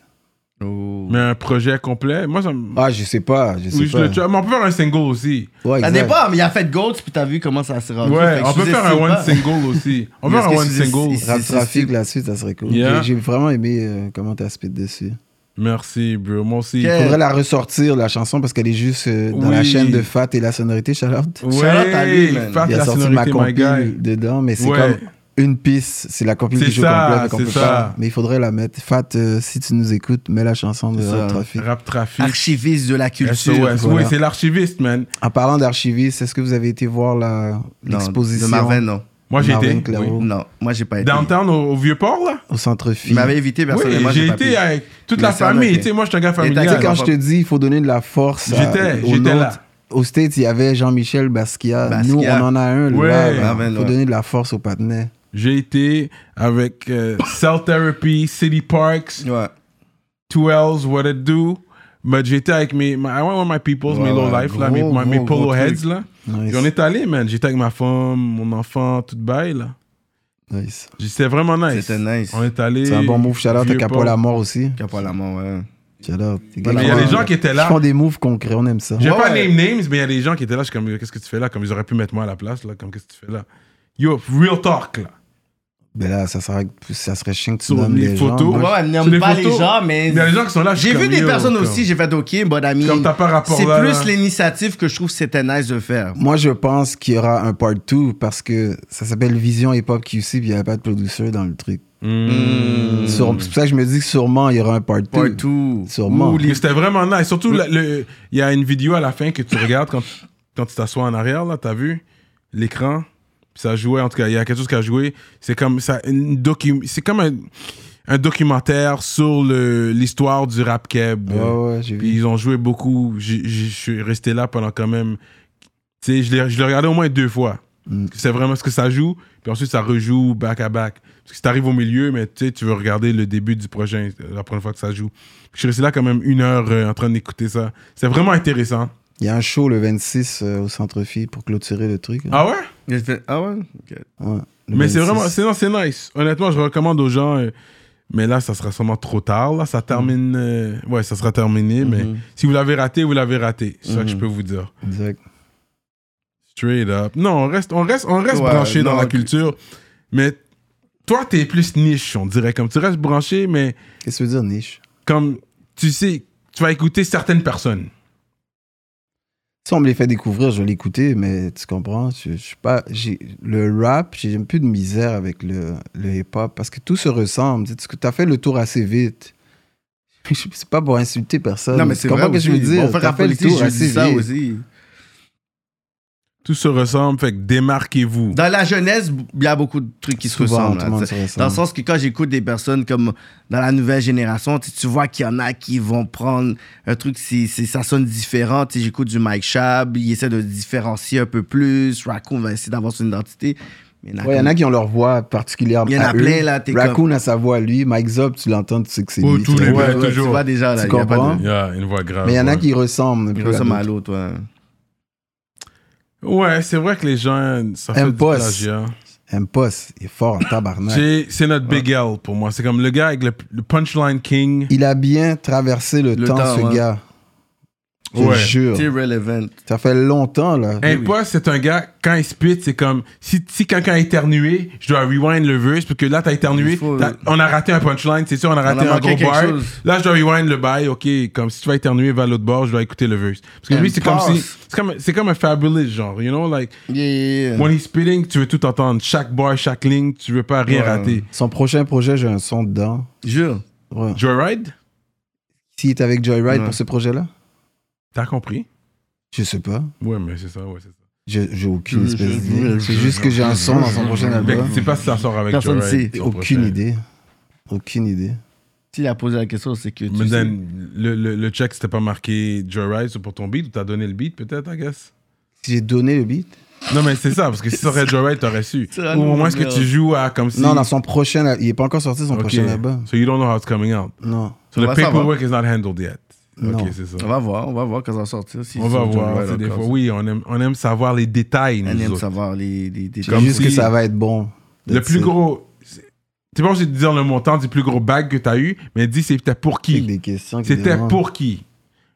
Speaker 2: Oh.
Speaker 1: mais un projet complet. Moi ça me
Speaker 3: Ah, je sais pas, je sais
Speaker 1: oui, je
Speaker 3: pas.
Speaker 1: le tue. mais on peut faire un single aussi.
Speaker 3: Ouais,
Speaker 2: Ça
Speaker 3: exact.
Speaker 2: dépend, mais il a fait Golds, puis t'as vu comment ça
Speaker 3: Ah,
Speaker 2: s'est rendu. Fait
Speaker 1: Ouais,
Speaker 2: que
Speaker 1: on
Speaker 2: je
Speaker 1: peut
Speaker 2: sais
Speaker 1: faire un
Speaker 2: pas.
Speaker 1: one single aussi. On peut
Speaker 2: Mais
Speaker 1: faire un
Speaker 2: est-ce
Speaker 1: one
Speaker 2: que c'est-
Speaker 1: single.
Speaker 2: c'est-
Speaker 3: Rap
Speaker 2: Si, si,
Speaker 3: Trafic,
Speaker 2: si.
Speaker 3: la suite, ça serait cool.
Speaker 1: Yeah.
Speaker 3: J'ai j'ai vraiment aimé euh, comment t'as speed dessus.
Speaker 1: Merci bro, moi aussi.
Speaker 2: Quel-
Speaker 3: Il faudrait la ressortir, la chanson, parce qu'elle est juste euh, dans
Speaker 1: Eh. Oui.
Speaker 3: la chaîne de Fat et la sonorité, Charlotte.
Speaker 1: Ouais,
Speaker 2: Shout out à lui, man.
Speaker 1: Fat
Speaker 3: Il a
Speaker 1: Ah, la
Speaker 3: sorti
Speaker 1: sonorité,
Speaker 3: ma
Speaker 1: my guy.
Speaker 3: compil dedans, mais c'est
Speaker 1: Ouais.
Speaker 3: comme une piste. C'est la compil
Speaker 1: C'est
Speaker 3: qui joue
Speaker 1: ça,
Speaker 3: complet, mais qu'on
Speaker 1: c'est
Speaker 3: peut
Speaker 1: ça.
Speaker 3: pas. Mais il faudrait la mettre. Fat, euh, si tu nous écoutes, mets la chanson de
Speaker 2: C'est ça.
Speaker 3: Rap Trafic.
Speaker 1: Rap Trafic.
Speaker 2: Archiviste de la culture.
Speaker 1: SOS. Oui,
Speaker 3: voilà.
Speaker 1: c'est l'archiviste, man.
Speaker 3: En parlant d'archiviste, est-ce que vous avez été voir la-
Speaker 2: Non,
Speaker 3: l'exposition
Speaker 2: De Marvin, non.
Speaker 1: Moi, j'ai
Speaker 3: Marvin
Speaker 1: été.
Speaker 3: Clairvaux.
Speaker 1: oui.
Speaker 2: Non, moi, j'ai pas été.
Speaker 1: Downtown au, au Vieux-Port, là?
Speaker 3: au
Speaker 2: Il
Speaker 3: centre-fille?
Speaker 2: m'avait évité
Speaker 1: Oui,
Speaker 2: personnellement.
Speaker 1: j'ai
Speaker 2: pas
Speaker 1: été
Speaker 2: pu.
Speaker 1: avec toute
Speaker 2: Mais
Speaker 1: la
Speaker 2: ça, on a
Speaker 1: famille.
Speaker 2: fait.
Speaker 1: Tu sais, moi, je suis un gars
Speaker 2: Et t'as
Speaker 3: Tu sais,
Speaker 1: familial.
Speaker 3: quand je te dis, il faut donner de la force. à-
Speaker 1: J'étais-
Speaker 3: aux
Speaker 1: j'étais
Speaker 3: nôtres.
Speaker 1: là.
Speaker 3: Au States, il y avait Jean-Michel Basquiat.
Speaker 2: Basquiat.
Speaker 3: Nous, on en a un.
Speaker 1: Ouais.
Speaker 3: Là,
Speaker 2: Marvin,
Speaker 3: il faut
Speaker 2: ouais.
Speaker 3: donner de la force aux patinets.
Speaker 1: J'ai été avec euh, Cell Therapy, City Parks,
Speaker 2: Ouais.
Speaker 1: Two L's, What It Do. Mais j'étais avec mes, my, I want my peoples, mes
Speaker 2: Ouais,
Speaker 1: low
Speaker 2: ouais,
Speaker 1: life, là, mes,
Speaker 2: gros,
Speaker 1: my- mes
Speaker 2: gros,
Speaker 1: polo
Speaker 2: gros
Speaker 1: heads,
Speaker 2: truc.
Speaker 1: là.
Speaker 3: Nice.
Speaker 1: Puis on est allé, man. J'étais avec ma femme, mon enfant, tout bail, là.
Speaker 3: Nice.
Speaker 1: C'était vraiment nice.
Speaker 2: C'était nice.
Speaker 1: On est allé.
Speaker 3: C'est un bon move. Shout-out à
Speaker 1: Vieux-Port.
Speaker 3: Capo la mort aussi.
Speaker 2: Qui a pas la main, ouais.
Speaker 3: Shout-out.
Speaker 2: Mais
Speaker 1: Mais il y a
Speaker 2: Ouais.
Speaker 1: des gens qui étaient
Speaker 3: Ils
Speaker 1: là.
Speaker 3: font des moves concrets. On aime ça.
Speaker 1: J'ai
Speaker 2: Ouais,
Speaker 1: pas
Speaker 2: ouais.
Speaker 1: name names, mais il y a des gens qui étaient là. Je suis comme, qu'est-ce que tu fais là? Comme ils auraient pu mettre moi à la place, là. Comme, qu'est-ce que tu fais là? Yo, real talk, là.
Speaker 3: Mais Ben là, ça serait, ça serait chiant que tu
Speaker 1: Sur
Speaker 3: nommes
Speaker 1: les
Speaker 3: des
Speaker 1: photos,
Speaker 3: gens.
Speaker 1: ouais.
Speaker 3: Moi,
Speaker 2: Ouais, elle
Speaker 1: Sur les
Speaker 2: n'aime pas
Speaker 1: photos,
Speaker 2: les gens,
Speaker 1: Il
Speaker 2: mais.
Speaker 1: y a des gens qui sont là. Ah, je suis
Speaker 2: J'ai vu
Speaker 1: comme,
Speaker 2: des
Speaker 1: yo,
Speaker 2: personnes
Speaker 1: comme-
Speaker 2: aussi, j'ai fait OK, bon ami.
Speaker 1: Comme t'as pas rapport
Speaker 2: C'est
Speaker 1: là, là.
Speaker 2: plus l'initiative que je trouve que c'était nice de faire.
Speaker 3: Moi, je pense qu'il y aura un part 2 parce que ça s'appelle Vision Hip Hop QC puis il n'y avait pas de producer dans le truc.
Speaker 1: Mm.
Speaker 3: Sur- C'est pour ça que je me dis que sûrement il y aura un part 2.
Speaker 2: Part two.
Speaker 3: Sûrement.
Speaker 1: Mais c'était vraiment nice. Surtout, la- le- il y a une vidéo à la fin que tu regardes quand, quand tu t'assois en arrière, là, t'as vu l'écran. Puis Ça jouait, en tout cas, il y a quelque chose qui a joué. C'est comme, ça, une docu- c'est comme un, un documentaire sur le- l'histoire du rap keb.
Speaker 3: Ouais, ouais, j'ai
Speaker 1: Puis
Speaker 3: vu.
Speaker 1: ils ont joué beaucoup. J'ai- j'ai- Je suis resté là pendant quand même. Tu sais, je l'ai je l'ai regardé au moins deux fois. Parce que C'est vraiment ce que ça joue. Puis ensuite, ça rejoue back à back. Parce que si t'arrives au milieu, mais tu sais, tu veux regarder le début du prochain, la première fois que ça joue. Puis je suis resté là quand même une heure euh, en train d'écouter ça. C'est vraiment intéressant.
Speaker 3: Il y a un show le 26 euh, au centre fille pour clôturer le truc.
Speaker 1: Ah ouais?
Speaker 2: J'ai fait, ah ouais?
Speaker 3: Euh,
Speaker 2: ok.
Speaker 3: Ouais, le
Speaker 1: Mais c'est
Speaker 3: 26.
Speaker 1: vraiment. C'est non, c'est nice. Honnêtement, je recommande aux gens. euh, mais là, ça sera sûrement trop tard. Là, ça termine. euh, ouais, ça sera terminé. Mais si vous l'avez raté, vous l'avez raté. C'est ça que je peux vous dire.
Speaker 3: Exact.
Speaker 1: Straight up. Non, on reste, on reste, on reste
Speaker 2: Ouais,
Speaker 1: branché dans
Speaker 2: non,
Speaker 1: la
Speaker 2: ok.
Speaker 1: culture. Mais toi, t'es plus niche, on dirait. Comme tu restes branché, mais
Speaker 3: Qu'est-ce que veut dire niche
Speaker 1: comme tu sais, tu vas écouter certaines personnes.
Speaker 3: Si on me les fait découvrir, je vais l'écouter, mais tu comprends Je, je suis pas. J'ai, le rap, j'ai un peu de misère avec le, le hip-hop parce que tout se ressemble. Tu sais, Tu as fait le tour assez vite. C'est pas pour insulter personne.
Speaker 2: Non, mais
Speaker 3: Tu
Speaker 2: c'est
Speaker 3: comprends
Speaker 2: vrai.
Speaker 3: ce que je veux
Speaker 2: aussi.
Speaker 3: dire.
Speaker 2: Bon, faire
Speaker 3: T'as
Speaker 2: la
Speaker 3: fait le
Speaker 2: politique,
Speaker 3: tour
Speaker 2: je
Speaker 3: assez
Speaker 2: dis ça
Speaker 3: vite.
Speaker 2: aussi.
Speaker 1: Tout se ressemble, fait que démarquez-vous.
Speaker 2: Dans la jeunesse, il y a beaucoup de trucs qui se
Speaker 3: Souvent,
Speaker 2: ressemblent.
Speaker 3: tout
Speaker 2: là,
Speaker 3: le monde
Speaker 2: t'sais.
Speaker 3: se ressemble.
Speaker 2: Dans le sens que quand j'écoute des personnes comme dans la nouvelle génération, t'sais, tu vois qu'il y en a qui vont prendre un truc, c'est, c'est- ça sonne différent. T'sais, J'écoute du Mike Shab, il essaie de se différencier un peu plus. Raccoon va essayer d'avoir son identité. Mais
Speaker 3: Ouais, Il y en a qui ont leur voix particulière.
Speaker 2: Il y en a
Speaker 3: à
Speaker 2: plein,
Speaker 3: eux.
Speaker 2: là, t'es
Speaker 3: Raccoon a sa voix à lui. Mike Zop, tu l'entends, tu sais que c'est
Speaker 1: Oh,
Speaker 3: lui.
Speaker 1: tous
Speaker 3: tu
Speaker 1: les
Speaker 3: vois.
Speaker 1: ouais,
Speaker 2: ouais, ouais, tu
Speaker 1: toujours.
Speaker 2: vois déjà, là,
Speaker 3: Tu
Speaker 2: il y a pas de-
Speaker 3: comprends?
Speaker 1: Il y a une voix grave.
Speaker 3: Mais il y en a
Speaker 1: ouais.
Speaker 3: qui ressemblent. un
Speaker 2: Il
Speaker 3: peu à
Speaker 2: ressemble à
Speaker 3: d'autres.
Speaker 2: l'autre, ouais.
Speaker 1: Ouais, c'est vrai que les gens, ça fait du
Speaker 3: Impost.
Speaker 1: plagiat.
Speaker 3: Impost, il est fort en tabarnak.
Speaker 1: J'ai- C'est notre big L pour moi. C'est comme le gars avec le, le punchline king.
Speaker 3: Il a bien traversé le,
Speaker 2: Le
Speaker 3: temps,
Speaker 2: temps,
Speaker 3: ce
Speaker 2: ouais.
Speaker 3: gars. Je
Speaker 1: Ouais.
Speaker 3: te jure.
Speaker 2: T'es relevant.
Speaker 3: Ça fait longtemps, là.
Speaker 2: Eh
Speaker 1: Impost, Ben c'est un gars, quand il spit, c'est comme si, si quelqu'un a éternué, je dois rewind le verse, parce que là, t'as éternué,
Speaker 2: Il faut-
Speaker 1: t'as- on a raté un punchline, c'est sûr, on a raté
Speaker 2: a
Speaker 1: un gros
Speaker 2: manqué quelque
Speaker 1: bar.
Speaker 2: chose.
Speaker 1: Là, je dois rewind le bail, ok, comme si tu vas éternuer vers l'autre bord, je dois écouter le verse. Parce que lui, c'est comme si.
Speaker 2: Impost.
Speaker 1: C'est comme, c'est comme un fabulous genre, you know, like,
Speaker 2: Yeah, yeah, yeah.
Speaker 1: when he's spitting, tu veux tout entendre, chaque bar, chaque ligne, tu veux pas rien
Speaker 2: Ouais.
Speaker 1: rater.
Speaker 3: Son prochain projet, j'ai un son dedans.
Speaker 2: Jure.
Speaker 3: Ouais.
Speaker 1: Joyride,
Speaker 3: S'il est avec Joyride
Speaker 2: Ouais.
Speaker 3: pour ce projet-là
Speaker 1: t'as compris?
Speaker 3: Je sais pas.
Speaker 1: Ouais, mais c'est ça, ouais, c'est ça.
Speaker 3: Je- J'ai aucune
Speaker 2: Je-
Speaker 3: espèce
Speaker 2: je-
Speaker 3: d'idée.
Speaker 2: je-
Speaker 3: C'est juste que j'ai un son dans son prochain
Speaker 1: Fait que
Speaker 3: album.
Speaker 1: c'est pas si ça sort avec
Speaker 2: Ah, Personne
Speaker 1: Joyride.
Speaker 2: sait.
Speaker 1: son
Speaker 3: Aucune
Speaker 1: prochain.
Speaker 3: idée. Aucune idée.
Speaker 2: S'il a posé la question, c'est que. tu
Speaker 1: Mais
Speaker 2: sais.
Speaker 1: then, le, le, le check, c'était pas marqué Joyride c'est pour ton beat ou t'as donné le beat peut-être, I guess?
Speaker 3: Si j'ai donné le beat
Speaker 1: Non, mais c'est ça, parce que si ça aurait Joyride, t'aurais su.
Speaker 2: C'est
Speaker 1: Ou
Speaker 2: la
Speaker 1: au moins, est-ce que
Speaker 2: nouvelle.
Speaker 1: tu joues à comme si.
Speaker 3: Non, dans son prochain. al- Il n'est pas encore sorti son
Speaker 1: Ok.
Speaker 3: prochain album.
Speaker 1: So you don't know how it's coming out.
Speaker 3: Non.
Speaker 1: So
Speaker 2: On
Speaker 1: the
Speaker 2: va savoir.
Speaker 1: paperwork is not handled yet.
Speaker 3: Non.
Speaker 1: Ok, c'est ça.
Speaker 2: On va voir, on va voir quand ça va sortir. si
Speaker 1: On
Speaker 2: ils
Speaker 1: va
Speaker 2: sont
Speaker 1: voir.
Speaker 2: Joyride
Speaker 1: c'est des
Speaker 2: encore.
Speaker 1: fois, oui, on aime, on aime savoir les détails.
Speaker 2: On
Speaker 1: nous
Speaker 2: aime
Speaker 1: autres.
Speaker 2: savoir les, les, les-
Speaker 3: C'est
Speaker 1: Comme
Speaker 3: juste que
Speaker 1: si-
Speaker 3: ça va être bon.
Speaker 1: Le
Speaker 3: That's
Speaker 1: plus
Speaker 3: it.
Speaker 1: gros. c'est- T'es pas obligé de dire le montant du plus gros bag que t'as eu, mais dis c'était pour
Speaker 3: Avec
Speaker 1: qui
Speaker 3: Des questions qui
Speaker 1: C'était
Speaker 3: demandent.
Speaker 1: pour qui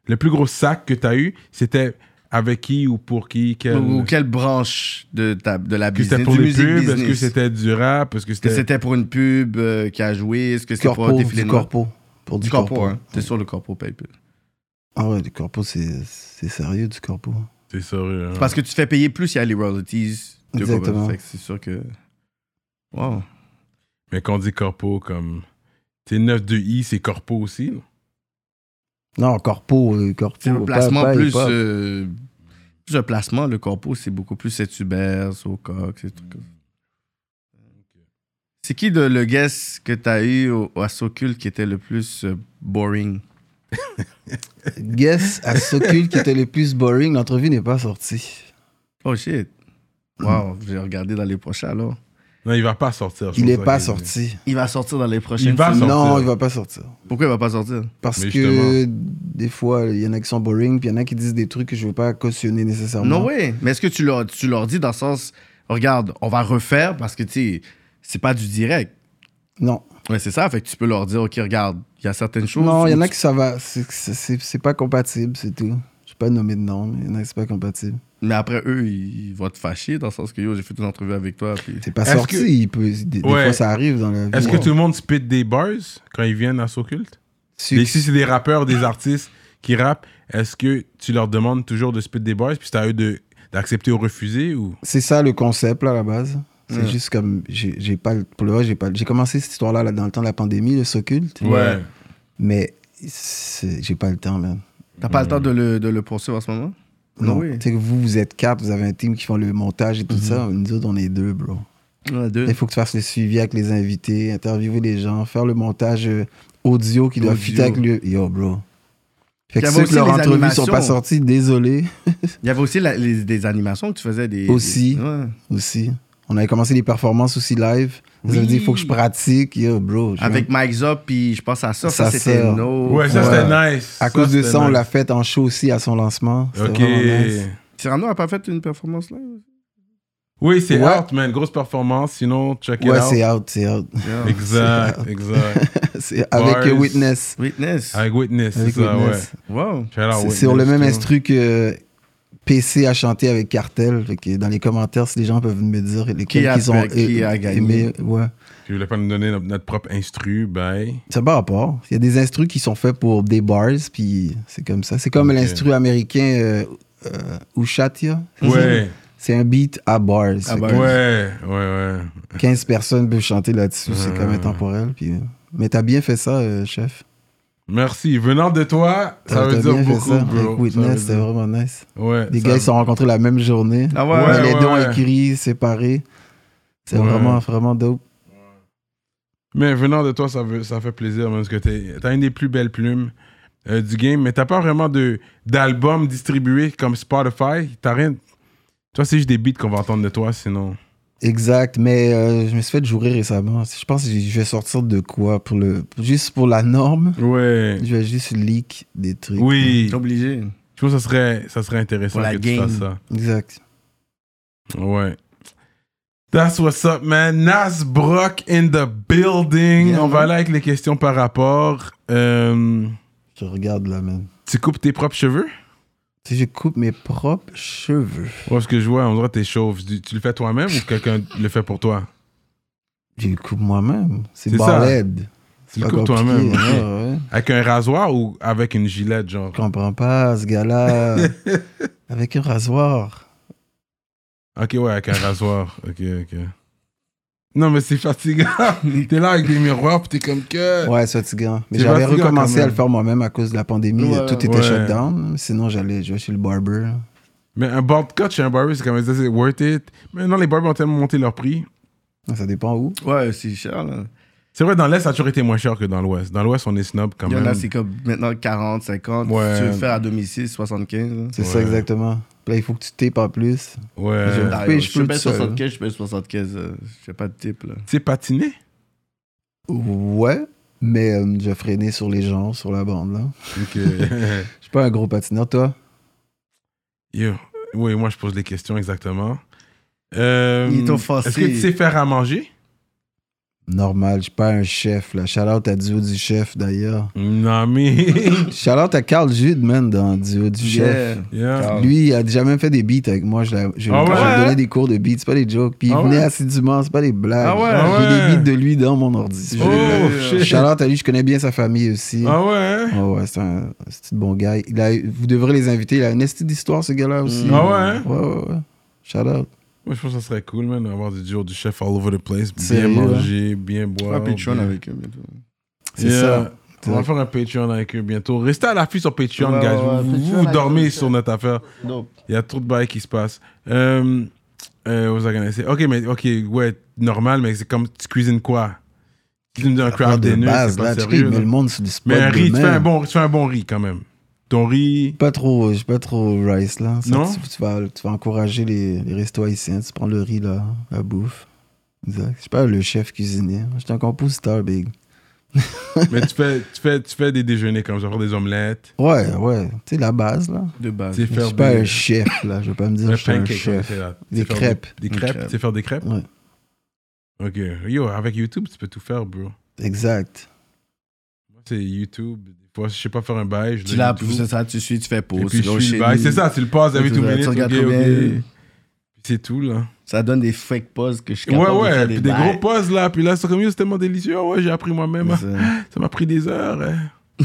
Speaker 1: Le plus gros sac que t'as eu, c'était avec qui ou pour qui quel...
Speaker 2: Ou, ou quelle branche de, ta, de la
Speaker 1: Est-ce que
Speaker 2: business,
Speaker 1: c'était pour
Speaker 2: du
Speaker 1: les
Speaker 2: music
Speaker 1: pubs Est-ce que
Speaker 2: business?
Speaker 1: c'était du rap Est-ce que
Speaker 2: Est-ce que
Speaker 1: c'était.
Speaker 2: c'était pour une pub euh, qui a joué? Est-ce que c'était pour un
Speaker 3: Corpo,
Speaker 2: défilé
Speaker 3: du
Speaker 2: de mode?
Speaker 3: corpo. Pour
Speaker 2: Du corpo, hein. T'es sur le corpo PayPal.
Speaker 3: Ah ouais, du corpo, c'est c'est sérieux, du corpo.
Speaker 1: C'est sérieux. hein.
Speaker 2: Parce que tu te fais payer plus, il y a les royalties. de
Speaker 3: Exactement.
Speaker 2: Boba Fett, C'est sûr que. Wow.
Speaker 1: Mais quand on dit corpo, comme. Tu sais, 9-2-I, c'est corpo aussi. là.
Speaker 3: Non, corpo, euh, corpo.
Speaker 2: C'est un
Speaker 3: pas-
Speaker 2: placement
Speaker 3: pas
Speaker 2: plus.
Speaker 3: hip-hop.
Speaker 2: euh, plus un placement, le corpo, c'est beaucoup plus cet Hubert, Socox, ces trucs comme C'est qui de, le guest que t'as eu au, à Socul qui était le plus euh, boring?
Speaker 3: Guess à Socul qui était le plus boring, l'entrevue n'est pas sortie.
Speaker 2: Oh shit. Wow, je vais regarder dans les prochains alors.
Speaker 1: Non, il va pas sortir. je
Speaker 3: Il
Speaker 1: pense
Speaker 3: n'est
Speaker 1: ça,
Speaker 3: pas
Speaker 1: il-
Speaker 3: sorti.
Speaker 2: Il va sortir dans les prochaines
Speaker 1: Il va
Speaker 2: semaines.
Speaker 1: sortir.
Speaker 3: Non, il va pas sortir.
Speaker 2: Pourquoi il va pas sortir?
Speaker 3: Parce
Speaker 1: Mais
Speaker 3: que des fois, il y en a qui sont boring, puis il y en a qui disent des trucs que je veux pas cautionner nécessairement.
Speaker 2: Non, oui. Mais est-ce que tu leur, tu leur dis dans le sens, regarde, on va refaire parce que, tu sais, c'est pas du direct.
Speaker 3: Non.
Speaker 2: Ouais, c'est ça. Fait que tu peux leur dire, OK, regarde, il y a certaines choses.
Speaker 3: Non, il y en
Speaker 2: où
Speaker 3: a
Speaker 2: tu-
Speaker 3: qui ça va. C'est- C'est c'est- c'est pas compatible, c'est tout. Je vais pas nommer de nom, mais il y en a qui c'est pas compatible.
Speaker 2: Mais après, eux, ils, ils vont te fâcher dans le sens que, yo, j'ai fait une entrevue avec toi. Puis...
Speaker 3: C'est pas
Speaker 1: Est-ce
Speaker 3: sorti.
Speaker 1: que-
Speaker 3: il peut- des, des
Speaker 1: Ouais.
Speaker 3: fois, ça arrive dans la vie.
Speaker 1: Est-ce que tout le monde spit des bars quand ils viennent à Socult
Speaker 3: Su-
Speaker 1: Ici, c'est des rappeurs, des artistes qui rappent. Est-ce que tu leur demandes toujours de spit des bars, puis c'est à eux de- d'accepter ou refuser ou...
Speaker 3: C'est ça le concept là, à la base. C'est
Speaker 2: Ouais.
Speaker 3: juste comme j'ai j'ai pas le- pour le vrai, j'ai pas j'ai commencé cette histoire là, dans le temps de la pandémie le socculte mais c'est- j'ai pas le temps même.
Speaker 2: T'as pas le temps de le, de le poursuivre en ce moment?
Speaker 3: Mm. Non,
Speaker 2: Oui. Mhm.
Speaker 3: tu sais que vous vous êtes quatre, vous avez un team qui font le montage et tout ça, nous autres on est deux bro.
Speaker 2: Euh. Ouais, deux.
Speaker 3: Il faut que tu fasses le suivi avec les invités, interviewer les gens, faire le montage euh, audio qui doit
Speaker 2: Audio.
Speaker 3: fitter avec le yo bro. Fait
Speaker 2: Il y
Speaker 3: que
Speaker 2: avait
Speaker 3: ceux
Speaker 2: aussi
Speaker 3: que leurs
Speaker 2: les
Speaker 3: entrevues sont pas
Speaker 2: animations.
Speaker 3: sorties, désolé
Speaker 2: Il y avait aussi la- les- des animations que tu faisais. Des,
Speaker 3: Aussi.
Speaker 2: des- ouais.
Speaker 3: aussi. On avait commencé les performances aussi live. Vous avez dit il faut que je pratique, yo bro. je
Speaker 2: Avec Mike Zop, puis je pense à ça. Ça,
Speaker 3: Ça
Speaker 2: c'était
Speaker 3: sort.
Speaker 2: no.
Speaker 1: Ouais, ça
Speaker 3: Ouais.
Speaker 1: c'était nice.
Speaker 3: À cause de
Speaker 1: c'était
Speaker 3: ça, on
Speaker 1: nice.
Speaker 3: l'a fait en show aussi à son lancement. C'était
Speaker 1: Ok.
Speaker 3: vraiment nice.
Speaker 2: Cyrano a pas fait une performance là?
Speaker 1: Oui, c'est
Speaker 3: Ouais.
Speaker 1: out, man. Grosse performance. Sinon, check it
Speaker 3: Ouais,
Speaker 1: out.
Speaker 3: c'est out, c'est out.
Speaker 2: Yeah.
Speaker 1: Exact, exact.
Speaker 3: C'est avec
Speaker 1: Bars.
Speaker 3: euh, Witness.
Speaker 2: Witness.
Speaker 1: Avec Witness, c'est
Speaker 3: Avec
Speaker 1: ça,
Speaker 3: Witness.
Speaker 2: Wow.
Speaker 1: ouais.
Speaker 3: C'est sur le même instru que PC a chanté avec Cartel. Fait que dans les commentaires, si les gens peuvent me dire lesquels
Speaker 2: Qui a
Speaker 3: qu'ils ont
Speaker 2: fait- qui a gagné.
Speaker 3: aimé, ouais.
Speaker 1: Tu voulais pas nous donner notre, notre propre instru, bye.
Speaker 3: Ça n'a pas rapport. Il y a des instrus qui sont faits pour des bars, puis c'est comme ça. C'est comme
Speaker 1: Ok.
Speaker 3: l'instru américain euh, euh, Ushatia. c'est ça?
Speaker 1: Ouais,
Speaker 3: C'est un beat à bars. Fait
Speaker 2: bars.
Speaker 3: que
Speaker 1: ouais, ouais, ouais.
Speaker 3: 15 personnes peuvent chanter là-dessus. C'est comme
Speaker 1: Ah.
Speaker 3: intemporel. Puis... euh, Mais t'as bien fait ça, euh, chef.
Speaker 1: Merci. Venant de toi, ça
Speaker 3: T'as-
Speaker 1: veut
Speaker 3: t'as
Speaker 1: dire
Speaker 3: bien fait
Speaker 1: beaucoup,
Speaker 3: ça,
Speaker 1: bro.
Speaker 3: Avec Witness,
Speaker 1: Ça
Speaker 3: c'était
Speaker 1: veut dire-
Speaker 3: vraiment nice.
Speaker 1: Ouais.
Speaker 3: Les
Speaker 1: ça-
Speaker 3: gars, ils se sont rencontrés la même journée.
Speaker 2: Ah ouais?
Speaker 3: On
Speaker 1: Ouais,
Speaker 3: a les
Speaker 1: ouais,
Speaker 3: deux ont
Speaker 1: ouais.
Speaker 3: écrit, séparés. C'est
Speaker 1: Ouais.
Speaker 3: vraiment, vraiment dope.
Speaker 1: Mais venant de toi, ça, veut, ça fait plaisir, man, parce que t'es- t'as une des plus belles plumes euh, du game, mais t'as pas vraiment de- d'album distribué comme Spotify. T'as rien. Toi, c'est juste des beats qu'on va entendre de toi, sinon.
Speaker 3: Exact, mais euh, je me suis fait jouer récemment. Je pense que je vais sortir de quoi pour le, Juste pour la norme,
Speaker 1: Ouais.
Speaker 3: je vais juste leak des trucs.
Speaker 1: Oui.
Speaker 2: T'es obligé.
Speaker 1: Je trouve que ça serait, ça serait intéressant
Speaker 2: Pour la
Speaker 1: que tu
Speaker 2: game.
Speaker 1: fasses ça.
Speaker 3: Exact.
Speaker 1: Ouais. That's what's up, man. Nas Brock in the building.
Speaker 2: Yeah,
Speaker 1: On va
Speaker 2: man.
Speaker 1: aller avec les questions par rapport. Euh,
Speaker 3: Je regarde là même.
Speaker 1: tu coupes tes propres cheveux?
Speaker 3: Si je coupe mes propres cheveux,
Speaker 1: Ouais, parce que je vois, on dirait que t'es chauve. Tu, tu le fais toi-même ou quelqu'un le fait pour toi?
Speaker 3: je les coupe moi-même. C'est
Speaker 1: C'est ça.
Speaker 3: barred.
Speaker 1: Tu le coupes toi-même.
Speaker 3: hein.
Speaker 1: ok. Avec un rasoir ou avec une gilette, genre?
Speaker 3: Je comprends pas ce gars-là. Avec un rasoir.
Speaker 1: Ok, ouais, avec un rasoir. Ok, ok. Non, mais c'est fatigant. t'es là avec des miroirs, puis t'es comme que.
Speaker 3: Ouais, c'est fatigant. Mais
Speaker 1: C'est
Speaker 3: j'avais
Speaker 1: fatigant quand
Speaker 3: recommencé
Speaker 1: même.
Speaker 3: à le faire moi-même à cause de la pandémie.
Speaker 2: Ouais,
Speaker 3: Tout était
Speaker 1: ouais.
Speaker 3: shut down. Sinon, j'allais jouer chez le barber.
Speaker 1: Mais un bald cut chez un barber, c'est comme ça, c'est worth it. Maintenant, les barbers ont tellement monté leur prix.
Speaker 3: Ça dépend où.
Speaker 2: Ouais, c'est cher là.
Speaker 1: C'est vrai, dans l'Est, ça a toujours été moins cher que dans l'Ouest. Dans l'Ouest, on est snob quand
Speaker 2: Il y
Speaker 1: même.
Speaker 2: en a, c'est comme maintenant 40, 50.
Speaker 1: Ouais.
Speaker 2: Si tu veux le faire à domicile, 75. là.
Speaker 3: C'est ça,
Speaker 1: Ouais.
Speaker 3: exactement. Puis Là, il faut que tu tapes en plus.
Speaker 1: Ouais.
Speaker 3: Je
Speaker 2: Ah,
Speaker 3: paye,
Speaker 2: yo,
Speaker 3: je
Speaker 2: je
Speaker 3: peux
Speaker 2: paye
Speaker 3: tout seul.
Speaker 2: 75, je paye 75. euh, Je fais pas de type là.
Speaker 1: C'est patiné.
Speaker 3: Ouais, mais euh, je freinais sur les gens, sur la bande. Là.
Speaker 1: Ok.
Speaker 5: euh,
Speaker 3: Je suis pas un gros patineur, toi.
Speaker 1: Yo. Oui, moi, je pose les questions exactement. Euh,
Speaker 2: Il est offensé.
Speaker 1: Est-ce que tu sais faire à manger
Speaker 3: Normal, je suis pas un chef. Là. Shout out à Duo du Chef, d'ailleurs.
Speaker 1: Non, mais.
Speaker 3: Shout out à Carl Jude, man, dans Duo du Chef.
Speaker 2: Yeah.
Speaker 1: Yeah.
Speaker 3: Lui, il a jamais fait des beats avec moi. Je l'ai je-
Speaker 1: Ah
Speaker 3: quand
Speaker 1: ouais?
Speaker 3: je lui donnais des cours de beats, c'est pas des jokes. Puis il
Speaker 1: Ah
Speaker 3: venait
Speaker 1: ouais?
Speaker 3: assidûment, c'est pas des blagues.
Speaker 1: Ah ouais?
Speaker 3: J'ai
Speaker 1: Ah ouais?
Speaker 3: des beats de lui dans mon ordi.
Speaker 1: Oh,
Speaker 3: Je-
Speaker 1: shit.
Speaker 3: Shout-out à lui, je connais bien sa famille aussi.
Speaker 1: Ah ouais hein?
Speaker 3: Oh ouais, c'est un c'est un bon gars.
Speaker 5: Mm.
Speaker 3: Il a- vous devrez les inviter. Il a une estime d'histoire, ce gars-là aussi.
Speaker 1: Ah ouais? hein?
Speaker 3: Ouais, ouais, ouais. Shout-out.
Speaker 1: Moi, je pense que ça serait cool, man, d'avoir du jour du chef all over the place. Bien
Speaker 3: Sérieux,
Speaker 1: manger, bien boire.
Speaker 5: Un Patreon
Speaker 1: bien-
Speaker 5: avec eux bientôt.
Speaker 3: C'est
Speaker 1: Yeah.
Speaker 3: ça.
Speaker 1: On va faire un Patreon avec eux bientôt. Restez à l'affût sur Patreon,
Speaker 5: Ouais,
Speaker 1: guys.
Speaker 5: ouais, ouais,
Speaker 1: Vous- vous,
Speaker 5: Patreon
Speaker 1: vous
Speaker 5: avec
Speaker 1: dormez
Speaker 5: eux,
Speaker 1: sur notre affaire.
Speaker 5: Dope.
Speaker 1: Il y a trop de bails qui se passent. Euh, euh, what was I gonna say? Ok, mais ok, ouais, normal, mais c'est comme tu cuisines quoi? Tu me dis un
Speaker 3: Pas
Speaker 1: crab
Speaker 3: Ah, de
Speaker 1: dinner,
Speaker 3: base,
Speaker 1: c'est pas
Speaker 3: là, tu
Speaker 1: sérieux.
Speaker 3: mets
Speaker 1: là.
Speaker 3: le monde sur du spot.
Speaker 1: Mais un
Speaker 3: de
Speaker 1: riz, tu fais
Speaker 3: même.
Speaker 1: un, bon, tu fais un bon riz quand même. Ton riz,
Speaker 3: Pas trop, j'ai pas trop rice là. Ça,
Speaker 1: Non?
Speaker 3: Tu, tu vas, tu vas encourager les, les restos haïtiens, tu prends le riz là, la bouffe. Exact. Je suis pas le chef cuisinier, je suis un compositeur, big.
Speaker 1: mais tu fais, tu, fais, tu fais des déjeuners comme ça, faire des omelettes,
Speaker 3: Ouais, ouais, tu sais, la base là.
Speaker 5: De base.
Speaker 1: tu sais,
Speaker 3: Je
Speaker 1: faire
Speaker 3: suis pas
Speaker 1: des,
Speaker 3: un chef là, je vais pas me dire
Speaker 1: un
Speaker 3: que je suis un
Speaker 1: pancake, comme
Speaker 3: chef.
Speaker 1: c'est là. Tu
Speaker 3: Des
Speaker 1: sais, faire
Speaker 3: crêpes.
Speaker 1: Des,
Speaker 5: Des
Speaker 1: crêpes,
Speaker 5: crêpes.
Speaker 1: tu sais faire des crêpes?
Speaker 3: Ouais.
Speaker 1: Ok. Yo, avec YouTube, tu peux tout faire, bro.
Speaker 3: Exact.
Speaker 1: Moi, c'est YouTube. Des fois, je sais pas faire un bail, je
Speaker 5: Tu
Speaker 1: le
Speaker 5: l'as,
Speaker 1: YouTube.
Speaker 5: c'est ça, tu suis, tu fais pause.
Speaker 1: Et puis
Speaker 5: tu
Speaker 1: je
Speaker 5: vas
Speaker 1: suis
Speaker 5: chez
Speaker 1: le bail.
Speaker 5: lui.
Speaker 1: C'est ça, c'est le pause every
Speaker 5: Tu
Speaker 1: two
Speaker 5: regardes-
Speaker 1: minutes.
Speaker 5: tu regardes
Speaker 1: ok,
Speaker 5: combien-
Speaker 1: ok. C'est tout, là.
Speaker 5: Ça donne des fake pauses que je suis
Speaker 1: Ouais,
Speaker 5: capable de
Speaker 1: ouais,
Speaker 5: faire
Speaker 1: puis des gros
Speaker 5: bails.
Speaker 1: pauses là, puis là, c'est comme yo, c'est tellement délicieux, ouais, j'ai appris moi-même, hein.
Speaker 5: C'est-
Speaker 1: ça m'a pris des heures. hein.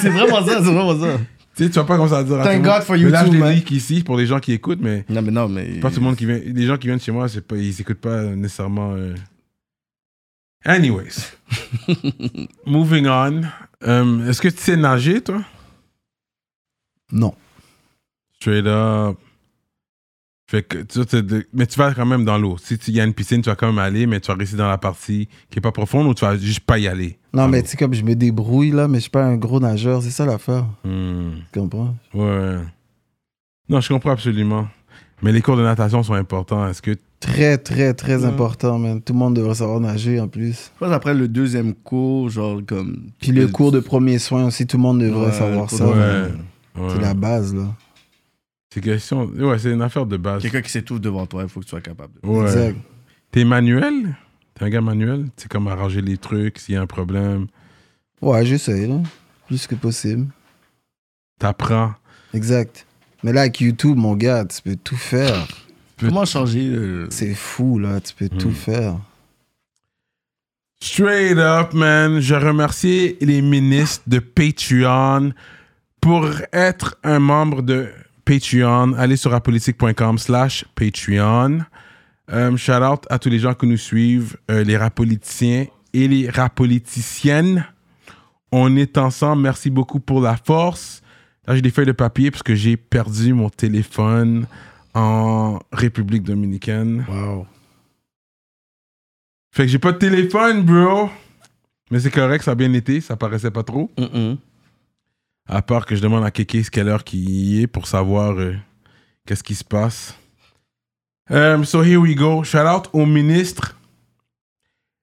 Speaker 5: C'est vraiment ça, c'est vraiment ça.
Speaker 1: Tu sais, tu vas pas comme ça dire à
Speaker 5: Thank
Speaker 1: tout le monde.
Speaker 5: God for
Speaker 1: Mais Là, je
Speaker 5: YouTube,
Speaker 1: les
Speaker 5: man.
Speaker 1: leak ici pour les gens qui écoutent, mais
Speaker 5: Non, mais non, mais.
Speaker 1: pas tout le monde qui vient, les gens qui viennent chez moi, c'est pas, ils écoutent pas nécessairement. euh. Anyways, moving on. Euh, Est-ce que tu sais nager, toi?
Speaker 3: Non.
Speaker 1: Straight up. Fait que, tu vois, t'es de- mais tu vas quand même dans l'eau. Si il y a une piscine, tu vas quand même aller, mais tu vas rester dans la partie qui est pas profonde ou tu vas juste pas y aller.
Speaker 3: Non,
Speaker 1: dans
Speaker 3: mais
Speaker 1: l'eau.
Speaker 3: tu sais, comme je me débrouille là, mais je suis pas un gros nageur, c'est ça l'affaire.
Speaker 1: Hmm.
Speaker 3: Tu comprends?
Speaker 1: Ouais. Non, je comprends absolument. Mais les cours de natation sont importants. Est-ce que.
Speaker 3: Très, très, très important, man. Tout le monde devrait savoir nager en plus.
Speaker 5: Je pense après le deuxième cours, genre comme.
Speaker 3: Puis le cours de premier soin aussi, tout le monde
Speaker 5: Ouais,
Speaker 3: devrait
Speaker 5: le
Speaker 3: savoir
Speaker 5: cours
Speaker 3: ça.
Speaker 5: de-
Speaker 3: man.
Speaker 1: Ouais.
Speaker 3: C'est la base là.
Speaker 1: C'est question. Ouais, c'est une affaire de base.
Speaker 5: Quelqu'un qui s'étouffe devant toi, il faut que tu sois capable de.
Speaker 1: Ouais.
Speaker 3: Exact.
Speaker 1: T'es manuel T'es un gars manuel C'est comme arranger les trucs s'il y a un problème.
Speaker 3: Ouais, j'essaie, là. Plus que possible.
Speaker 1: T'apprends.
Speaker 3: Exact. Mais là, avec YouTube, mon gars, tu peux tout faire.
Speaker 5: Comment changer le.
Speaker 3: C'est fou, là. Tu peux tout faire.
Speaker 1: Straight up, man. Je remercie les ministres de Patreon pour être un membre de Patreon. Allez sur apolitique.com slash Patreon. Euh, shout out à tous les gens qui nous suivent, euh, les rapoliticiens et les rapoliticiennes. On est ensemble. Merci beaucoup pour la force. Là, j'ai des feuilles de papier parce que j'ai perdu mon téléphone en République dominicaine.
Speaker 5: Wow.
Speaker 1: Fait que j'ai pas de téléphone, bro. Mais c'est correct, ça a bien été, ça paraissait pas trop. À part que je demande à Kéké ce quelle heure qu'il est pour savoir euh, qu'est-ce qui se passe. Um, so here we go. Shout out au ministre.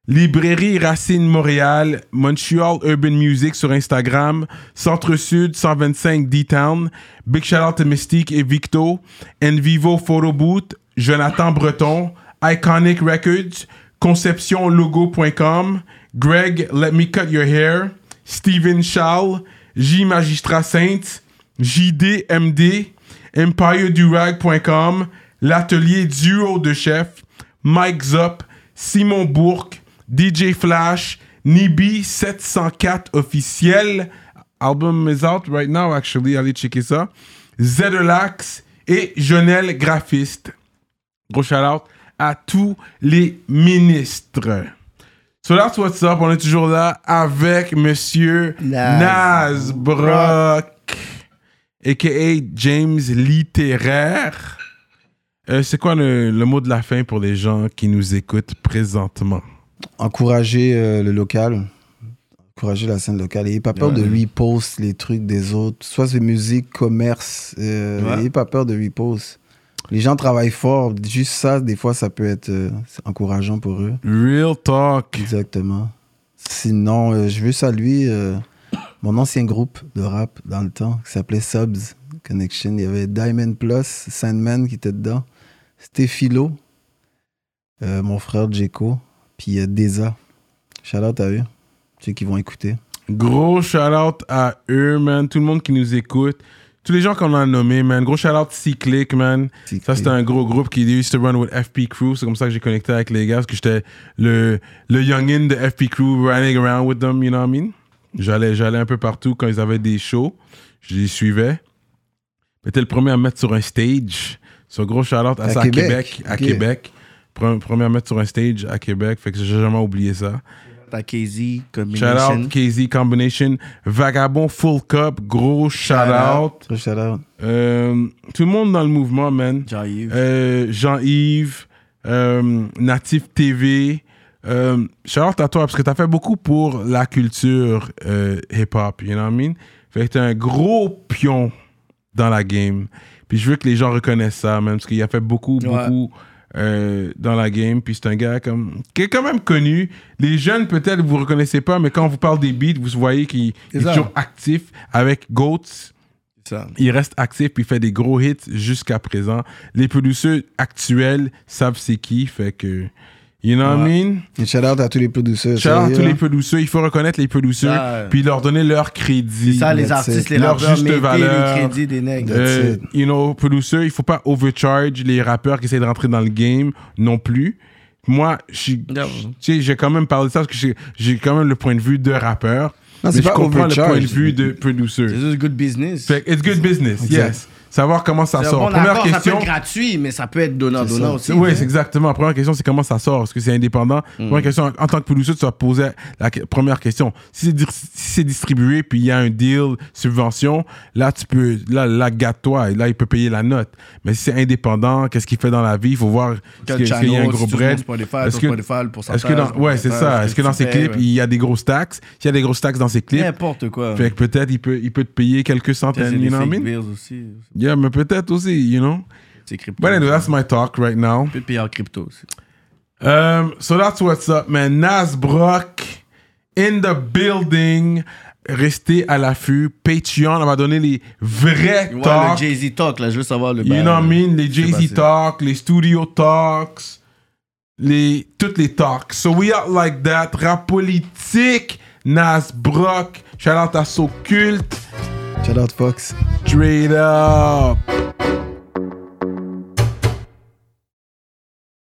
Speaker 1: Librairie Racine Montréal, Montreal Urban Music sur Instagram, Centre Sud 125 D-Town, Big Shout out to Mystique et Victo, Envivo Photo Boot, Jonathan Breton, Iconic Records, ConceptionLogo.com, Greg Let Me Cut Your Hair, Steven Charles, J Magistrat Saint, JDMD, EmpireDurag.com, L'Atelier Duo de Chef, Mike Zop, Simon Bourque, DJ Flash, Nibi 704 officiel. Album is out right now, actually. Allez checker ça. Zedelax et Jonel Graphiste. Gros shout out à tous les ministres. So that's what's up. On est toujours là avec Monsieur Naz Brock, a.k.a. James Littéraire. Euh, c'est quoi le, le mot de la fin pour les gens qui nous écoutent présentement?
Speaker 3: Encourager euh, le local. Encourager la scène locale. Ayez pas peur de repost les trucs des autres. Soit c'est musique, commerce. Euh,
Speaker 5: Ouais.
Speaker 3: Ayez pas peur de repost. Les gens travaillent fort. Juste ça, des fois, ça peut être euh, c'est encourageant pour eux.
Speaker 1: Real talk.
Speaker 3: Exactement. Sinon, euh, je veux saluer euh, mon ancien groupe de rap dans le temps qui s'appelait Subs Connection. Il y avait Diamond Plus, Sandman qui était dedans. C'était Philo, euh, mon frère Djeko, puis euh, Deza. Shout out à eux, ceux qui vont écouter.
Speaker 1: Gros shout out à eux, man. Tout le monde qui nous écoute. Tous les gens qu'on a nommés, man. Gros shout out Cyclic, man. Ça, c'était un gros groupe qui used to run with FP Crew. C'est comme ça que j'ai connecté avec les gars, parce que j'étais le, le youngin de FP Crew, running around with them, you know what I mean? J'allais, j'allais un peu partout quand ils avaient des shows. Je les suivais. Mais était le premier à mettre sur un stage. Ce gros shout-out à,
Speaker 3: À
Speaker 1: ça, à
Speaker 3: Québec.
Speaker 1: Québec. À
Speaker 3: Ok.
Speaker 1: Québec. Pre- Premier à mettre sur un stage à Québec. Fait que j'ai jamais oublié ça.
Speaker 5: T'as KZ, comme
Speaker 1: Shout-out KZ Combination. Vagabond Full Cup. Gros shout-out.
Speaker 3: Gros shout-out.
Speaker 1: Euh, tout le monde dans le mouvement, man.
Speaker 5: Jean-Yves.
Speaker 1: Euh, Jean-Yves, euh, Natif TV. Euh, shout-out à toi parce que t'as fait beaucoup pour la culture euh, hip-hop, you know what I mean? Fait que t'es un gros pion dans la game. Puis je veux que les gens reconnaissent ça, même parce qu'il a fait beaucoup, beaucoup euh, dans la game. Puis c'est un gars comme, qui est quand même connu. Les jeunes, peut-être, vous reconnaissez pas, mais quand on vous parle des beats, vous voyez qu'il il est
Speaker 5: ça.
Speaker 1: toujours actif avec Goats il reste actif puis il fait des gros hits jusqu'à présent. Les producteurs actuels savent c'est qui, fait que. You know what I mean?
Speaker 3: Et shout-out à tous les producteurs.
Speaker 1: Shout out
Speaker 3: sérieux,
Speaker 1: tous les
Speaker 3: hein.
Speaker 1: producteurs, il faut reconnaître les producteurs,
Speaker 5: Ça,
Speaker 1: puis leur donner leur crédit.
Speaker 5: Ça, les
Speaker 3: That's
Speaker 5: artistes,
Speaker 3: it.
Speaker 5: les
Speaker 1: Leur
Speaker 5: rappeurs,
Speaker 1: juste
Speaker 5: mettez
Speaker 1: valeur.
Speaker 5: les crédits des nègres.
Speaker 1: Euh,
Speaker 3: That's
Speaker 1: you know, producteurs, il faut pas overcharge les rappeurs qui essaient de rentrer dans le game non plus. Moi, je suis- tu sais, j'ai quand même parlé de ça parce que j'ai- j'ai quand même le point de vue de rappeur.
Speaker 3: Non, c'est
Speaker 1: mais je
Speaker 3: pas
Speaker 1: comprends le
Speaker 3: overcharge.
Speaker 1: point de vue de producer.
Speaker 5: C'est juste good business.
Speaker 1: Fait que it's good business, yes. Savoir comment ça
Speaker 2: C'est un
Speaker 1: sort.
Speaker 2: bon
Speaker 1: Première
Speaker 2: accord, Ça peut
Speaker 1: question.
Speaker 2: être gratuit, mais ça peut être donnant-donnant aussi.
Speaker 1: Oui, c'est exactement. Première question, c'est comment ça sort Est-ce que c'est indépendant
Speaker 5: Mm.
Speaker 1: Première question, en- en tant que producer, tu vas poser la que- première question. Si c'est, dir- si c'est distribué, puis il y a un deal, subvention, là, tu peux, là, là gâte-toi, et là, il peut payer la note. Mais si c'est indépendant, qu'est-ce qu'il fait dans la vie Il faut voir est-ce
Speaker 5: Quel
Speaker 1: que- est-ce qu'il y a un
Speaker 5: channel,
Speaker 1: gros
Speaker 5: si tu
Speaker 1: bread.
Speaker 5: montes Spotify, ton Spotify, le
Speaker 1: est-ce que dans,
Speaker 5: pourcentage,
Speaker 1: ouais, c'est
Speaker 5: pourcentage,
Speaker 1: ça.
Speaker 5: ce
Speaker 1: Est-ce
Speaker 5: que
Speaker 1: que dans
Speaker 5: tu
Speaker 1: ces
Speaker 5: payes,
Speaker 1: clips,
Speaker 5: ouais.
Speaker 1: il y a des grosses taxes S'il y a des grosses taxes dans ces clips,
Speaker 5: N'importe quoi.
Speaker 1: fait que peut-être il peut, il peut te payer quelques
Speaker 5: C'est
Speaker 1: centaines,
Speaker 5: des
Speaker 1: you know what I
Speaker 5: fake
Speaker 1: mean?
Speaker 5: bills aussi.
Speaker 1: Yeah, mais peut-être aussi, you know.
Speaker 5: C'est crypto.
Speaker 1: But anyway, that's my talk right now.
Speaker 5: Peut payer en crypto aussi.
Speaker 1: Um, so that's what's up, man. Nas Brock in the building. Restez à l'affût. Patreon, on va donner les vrais
Speaker 5: Ouais, le
Speaker 1: talks.
Speaker 5: Jay-Z talk, là, je veux savoir le
Speaker 1: you know what I mean? Les
Speaker 5: pas,
Speaker 1: Jay-Z
Speaker 5: c'est-
Speaker 1: talks, les studio talks, les, toutes les talks. So we out like that. Rap politique, Nas Brock. Shout out à Socult.
Speaker 3: hein. Shout-out Fox.
Speaker 1: Straight up.